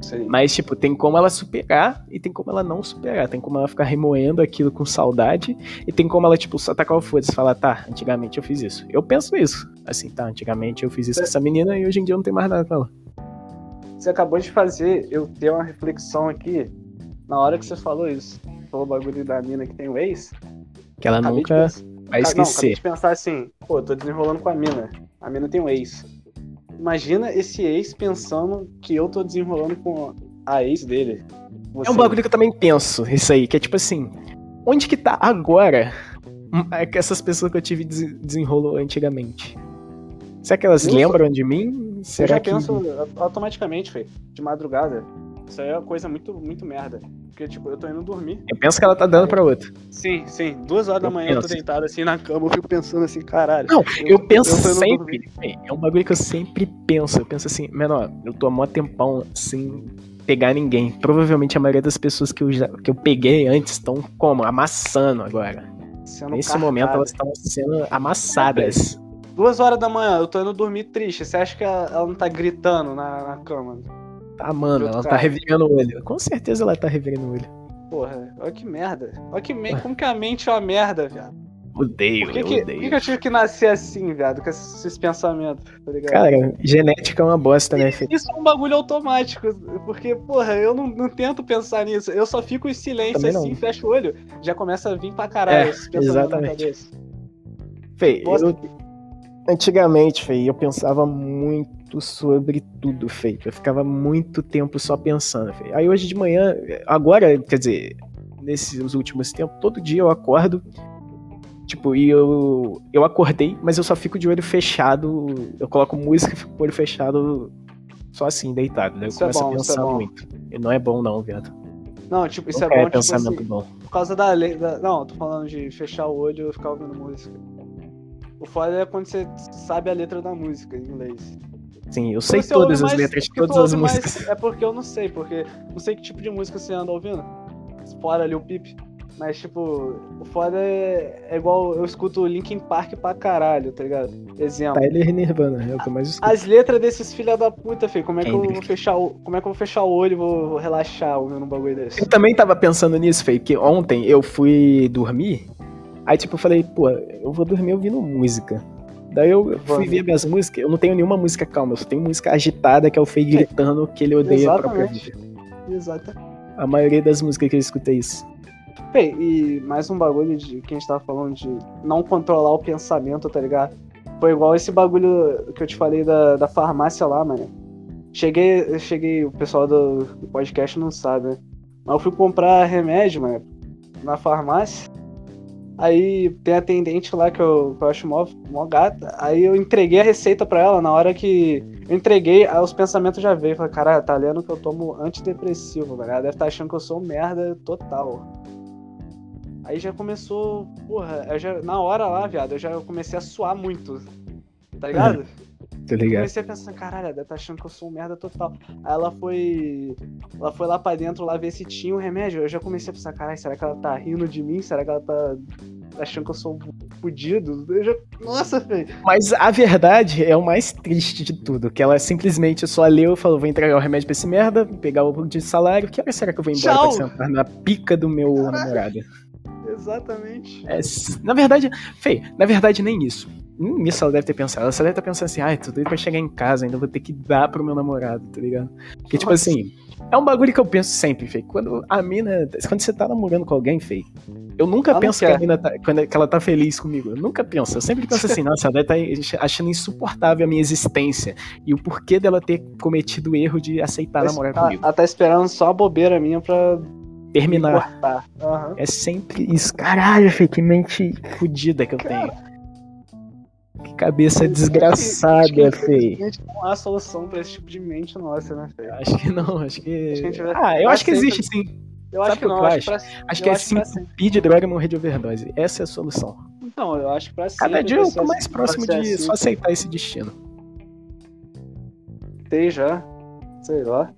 Speaker 2: Sim.
Speaker 1: Mas, tipo, tem como ela superar e tem como ela não superar. Tem como ela ficar remoendo aquilo com saudade e tem como ela, tipo, só tacar o foda-se e falar, tá, antigamente eu fiz isso. Eu penso isso. Assim, tá, antigamente eu fiz isso com essa menina e hoje em dia eu não tenho mais nada com ela.
Speaker 2: Você acabou de fazer eu ter uma reflexão aqui na hora que você falou isso. Falou o bagulho da mina que tem o ex.
Speaker 1: Que ela
Speaker 2: Acabei de
Speaker 1: nunca
Speaker 2: pensar-
Speaker 1: vai
Speaker 2: Ca- Não, acabei
Speaker 1: esquecer.
Speaker 2: de pensar assim, pô, eu tô desenrolando com a mina. A mina tem um ex. Imagina esse ex pensando que eu tô desenrolando com a ex dele.
Speaker 1: É um
Speaker 2: Você-
Speaker 1: bagulho que eu também penso, isso aí, que é tipo assim, onde que tá agora hum, é que essas pessoas que eu tive des desenrolo antigamente? Será que elas
Speaker 2: Eu-
Speaker 1: lembram de mim?
Speaker 2: Eu
Speaker 1: Será
Speaker 2: já
Speaker 1: que.
Speaker 2: penso a- automaticamente, foi de madrugada. Isso aí é uma coisa muito, muito merda. Porque, tipo, eu tô indo dormir.
Speaker 1: Eu penso que ela tá dando pra outra.
Speaker 2: Sim, sim. Duas horas da
Speaker 1: Eu
Speaker 2: manhã eu tô
Speaker 1: penso.
Speaker 2: deitado assim na cama, eu fico pensando assim, caralho.
Speaker 1: Não, eu penso
Speaker 2: tô indo
Speaker 1: sempre. É um bagulho que eu sempre penso. Eu penso assim, menor, eu tô há mó tempão sem pegar ninguém. Provavelmente a maioria das pessoas que eu, já, que eu peguei antes estão como? Amassando agora.
Speaker 2: Sendo
Speaker 1: Nesse
Speaker 2: carcado.
Speaker 1: momento elas estão sendo
Speaker 2: É,
Speaker 1: amassadas.
Speaker 2: Duas horas da manhã, eu tô indo dormir triste. Você acha que ela, ela não tá gritando na, na cama?
Speaker 1: Tá, mano,
Speaker 2: Outro
Speaker 1: ela tá
Speaker 2: cara.
Speaker 1: revirando o olho. Com certeza ela tá revirando o olho.
Speaker 2: Porra, olha que merda. Olha que me... como que a mente é uma merda, viado.
Speaker 1: Odeio,
Speaker 2: Por que,
Speaker 1: eu
Speaker 2: que, por
Speaker 1: odeio.
Speaker 2: que que eu tive que nascer assim, viado, com esses esses pensamentos, tá ligado?
Speaker 1: Cara, genética é uma bosta, né, filho?
Speaker 2: Isso é um bagulho automático, porque, porra, eu não, não tento pensar nisso. Eu só fico em silêncio
Speaker 1: Também não.
Speaker 2: assim, fecho o olho, já começa a vir pra caralho
Speaker 1: É,
Speaker 2: esses pensamentos na
Speaker 1: exatamente.
Speaker 2: cabeça.
Speaker 1: Fê,
Speaker 2: Bosta.
Speaker 1: eu- antigamente, Fê, eu pensava muito sobre tudo, Fê. Eu ficava muito tempo só pensando, Fê. Aí hoje de manhã, agora, quer dizer, nesses últimos tempos, todo dia eu acordo, tipo, e eu, eu acordei, mas eu só fico de olho fechado, eu coloco música e fico com o olho fechado só assim, deitado, né? Eu
Speaker 2: Isso é
Speaker 1: começo
Speaker 2: bom,
Speaker 1: a
Speaker 2: isso é
Speaker 1: pensar
Speaker 2: bom.
Speaker 1: muito. E não é bom não, viado.
Speaker 2: Não, tipo, isso
Speaker 1: Nunca
Speaker 2: é bom, tipo
Speaker 1: pensamento
Speaker 2: assim,
Speaker 1: bom.
Speaker 2: por causa da lei. da- Não, tô falando de fechar o olho e ficar ouvindo música. O foda é quando você sabe a letra da música em inglês.
Speaker 1: Sim, eu sei
Speaker 2: Você
Speaker 1: todas
Speaker 2: ouve
Speaker 1: as
Speaker 2: assim, mais-
Speaker 1: letras de
Speaker 2: porque tu
Speaker 1: todas as
Speaker 2: ouve mais-
Speaker 1: músicas.
Speaker 2: é porque eu não sei, porque não sei que tipo de música você anda ouvindo. Fora ali o Pip. Mas, tipo, o foda é, é igual eu escuto Linkin Park pra caralho, tá ligado? Exemplo.
Speaker 1: Tyler e Nirvana, é o que eu mais escuto.
Speaker 2: As letras desses filha da puta, filho. Como é que eu vou
Speaker 1: Kendrick.
Speaker 2: fechar o, como é que eu vou fechar o olho e vou, vou relaxar ouvindo um bagulho desse?
Speaker 1: Eu também tava pensando nisso, Fê, que ontem eu fui dormir, aí tipo, eu falei, pô, eu vou dormir ouvindo música. Daí eu fui
Speaker 2: Vamos.
Speaker 1: ver minhas músicas, eu não tenho nenhuma música calma, eu só tenho música agitada, que é o Fê gritando que ele odeia a própria
Speaker 2: Exatamente.
Speaker 1: vida.
Speaker 2: Exatamente.
Speaker 1: A maioria das músicas que eu escuto é isso.
Speaker 2: Bem, e mais um bagulho de que a gente tava falando de não controlar o pensamento, tá ligado? Foi igual esse bagulho que eu te falei da, da farmácia lá, mano. Cheguei, eu cheguei, o pessoal do, do podcast não sabe, né? Mas eu fui comprar remédio, mano, na farmácia. Aí tem a atendente lá que eu, que eu acho mó, mó gata. Aí eu entreguei a receita pra ela. Na hora que eu entreguei, aí os pensamentos já veio. Falei, caralho, tá lendo que eu tomo antidepressivo, velho. Ela deve estar achando que eu sou um merda total. Aí já começou, porra, eu já, na hora lá, viado, eu já comecei a suar muito. Tá ligado?
Speaker 1: Tá
Speaker 2: Eu
Speaker 1: ligado?
Speaker 2: comecei a pensar, caralho, ela deve tá achando que eu sou um merda total. Aí ela foi. Ela foi lá pra dentro lá ver se tinha o remédio. Eu já comecei a pensar, caralho, será que ela tá rindo de mim? Será que ela tá achando que eu sou um fudido? Eu já... Nossa, velho.
Speaker 1: Mas a verdade é o mais triste de tudo, que ela simplesmente só leu e falou, vou entregar o remédio pra esse merda, pegar o de salário, que hora será que eu vou embora
Speaker 2: Tchau.
Speaker 1: pra sentar na pica do meu namorado?
Speaker 2: Exatamente.
Speaker 1: É, s- na verdade, Fê, na verdade nem isso. Nem isso ela deve ter pensado. Ela só deve estar pensando assim, ai, tô doido pra chegar em casa, ainda vou ter que dar pro meu namorado, tá ligado? Porque, tipo
Speaker 2: Nossa.
Speaker 1: assim, é um bagulho que eu penso sempre, Fê. Quando a mina. Quando você tá namorando com alguém, Fê, eu nunca
Speaker 2: Ela não
Speaker 1: penso que
Speaker 2: quer.
Speaker 1: a mina tá, quando, que ela tá feliz comigo. Eu nunca penso. Eu sempre penso assim, nossa, ela deve estar achando insuportável a minha existência. E o porquê dela ter cometido o erro de aceitar namorar
Speaker 2: ela,
Speaker 1: comigo. Tá.
Speaker 2: ela tá esperando só a bobeira minha pra
Speaker 1: Terminar.
Speaker 2: cortar. Aham.
Speaker 1: É sempre isso. Caralho, Fê, que mente fodida que eu tenho. Cabeça desgraçada, feio.
Speaker 2: Infelizmente, não há solução pra esse tipo de mente nossa, né, Fê?
Speaker 1: Acho que não, acho
Speaker 2: Acho que a
Speaker 1: que.
Speaker 2: gente vai-
Speaker 1: Ah, eu
Speaker 2: vai
Speaker 1: acho que
Speaker 2: sempre-
Speaker 1: existe sim.
Speaker 2: Eu
Speaker 1: Sabe
Speaker 2: acho que
Speaker 1: o que eu
Speaker 2: não, eu acho que pra
Speaker 1: Acho
Speaker 2: eu
Speaker 1: que é
Speaker 2: acho que
Speaker 1: 5
Speaker 2: vai ser.
Speaker 1: pi de droga e morrer de overdose. Essa é a solução.
Speaker 2: Então, eu acho que pra sempre.
Speaker 1: Cada dia eu tô
Speaker 2: vai ser-
Speaker 1: mais próximo
Speaker 2: vai
Speaker 1: de
Speaker 2: é ser assim.
Speaker 1: só aceitar esse destino.
Speaker 2: Tem já. Sei lá.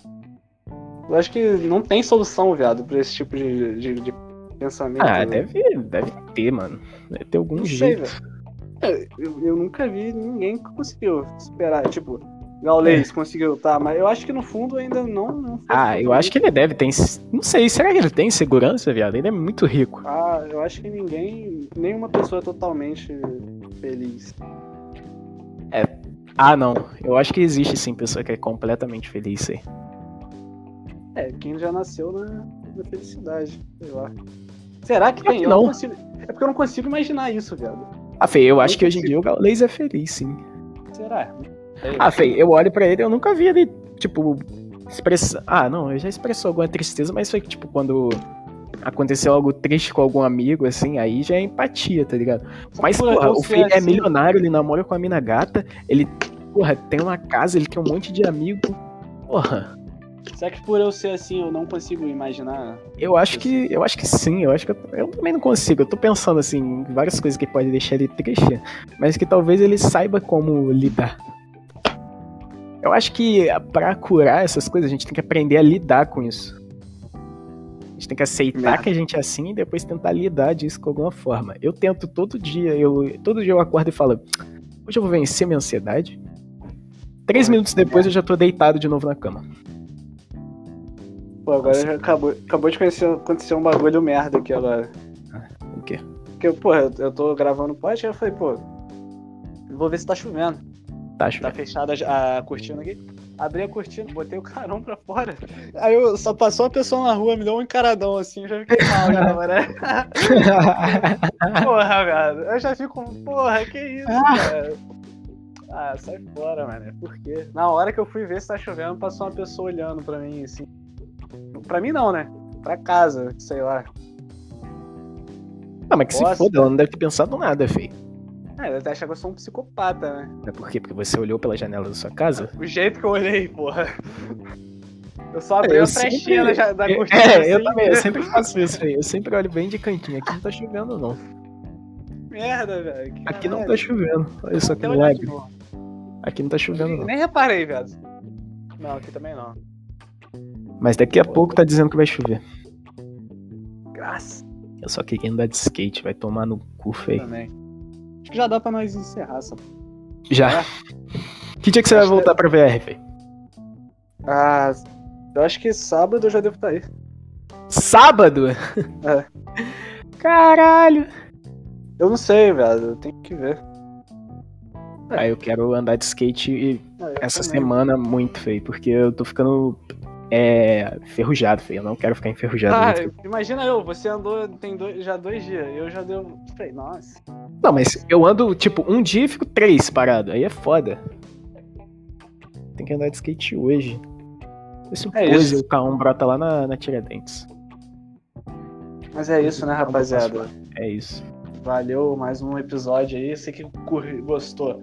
Speaker 2: Eu acho que não tem solução, viado, pra esse tipo de, de- de pensamento.
Speaker 1: Ah,
Speaker 2: né?
Speaker 1: deve, deve ter, mano. Deve ter algum
Speaker 2: Não sei,
Speaker 1: jeito.
Speaker 2: velho. É, Eu, eu nunca vi ninguém que conseguiu superar. Tipo, Gaules conseguiu, tá? Mas eu acho que no fundo ainda não. não foi
Speaker 1: É. Ah, eu
Speaker 2: suficiente.
Speaker 1: acho que ele deve ter. ins- Não sei, será que ele tem segurança, viado? Ele é muito rico.
Speaker 2: Ah, eu acho que ninguém. Nenhuma pessoa é totalmente feliz.
Speaker 1: Ah, não. Eu acho que existe sim pessoa que é completamente feliz isso aí.
Speaker 2: É, quem já nasceu na, na felicidade, sei lá. Será que
Speaker 1: Pior
Speaker 2: tem?
Speaker 1: que
Speaker 2: Eu não
Speaker 1: não.
Speaker 2: consigo. É porque eu não consigo imaginar isso, viado.
Speaker 1: Ah, Fê, eu acho que hoje em dia o Gaules é feliz, sim.
Speaker 2: Será? É
Speaker 1: Ah, Fê, eu olho pra ele eu nunca vi ele, tipo, expressar. Ah, não, ele já expressou alguma tristeza, mas foi tipo quando aconteceu algo triste com algum amigo, assim, aí já é empatia, tá ligado? Mas,
Speaker 2: Pô,
Speaker 1: porra,
Speaker 2: eu
Speaker 1: o
Speaker 2: sei
Speaker 1: Fê é
Speaker 2: assim.
Speaker 1: milionário, ele namora com a mina gata, ele, porra, tem uma casa, ele tem um monte de amigo. Porra,
Speaker 2: Será que por eu ser assim eu não consigo imaginar?
Speaker 1: eu acho que. Eu acho que sim, eu acho que eu, eu também não consigo. Eu tô pensando assim, em várias coisas que pode deixar ele triste, mas que talvez ele saiba como lidar. Eu acho que pra curar essas coisas, a gente tem que aprender a lidar com isso. A gente tem que aceitar
Speaker 2: Merda.
Speaker 1: que a gente é assim e depois tentar lidar disso com alguma forma. Eu tento todo dia, eu todo dia eu acordo e falo, hoje eu vou vencer minha ansiedade. Três minutos depois eu já tô deitado de novo na cama.
Speaker 2: Pô, agora já acabou, acabou de conhecer, acontecer um bagulho merda aqui agora.
Speaker 1: O quê?
Speaker 2: Porque, pô, eu, eu tô gravando podcast eu falei, pô, eu vou ver se tá chovendo.
Speaker 1: Tá, Ju?
Speaker 2: Tá fechada a a cortina aqui. Abri a cortina, botei o carão pra fora. Aí eu, só passou uma pessoa na rua, me deu um encaradão assim, eu já fiquei mal já, mano. Porra, velho. Eu já fico, porra, que isso, cara. Ah, sai fora, mano. Por quê? Na hora que eu fui ver se tá chovendo, passou uma pessoa olhando pra mim, assim. Pra mim não, né? Pra casa, sei lá.
Speaker 1: Ah, mas que
Speaker 2: Nossa.
Speaker 1: se foda, ela não deve ter pensado nada, feio.
Speaker 2: Ah, ela até achar que eu sou um psicopata, né?
Speaker 1: É por quê? Porque você olhou pela janela da sua casa?
Speaker 2: O jeito que eu olhei, porra. Eu só abri
Speaker 1: É, Eu
Speaker 2: a
Speaker 1: sempre-
Speaker 2: frestinha da, da cortina.
Speaker 1: É, eu
Speaker 2: assim,
Speaker 1: também, eu sempre faço isso, feio. Eu sempre olho bem de cantinho. Aqui não tá chovendo, não.
Speaker 2: Merda, velho. que
Speaker 1: Aqui não
Speaker 2: caralho.
Speaker 1: tá
Speaker 2: Então
Speaker 1: chovendo. Olha só que
Speaker 2: Até olhar de
Speaker 1: milagre.
Speaker 2: novo.
Speaker 1: Aqui não tá chovendo, não.
Speaker 2: Nem reparei, velho. Não, aqui também não.
Speaker 1: Mas daqui a pouco tá dizendo que vai chover.
Speaker 2: Graças
Speaker 1: Eu só queria andar de skate, vai tomar no cu, feio.
Speaker 2: também. Acho que já dá pra nós encerrar essa Ah.
Speaker 1: Já. Que dia que você vai
Speaker 2: Acho que-
Speaker 1: voltar pra VR, feio?
Speaker 2: Ah, eu acho que sábado eu já devo estar aí.
Speaker 1: Sábado?
Speaker 2: É.
Speaker 1: Caralho!
Speaker 2: Eu não sei, velho. Eu tenho que ver.
Speaker 1: Ah, eu quero andar de skate e-
Speaker 2: Ah, eu
Speaker 1: essa
Speaker 2: também.
Speaker 1: semana muito, feio, porque eu tô ficando é, enferrujado, feio. Eu não quero ficar enferrujado.
Speaker 2: Ah,
Speaker 1: muito.
Speaker 2: imagina eu, você andou tem dois- já dois dias. Eu já deu. Falei, nossa.
Speaker 1: Não, mas eu ando, tipo, um dia e fico três parado. Aí é foda. Tem que andar de skate hoje. Esse
Speaker 2: É
Speaker 1: é pose,
Speaker 2: isso.
Speaker 1: o K1 brota lá na, na Tiradentes.
Speaker 2: Mas é isso, né, rapaziada?
Speaker 1: É isso.
Speaker 2: Valeu, mais um episódio aí. Você que cur- gostou,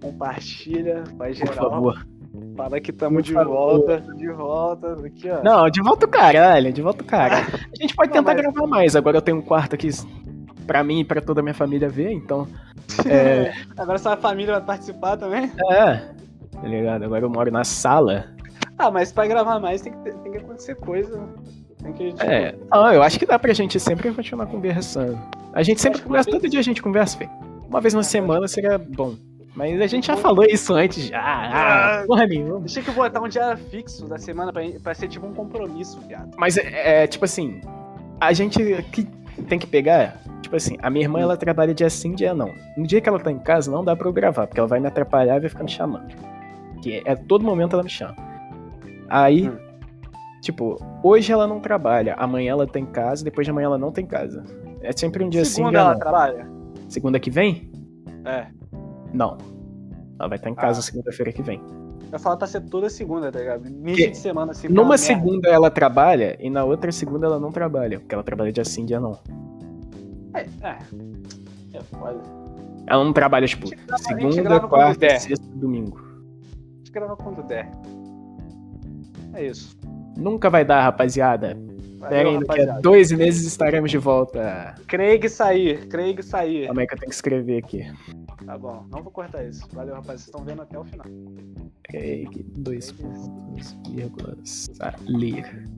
Speaker 2: compartilha, faz
Speaker 1: Por
Speaker 2: geral.
Speaker 1: favor.
Speaker 2: Fala que tamo
Speaker 1: Por
Speaker 2: de
Speaker 1: favor.
Speaker 2: volta. De volta. Aqui, ó.
Speaker 1: Não, de volta o caralho, de volta o caralho. A gente pode
Speaker 2: Não,
Speaker 1: tentar
Speaker 2: mas-
Speaker 1: gravar mais. Agora eu tenho um quarto aqui pra mim e pra toda a minha família ver, então. É.
Speaker 2: Agora sua família vai participar também.
Speaker 1: é. Tá ligado? Agora eu moro na sala.
Speaker 2: Ah, mas pra gravar mais tem que, ter- tem que acontecer coisa. né? Tem que. tipo,
Speaker 1: É. Ah, eu acho que dá pra gente sempre continuar conversando. A gente sempre
Speaker 2: Acho que uma É.
Speaker 1: conversa, todo dia a gente conversa, velho. Uma vez na semana seria bom. Mas a gente já falou isso antes já. Ah, porra nenhuma.
Speaker 2: Deixa que botar um dia fixo da semana pra, pra ser tipo um compromisso, viado.
Speaker 1: Mas é, é, tipo assim, a gente que tem que pegar. Tipo assim, a minha irmã ela trabalha dia sim, dia não. No dia que ela tá em casa, não dá pra eu gravar, porque ela vai me atrapalhar e vai ficar me chamando. Que é todo momento ela me chama. Aí,
Speaker 2: Hum.
Speaker 1: tipo, hoje ela não trabalha, amanhã ela tá em casa, depois de amanhã ela não tá em casa. É sempre um dia sim,
Speaker 2: Segunda
Speaker 1: dia
Speaker 2: ela
Speaker 1: não.
Speaker 2: trabalha?
Speaker 1: Segunda que vem?
Speaker 2: É.
Speaker 1: Não. Ela vai estar em casa
Speaker 2: Ah.
Speaker 1: segunda-feira que vem.
Speaker 2: Eu falo pra ser toda segunda, tá ligado? Início
Speaker 1: Que-
Speaker 2: de semana, assim.
Speaker 1: Numa
Speaker 2: uma merda.
Speaker 1: segunda ela trabalha e na outra segunda ela não trabalha, porque ela trabalha dia sim, dia não.
Speaker 2: É, é. É foda.
Speaker 1: Ela não trabalha, tipo,
Speaker 2: grava- a gente
Speaker 1: segunda,
Speaker 2: grava quando der.
Speaker 1: quarta, sexta, domingo.
Speaker 2: A gente grava quando der. É isso.
Speaker 1: Nunca vai dar, rapaziada. Esperem,
Speaker 2: Valeu,
Speaker 1: daqui a
Speaker 2: rapaziada.
Speaker 1: dois meses estaremos de volta.
Speaker 2: Craig sair, Craig sair.
Speaker 1: Calma aí que eu tenho que escrever aqui.
Speaker 2: Tá bom, não vou cortar isso. Valeu, rapaz. Vocês estão vendo até o final.
Speaker 1: Craig, dois pontos, vírgula, salir.